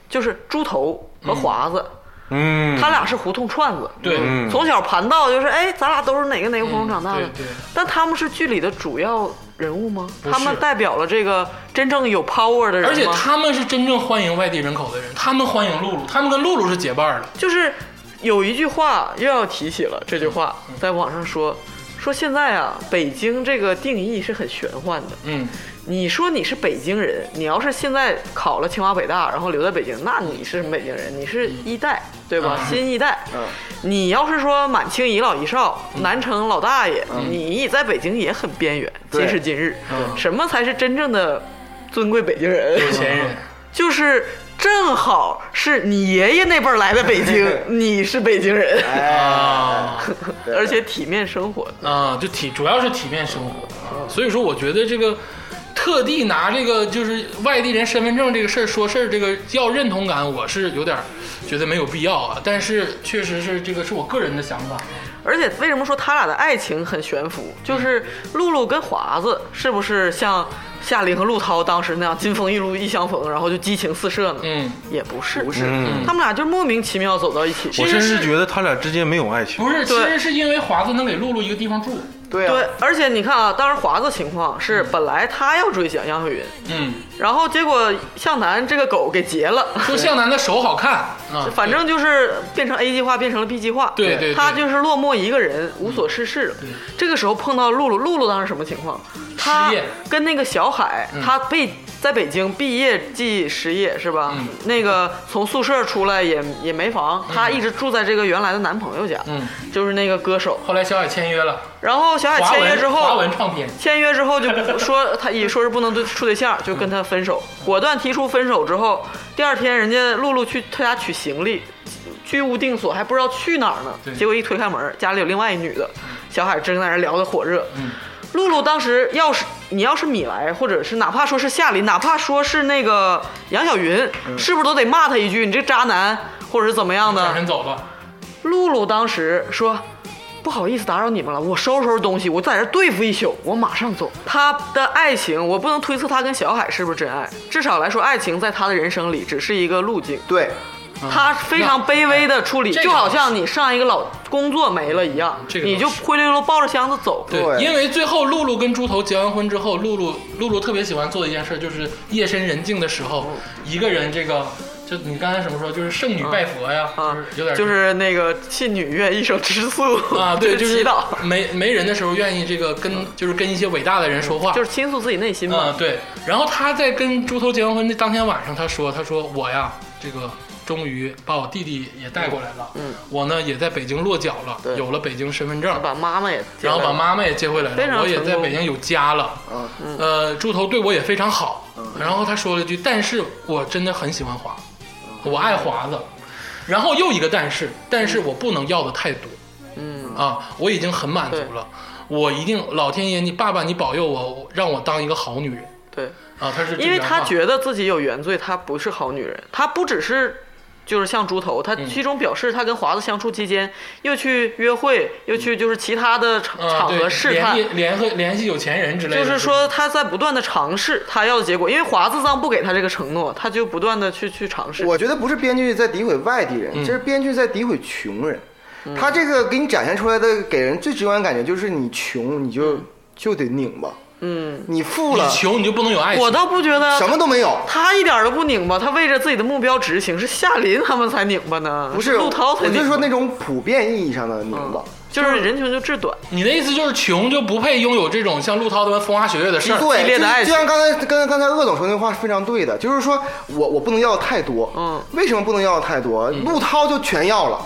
C: 就是猪头和华子，
D: 嗯，
C: 他俩是胡同串子。
B: 对，
D: 嗯
C: 从小盘到就是，哎，咱俩都是哪个哪个胡同长大的、
B: 嗯对对
C: 但他们是剧里的主要人物吗？
B: 不是
C: 他们代表了这个真正有 power 的人吗？
B: 而且他们是真正欢迎外地人口的人，他们欢迎露露，他们跟露露是结伴儿的。
C: 就是有一句话又要提起了，这句话
B: 嗯
C: 在网上说说现在啊，北京这个定义是很玄幻的。
B: 嗯，
C: 你说你是北京人，你要是现在考了清华北大，然后留在北京，那你是北京人，你是一代，对吧？
B: 嗯
C: 新一代。
E: 嗯
C: 你要是说满清遗老遗少、南城老大爷，你在北京也很边缘。
E: 对嗯
C: 今时今日，什么才是真正的尊贵北京人？
B: 有钱人，
C: 就是正好是你爷爷那辈儿来的北 京，你是北京人，
E: 哎，
B: 啊
E: 对
C: 而且体面生活。
B: 啊，就体主要是体面生活
C: 嗯
B: 啊。所以说，我觉得这个特地拿这个就是外地人身份证这个事儿说事儿，这个要认同感，我是有点儿觉得没有必要啊。但是确实是这个是我个人的想法。
C: 而且为什么说他俩的爱情很悬浮？就是露露跟华子是不是像夏琳和陆涛当时那样金风玉露一相逢，然后就激情四射呢？
B: 嗯，
C: 也不是，
E: 不是，
D: 嗯，
C: 他们俩就莫名其妙走到一起。
D: 我甚
B: 其
D: 至
B: 实是
D: 觉得他俩之间没有爱情
B: 不。是，其
C: 对
B: 实是因为华子能给露露一个地方住。
E: 对啊
C: 对，，而且你看啊，当时华子情况是本来他要追想杨晓云，
B: 嗯，
C: 然后结果向南这个狗给劫了。
B: 说向南的手好看啊，
C: 反正就是变成 A 计划，变成了 B 计划。
B: 对对对嗯
C: 他就是落寞一个人，无所事事了。这个时候碰到露露，露露当时什么情况？他
B: 失业嗯
C: 跟那个小海，他被在北京毕业即失业是吧？
B: 嗯
C: 那个从宿舍出来也也没房，他一直住在这个原来的男朋友家，
B: 嗯，
C: 就是那个歌手。
B: 后来小海签约了，
C: 然后小海
B: 华
C: 签约
B: 文
C: 之
B: 华
C: 后
B: 文。唱片。
C: 签约之后就不说他也说是不能对处对象，就跟他分手，果断提出分手之后，第二天人家露露去他家取行李，居无定所，还不知道去哪儿
B: 对
C: 呢。结果一推开门，家里有另外一女的，小海正在那儿聊得火热。露露当时要是你要是米莱，或者是哪怕说是夏琳，哪怕说是那个杨晓云，是不是都得骂他一句你这渣男，或者是怎么样的
B: 转？身走了，
C: 露露当时说：“不好意思打扰你们了，我收拾收拾东西，我在这儿对付一宿，我马上走。”他的爱情，我不能推测他跟小海是不是真爱，至少来说，爱情在他的人生里只是一个路径。
E: 对，
C: 他非常卑微的处理，
B: 啊这个
C: 就好像你上一个老工作没了一样，
B: 这个
C: 你就灰溜溜抱着箱子走。
B: 对，
E: 对
B: 因为最后露露跟猪头结完婚之后，露露露露特别喜欢做的一件事，就是夜深人静的时候，
C: 嗯
B: 一个人这个，就你刚才什么说，就是圣女拜佛呀，
C: 啊
B: 就是有点，
C: 就是那个信女愿一生吃素
B: 啊， 对，就
C: 祈
B: 是
C: 祷，嗯
B: 没没人的时候，愿意这个跟就是跟一些伟大的人说话，
C: 就是倾诉自己内心嘛。
B: 嗯，对。然后他在跟猪头结完婚的当天晚上，他说：“他说我呀，这个终于把我弟弟也带过来了，嗯，我呢也在北京落脚了，有了北京身份证，
C: 把妈妈也
B: 啊
C: 接
B: 然后
C: 来
B: 把
C: 了
B: 妈妈也接回来
C: 非常
B: 了，我也
C: 成
B: 在
C: 功
B: 北京有家了。
E: 啊，
B: 呃，猪头对我也非常好。然后他说了一句：“但是我真的很喜欢华，我爱华子。”然后又一个但是，但是我不能要的太多。嗯啊，我已经很满足了，我一定老天爷，你爸爸你保佑我，我让我当一个好女人
C: 对。
B: 啊！他是这
C: 因为
B: 样
C: 她
B: 啊
C: 觉得自己有原罪，她不是好女人，她不只是。就是像猪头，
B: 嗯
C: 她其中表示她跟华子相处期间，又去约会，又去就是其他的场
B: 嗯啊，
C: 场
B: 对
C: 合试探，
B: 联系联系联系有钱人之类的，
C: 就是说她在不断的尝试她要的结果，因为华子藏不给她这个承诺，她就不断的去去尝试。
E: 我觉得不是编剧在诋毁外地人，
B: 嗯
E: 这是编剧在诋毁穷人。他这个给你展现出来的，给人最直观的感觉就是你穷，你就、就得拧巴。嗯，你
B: 嗯
E: 富
B: 你
E: 了，
B: 穷你就不能有爱情
C: 我，倒不觉得
E: 什么都没有。
C: 她一点都不拧巴，她为着自己的目标执行，是夏琳他们才拧巴呢，
E: 不是，
C: 陆涛才
E: 我
C: 拧
B: 嗯
C: 巴
E: 就说那种普遍意义上的拧巴，
C: 就是人穷就志短，
E: 啊
B: 你的意思就是穷就不配拥有这种像陆涛他们风花雪月的事儿？
E: 对，
C: 激烈的
E: 就
C: 爱情
E: 就像刚才刚才刚才鄂总说那话是非常对的，就是说我我不能要太多，
C: 嗯
E: 为什么不能要太多？陆涛就全要了，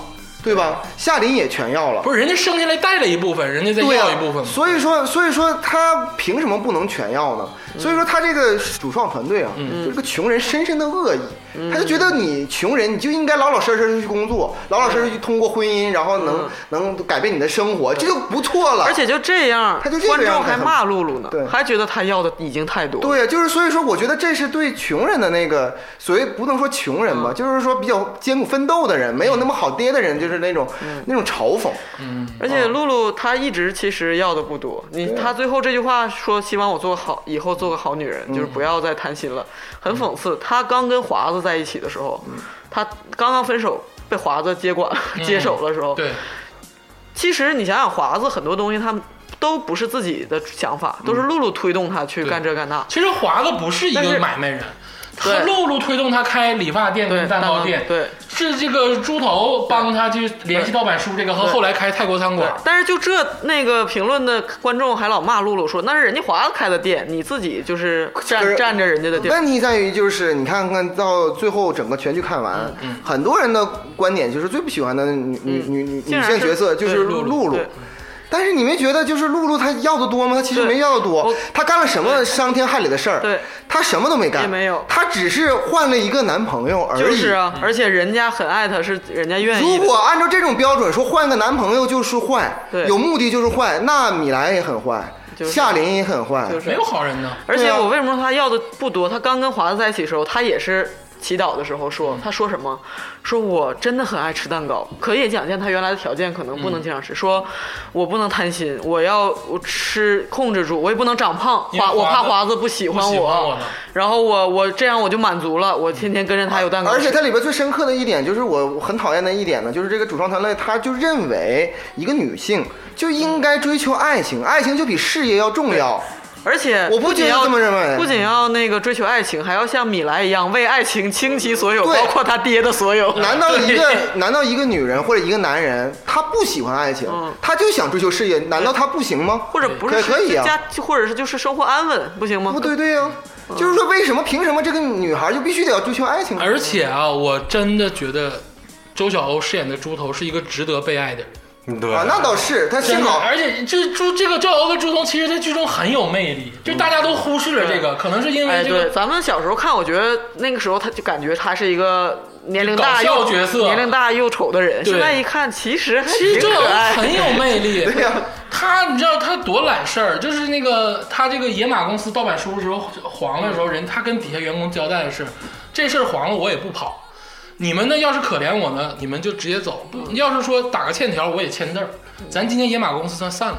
E: 对吧？夏琳也全要了，
B: 不是，人家生下来带了一部分，人家再
E: 对
B: 要
E: 啊
B: 一部分嘛。
E: 所以说，所以说他凭什么不能全要呢？所以说他这个主创团队啊，就是个穷人深深的恶意，他就觉得你穷人你就应该老老实实地去工作，老老实实地通过婚姻，然后能、能改变你的生活，这就不错了。
C: 而且就这样，
E: 他就这个
C: 观
E: 样
C: 众
E: 子
C: 还骂露露呢
E: 对，
C: 还觉得他要的已经太多。，
E: 对，啊就是所以说，我觉得这是对穷人的那个所谓不能说穷人
C: 嗯
E: 吧，就是说比较艰苦奋斗的人，没有那么好爹的人，就是那种、
C: 嗯
E: 那种嘲讽。
C: 而
B: 啊
C: 且露露她一直其实要的不多，你她最后这句话说希望我做个好，以后做个好女人，
B: 嗯
C: 就是不要再贪心了，很讽刺。她刚跟华子在一起的时候，
B: 嗯
C: 她刚刚分手被华子接管接手的时候，
B: 对，
C: 其实你想想华子很多东西他都不是自己的想法，
B: 嗯
C: 都是露露推动他去干这干那。
B: 其实华子不是一
C: 但
B: 个
C: 是
B: 买卖人，他
C: 对
B: 露露推动他开理发店
C: 对
B: 跟蛋糕店，
C: 对，
B: 是这个猪头帮他去联系盗版书这个，和
C: 对
B: 后来开泰国餐馆。
C: 但是就这那个评论的观众还老骂露露说，那是人家华子开的店，你自己就是
E: 就
C: 占
E: 是
C: 占着人家的地儿。
E: 问题在于就是你看看到最后整个全剧看
C: 嗯
E: 完，很多人的观点就是最不喜欢的女、女女女
C: 竟
E: 女
C: 然
E: 性
C: 是
E: 角色就是
C: 对露
E: 露
C: 露
E: 露
C: 对。
E: 但是你没觉得就是露露她要的多吗？她其实
C: 对
E: 没要的多
C: 我，
E: 她干了什么伤天害理的事儿？
C: 对，
E: 她什么都没干，
C: 也没有
E: 她只是换了一个男朋友而已。
C: 就是啊，而且人家很爱他，是人家愿意
E: 如
C: 的。
E: 果按照这种标准说换个男朋友就是坏，
C: 对
E: 有目的就是坏，那米兰也很坏，
C: 就是
E: 夏琳也很坏，
C: 就是
B: 没有好人呢，
C: 而
E: 对
C: 且
E: 啊
C: 我为什么说他要的不多？他刚跟华子在一起的时候，他也是祈祷的时候
E: 嗯
C: 说，他说什么？说我真的很爱吃蛋糕，可以想见他原来的条件可能不
E: 嗯
C: 能经常吃。说我不能贪心，我要我吃控制住，我也不能长胖，
B: 因为
C: 华我
B: 华
C: 怕
B: 子
C: 华子不喜欢
B: 不喜欢我
C: 我
B: 了，
C: 然后我我这样我就满足了，我天天跟着他有蛋糕吃。
E: 而且它里边最深刻的一点就是我很讨厌的一点呢，就是这个主创团队他就认为一个女性就应该追求爱情，爱情就比事业要重要。
C: 而且
E: 我不
C: 不仅
E: 觉得
C: 要
E: 这么认为
C: 不仅要那个追求爱情，还要像米莱一样为爱情倾其所有，
E: 对
C: 包括他爹的所有。
E: 难 道一个
C: 对
E: 难道一个女人或者一个男人他不喜欢爱情
C: 嗯，
E: 他就想追求事业，难道他不行吗？
C: 或者不是
E: 可可以啊
C: 家，或者是就是生活安稳，不行吗？
E: 不对对呀、
C: 嗯
E: 就是说为什么凭什么这个女孩就必须得要追求爱情呢？
B: 而且啊，我真的觉得周晓鸥饰演的猪头是一个值得被爱的人。
D: 对
E: 啊，那倒是，他
B: 真
E: 幸
B: 的，
E: 好
B: 而且这猪这个周晓鸥跟朱彤，其实在剧中很有魅力，就大家都忽视了这个，可能是因
C: 哎，
B: 为这
C: 对，
B: 个
C: 咱们小时候看，我觉得那个时候他就感觉他是一个年龄大
B: 搞笑
C: 又
B: 角色
C: 年龄大又丑的人。
B: 对
C: 现在一看，其实还
B: 其实
C: 挺
B: 周晓
C: 可
B: 鸥
C: 爱。啊
B: 很有魅 力。
E: 对呀、
B: 他，你知道他多揽事儿，就是那个他这个野马公司盗版书的时候黄了的时候，人他跟底下员工交代的是，这事儿黄了我也不跑，你们呢要是可怜我呢，你们就直接走；不要是说打个欠条，我也签字儿。咱今天野马公司算散了。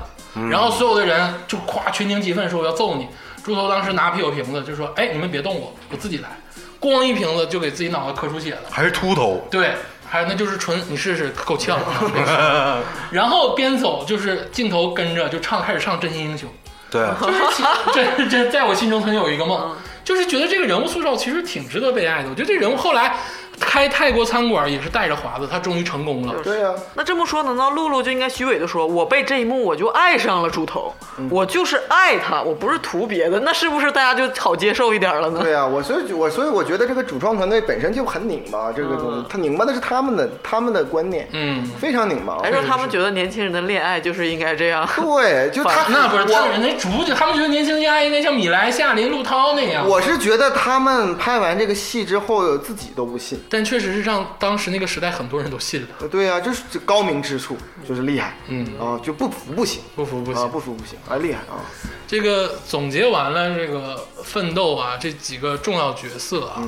B: 然后所有的人就夸群情激愤说我要揍你。猪头当时拿啤酒瓶子就说：“哎，你们别动我，我自己来。”咣一瓶子就给自己脑袋磕出血了。
D: 还是秃头，
B: 对，还有那就是纯你试试够呛啊。然后边走就是镜头跟着就唱开始唱《真心英雄
D: 对，》，
B: 嗯 就是这这在我心中曾有一个
E: 嗯
B: 梦，就是觉得这个人物塑造其实挺值得被爱的。我觉得这人物后来开泰国餐馆也是带着华子，他终于成功了。
E: 对呀、
C: 那这么说，难道露露就应该虚伪的说，我被这一幕我就爱上了猪头，
E: 嗯
C: 我就是爱他，我不是图别的？那是不是大家就好接受一点了呢？
E: 对啊呀、我所以我所以我觉得这个主创团队本身就很拧巴，这个东西，他拧巴的是他们的他们的观念，
B: 嗯，
E: 非常拧巴。
C: 还说他们觉得年轻人的恋爱就是应该这样？
E: 对，就他
B: 那不是他人
E: 我。
B: 家主角，他们觉得年轻人爱应该像米莱、夏琳、陆涛那样。
E: 我是觉得他们拍完这个戏之后，自己都不信。
B: 但确实是让当时那个时代很多人都信了，
E: 对呀、就是这高明之处，就是厉害。
B: 嗯
E: 啊，就不服不行，
B: 不服不
E: 啊，
B: 行。
E: 不服不行，啊，厉害啊！
B: 这个总结完了这个奋斗啊，这几个重要角色啊，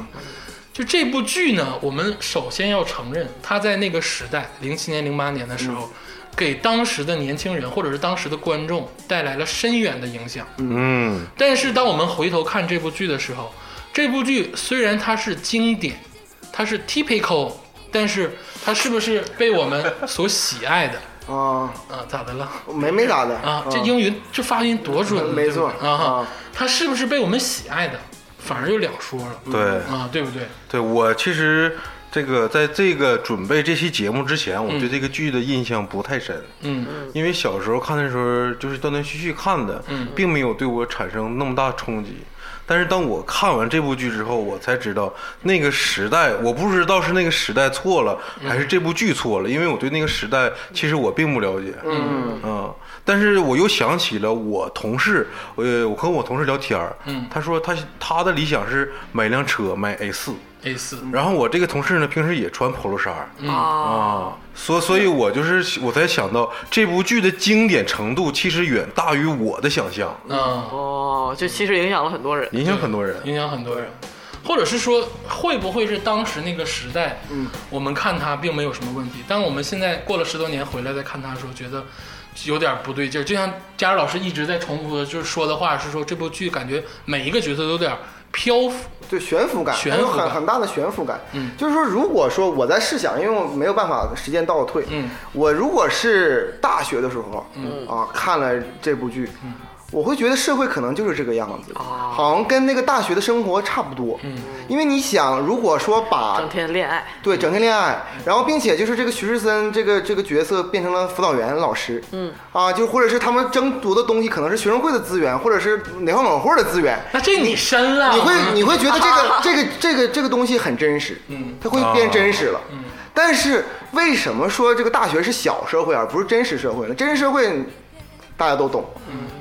B: 就这部剧呢，我们首先要承认，它在那个时代，零七年、零八年的时候，给当时的年轻人或者是当时的观众带来了深远的影响。
D: 嗯，
B: 但是当我们回头看这部剧的时候，这部剧虽然它是经典，它是 typical，但是它是不是被我们所喜爱的？
E: 啊，
B: 啊，咋的了？
E: 没没咋的
B: 啊，这英语这发音多准呢，
E: 嗯没
B: 对不对
E: 错
B: 啊
E: 啊，
B: 他是不是被我们喜爱的，反而又两说了
D: 对
B: 啊，对不对？
D: 对，我其实这个在这个准备这期节目之前，我对这个剧的印象不太深。
B: 嗯
D: 因为小时候看的时候就是断断续续看的，
B: 嗯
D: 并没有对我产生那么大冲击。但是当我看完这部剧之后，我才知道那个时代，我不知道是那个时代错了，
B: 嗯
D: 还是这部剧错了，因为我对那个时代其实我并不了解。嗯但是我又想起了我同事，呃，我和我同事聊天儿，
B: 嗯
D: 他说他他的理想是买辆车，买 A 四。
B: ，A 四，
D: 然后我这个同事呢，平时也穿 polo 衫儿，
B: 嗯
C: 啊，
D: 啊，所所以，我就是我才想到这部剧的经典程度，其实远大于我的想象，
B: 嗯，
C: 哦，就其实影响了很多人。
D: 影响很多人。
B: 影响很多人，或者是说会不会是当时那个时代，嗯，我们看它并没有什么问题，但我们现在过了十多年回来再看它的时候，觉得有点不对劲儿。就像佳儿老师一直在重复的，就是说的话是说这部剧感觉每一个角色都有点漂浮，
E: 对悬浮感，
B: 悬
E: 还有
B: 浮感
E: 很很大的悬浮感。
B: 嗯
E: 就是说，如果说我在试想，因为我没有办法时间倒退，
B: 嗯，
E: 我如果是大学的时候，嗯啊看了这部剧，
B: 嗯
E: 我会觉得社会可能就是这个样子，
B: 啊
C: 哦
E: 好像跟那个大学的生活差不多。嗯，因为你想，如果说把
C: 整天恋爱，
E: 对，整天恋爱，然后并且就是这个徐志森这个这个角色变成了辅导员老师，嗯，啊，就或者是他们争夺的东西可能是学生会的资源，或者是哪块某户的资源，
B: 那这你深了，啊
E: 你会你会觉得这个这个这个这个东西很真实，
B: 嗯，哦
E: 它会变真实了，嗯，但是为什么说这个大学是小社会而不是真实社会呢？真实社会大家都懂，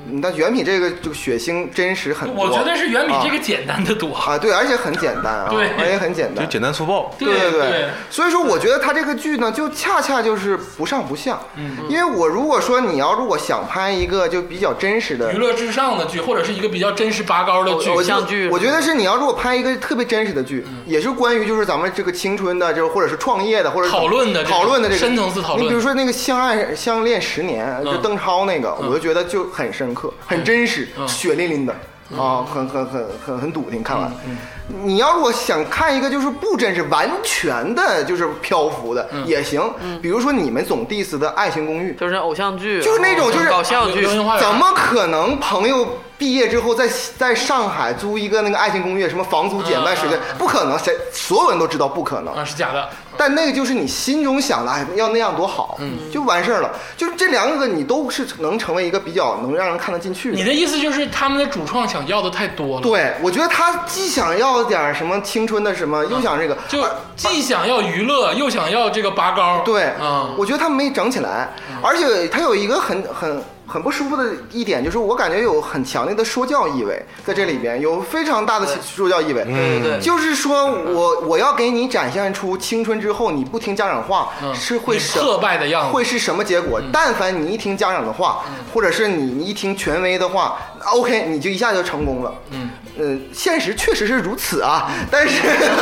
E: 嗯，但原品这个这个血腥真实很多，
B: 我觉得是远比这个
E: 啊
B: 简单的多。
E: 啊对，而且很简单啊，
B: 对
E: 而且很简
D: 就
E: 单，
D: 简单粗暴，
E: 对
B: 对
E: 所以说我觉得他这个剧呢，就恰恰就是不上不下。嗯，因为我如果说你要如果想拍一个就比较真实的
B: 娱乐至上的剧，或者是一个比较真实拔高的
E: 哦
B: 嗯剧，
C: 偶像剧
E: 我觉得是你要如果拍一个特别真实的剧，也是关于就是咱们这个青春的，就是或者是创业的，或者是
B: 讨论的这种
E: 讨论的这个
B: 深层次讨论嗯
E: 你比如说那个《相爱相恋十年》，就邓超那个，我就觉得就很深刻，很真实，
B: 嗯
E: 血淋淋的。啊，很很很很很笃定，看完。
B: 嗯
E: 你要如果想看一个就是不真实、完全的，就是漂浮的
B: 嗯
E: 也行。比如说你们总 diss 的《爱情公寓》，
C: 就是那偶像剧，
E: 就是那种就是
C: 搞笑剧
B: 流。星花园
E: 怎么可能朋友毕业之后在在上海租一个那个爱情公寓，什么房租减半时间
B: 嗯嗯？
E: 不可能，谁所有人都知道不可能。
B: 啊是假的，
E: 但那个就是你心中想的，哎，要那样多好，
B: 嗯
E: 就完事儿了。就是这两个你都是能成为一个比较能让人看得进去
B: 你
E: 的。
B: 的意思就是他们的主创想要的太多了，，
E: 对，我觉得他既想要点儿什么青春的什么，又想这个，
B: 就
E: 而
B: 既想要娱乐，又想要这个拔高，
E: 对，
B: 嗯，
E: 我觉得他没整起来，
C: 嗯
E: 而且他有一个很很很不舒服的一点，就是我感觉有很强烈的说教意味在这里边，有非常大的说教意味。
C: 对对对，
E: 就是说我我要给你展现出青春之后你不听家长话、
B: 嗯
E: 是会
B: 你
E: 什
B: 挫败的样子嗯
E: 会是什么结果？但凡你一听家长的话，或者是你你一听权威的话，OK，你就一下就成功了。嗯，呃，现实确实是如此啊，
B: 嗯
E: 但是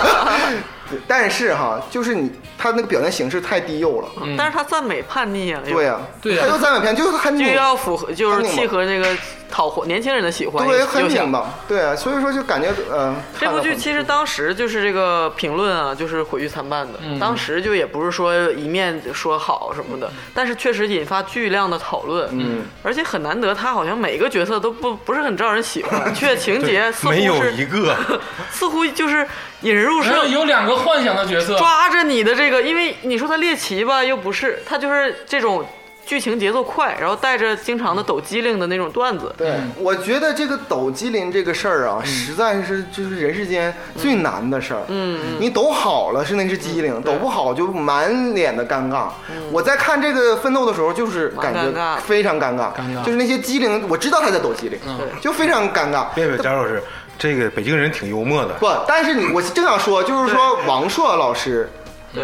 E: 但是哈，就是你他那个表现形式太低幼了。
C: 但是他赞美叛逆啊，
E: 对呀、
B: 嗯对呀
E: 他又在美片，就是很
C: 就
E: 拧
C: 要符合，就是
E: 拧巴
C: 契合这个讨欢年轻人的喜欢，
E: 对，很
C: 有想
E: 拧巴，对啊，所以说就感觉呃，
C: 这部
E: 看得
C: 剧
E: 很
C: 其实当时就是这个评论啊，就是毁誉参半的。
E: 嗯
C: 当时就也不是说一面说好什么的，但是确实引发巨量的讨论。嗯，而且很难得，他好像每个角色都不不是很招人喜 欢，却情节似乎
D: 没有
C: 是
D: 一个
C: 似乎就是引人入
B: 然后
C: 胜。
B: 有两个幻想的角 色，
C: 抓着你的这个，因为你说他猎奇吧，又不是，他就是这种剧情节奏快，然后带着经常的抖机灵的那种段子。
E: 对，我觉得这个抖机灵这个事儿啊，实在是就是人世间最难的事儿。嗯，你抖好了是那是机灵，抖不好就满脸的尴尬。我在看这个奋斗的时候，就是感
C: 蛮尴尬
E: 觉非常尴尬，
B: 尴尬
E: 就是那些机灵，我知道他在抖机灵，就非常尴尬。
D: 别别，贾老师，这个北京人挺幽默的，
E: 不，但是你我正想说，就是说王朔老师，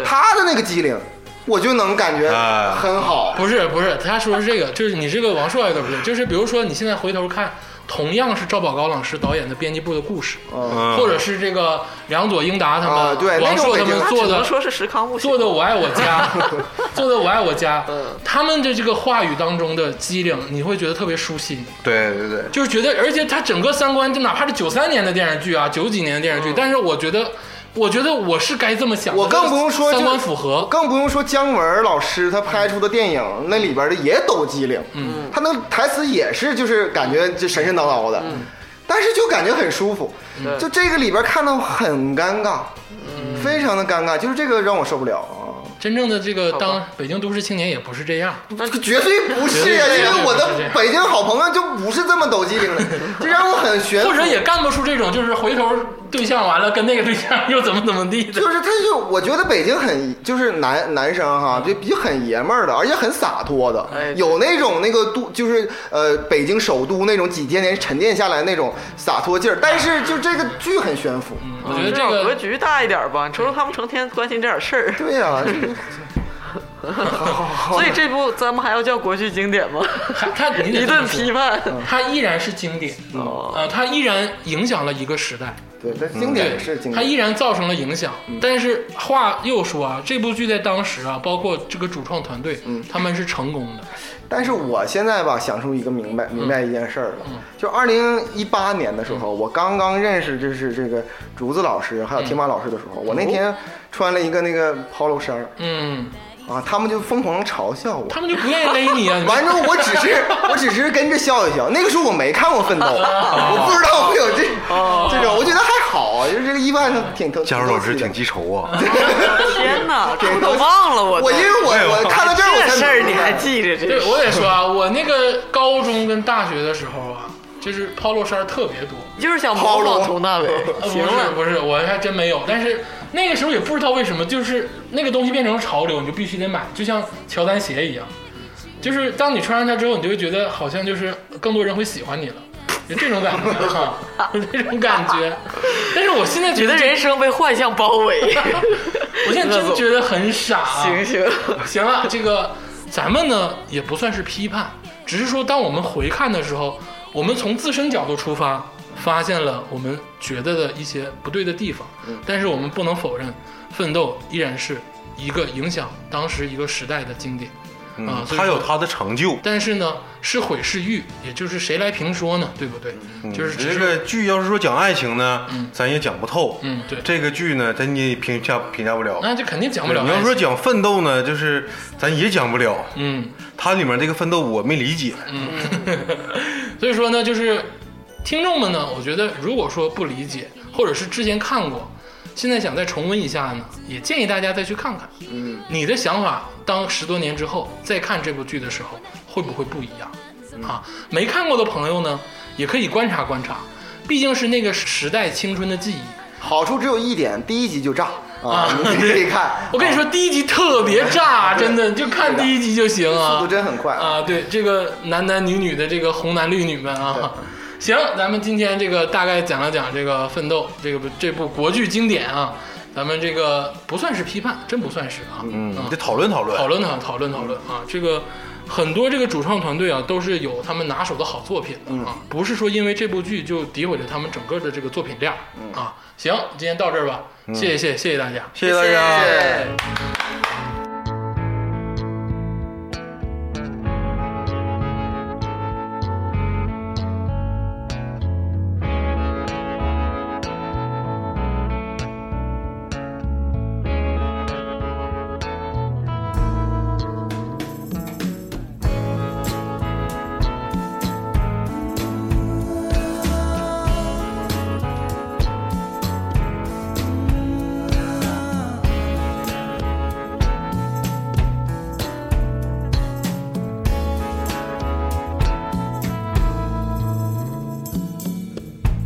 E: 他的那个机灵，我就能感觉
D: 哎
E: 很好。
B: 不是不是，他说是这个，就是你这个王朔有点不对，就是比如说你现在回头看，同样是赵宝刚老师导演的《编辑部的故事》，
D: 嗯
B: 或者是这个梁左英达他们、
E: 啊哦对那
B: 王
E: 种
B: 朔
E: 北
B: 他们
E: 京
B: 做
C: 只
B: 的
C: 能说是石康不行
B: 做的我爱我 家，做的我爱我家，
E: 嗯
B: 他们的这个话语当中的机灵，你会觉得特别舒心，
D: 对对对，
B: 就是觉得，而且他整个三观，就哪怕是九三年的电视剧啊，九几年的电视剧，但是我觉得，我觉得我是该这么想的，
E: 嗯我更不用说
B: 三观
E: 就
B: 符合，
E: 更哦不用说姜文老师他拍出的电影，
B: 嗯
E: 那里边的也抖机灵，嗯，他那个台词也是就是感觉就神神叨叨
B: 嗯
E: 的，但是就感觉很舒服，就这个里边看到很尴尬，
B: 嗯
E: 非常的尴尬，就是这个让我受不了啊！
B: 真正的这个
C: 吧
B: 当北京都市青年也不是这样，
E: 这个绝对不是呀、
B: 绝对
E: 因为我
B: 不是这
E: 的
B: 样
E: 北京好朋友就不是这么抖机 灵的，这让我很悬。啊
B: 或者也干不出这种就是回头对象完了跟那个对象又怎么怎么地的。
E: 就是他就我觉得北京很就是男男生哈，就比较很爷们儿的，而且很洒脱的，
C: 哎对
E: 有那种那个都就是呃北京首都那种几千年沉淀下来那种洒脱劲儿，但是就这个剧很悬浮。
B: 我觉得
C: 至
B: 这
C: 少格
B: 个
C: 局大一点吧。你瞅瞅他们成天关心这点事 儿，
E: 对呀、就是
C: 所以这部咱们还要叫国剧经典 吗？
B: 还他你得
C: 一
B: 这么
C: 顿
B: 说
C: 批判，
B: 它依然是经典，
E: 哦
B: 呃，它依然影响了一个时代，
E: 对，但经典也是经嗯
B: 它依
E: 典。
B: 然造成了影响。但是话又说啊，这部剧在当时啊，包括这个主创团队，
E: 嗯
B: 他们是成功的。
E: 但是我现在吧，想出一个明白明白一件事儿了，就二零一八年的时候，我刚刚认识就是这个竹子老师还有天马老师的时候，我那天穿了一个那个 polo 衫儿
B: 嗯，
E: 啊，他们就疯狂嘲笑我。
B: 他们就不愿意勒你啊，你
E: 完之后，我只是我只是跟着笑一笑。那个时候我没看过《奋斗》，我不知道会有这这种，我觉得还好啊，就是这个一般挺挺。
D: 佳茹老师挺
E: 记。
D: 记仇啊，
C: 天哪，
E: 这
C: 这
E: 个
C: 都忘了我都。
E: 我因为我我看到这儿我
C: 这
E: 才明
C: 事
E: 白
C: 儿你还记着这
B: 对，
C: 个？
B: 我得说啊，我那个高中跟大学的时候啊，就是抛露衫儿特别多。
C: 就是想模仿佟大为，
B: 呃
C: 行了，
B: 不是不是， 我还真没有。但是那个时候也不知道为什么，就是那个东西变成潮流，你就必须得买，就像乔丹鞋一样。就是当你穿上它之后，你就会觉得好像就是更多人会喜欢你了，就这种感觉哈，有这种感觉。但是我现在觉
C: 觉
B: 得
C: 得
B: 这，
C: 人生被幻象包 围。
B: 我现在真觉得很傻、啊
C: 行行，
B: 行了，这个咱们呢也不算是批判，只是说当我们回看的时候，我们从自身角度出发，发现了我们觉得的一些不对的地方。
D: 嗯
B: 但是我们不能否认，《奋斗》依然是一个影响当时一个时代的经典。啊
D: 嗯，
B: 所以
D: 他有
B: 说
D: 他的成就。
B: 但是呢，是毁是誉，也就是谁来评说呢？对不对？就是只
D: 嗯这
B: 是
D: 个剧要是说讲爱情呢，咱也讲不透。
B: 嗯对
D: 这个剧呢，咱也评价评价不了。
B: 那就肯定讲不了。
D: 你要说，讲奋斗呢，就是咱也讲不了。
B: 嗯，
D: 它里面这个奋斗我没理解，
B: 所以说呢，就是听众们呢，我觉得如果说不理解，或者是之前看过，现在想再重温一下呢，也建议大家再去看看。嗯，你的想法当十多年之后再看这部剧的时候，会不会不一样？啊，没看过的朋友呢，也可以观察观察，毕竟是那个时代青春的记忆。
E: 好处只有一点，第一集就炸啊
B: 啊，
E: 你可以看。
B: 我跟你说，第一集特别炸，真的，你就看第一集就行啊。
E: 速度真很快啊！
B: 啊，对这个男男女女的这个红男绿女们啊， 行，咱们今天这个大概讲了讲这个《奋斗》这个这部国剧经典啊，咱们这个不算是批判，真不算是啊，
D: 嗯，得讨论讨论。
B: 讨论讨讨论讨论啊，这个很多这个主创团队啊都是有他们拿手的好作品
D: 嗯
B: 的啊，不是说因为这部剧就诋毁了他们整个的这个作品量
D: 嗯
B: 啊。行，今天到这儿吧，谢谢谢谢谢谢大家。
D: 谢谢大家。
E: 对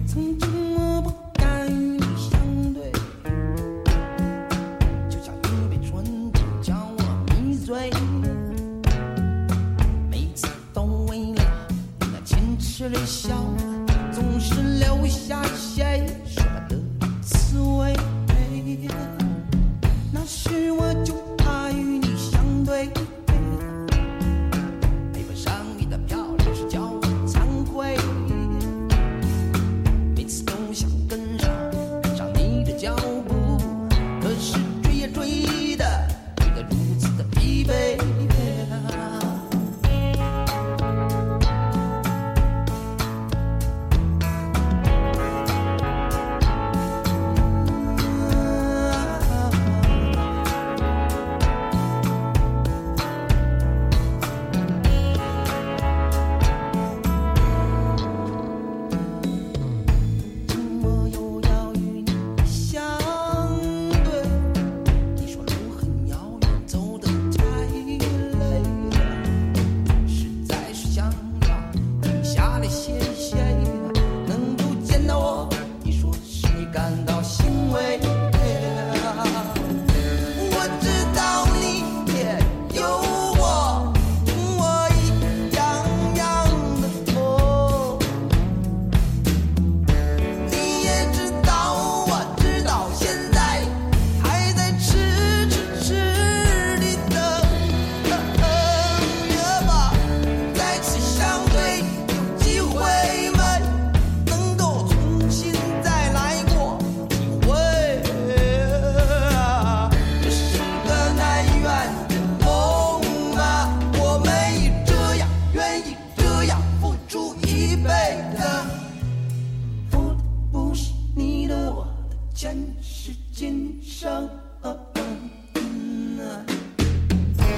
F: 曾经默不该与你相对，就像一杯醇酒将我迷醉，每次都为了你那矜持的笑，总是留下些什么的滋味。那时我就怕与你相对，配不上你的漂亮是叫我惭愧。每次都想跟上，跟上你的脚步，可是追呀追的，追得如此的疲惫。呃啊啊上。啊啊嗯啊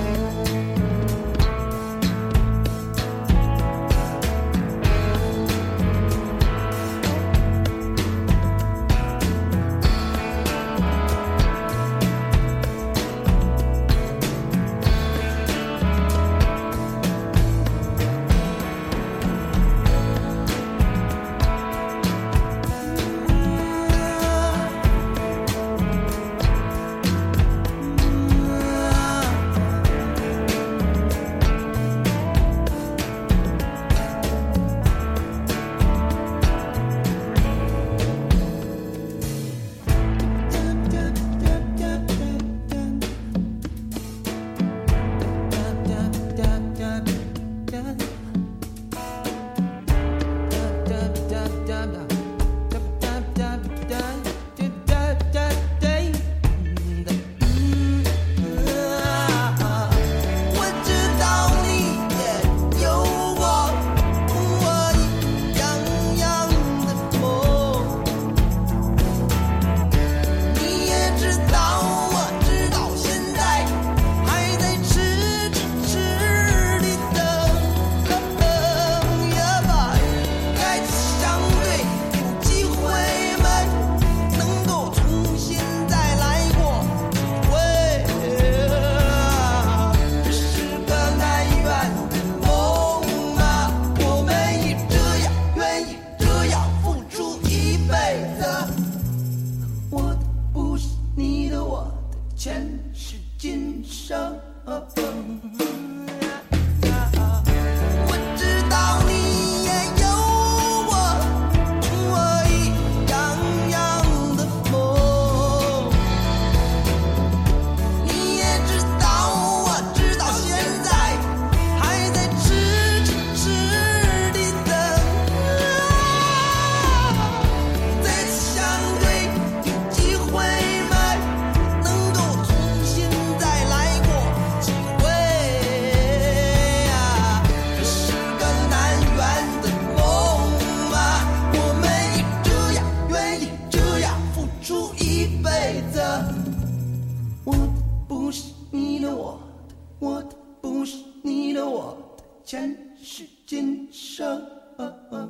F: 我知道你也有我，我一样样的痛。你也知道，我知道，现在还在痴痴痴地等，也吧，该相对有机会没能够重新再来过。喂，这是个太远的梦啊，我愿意这样，愿意这样付出一辈子。我的不是你的，我的前世今生。我知道你也有我，我一样样的梦。你也知道，我知道，现在还在痴痴痴地等啊。再次相对，有机会吗？能够重新再来过几回啊？这是个难圆的梦啊！我们也这样，愿意这样付出一辈子。我的不是你的，我的，我的不是你的，我的前世今生。嗯啊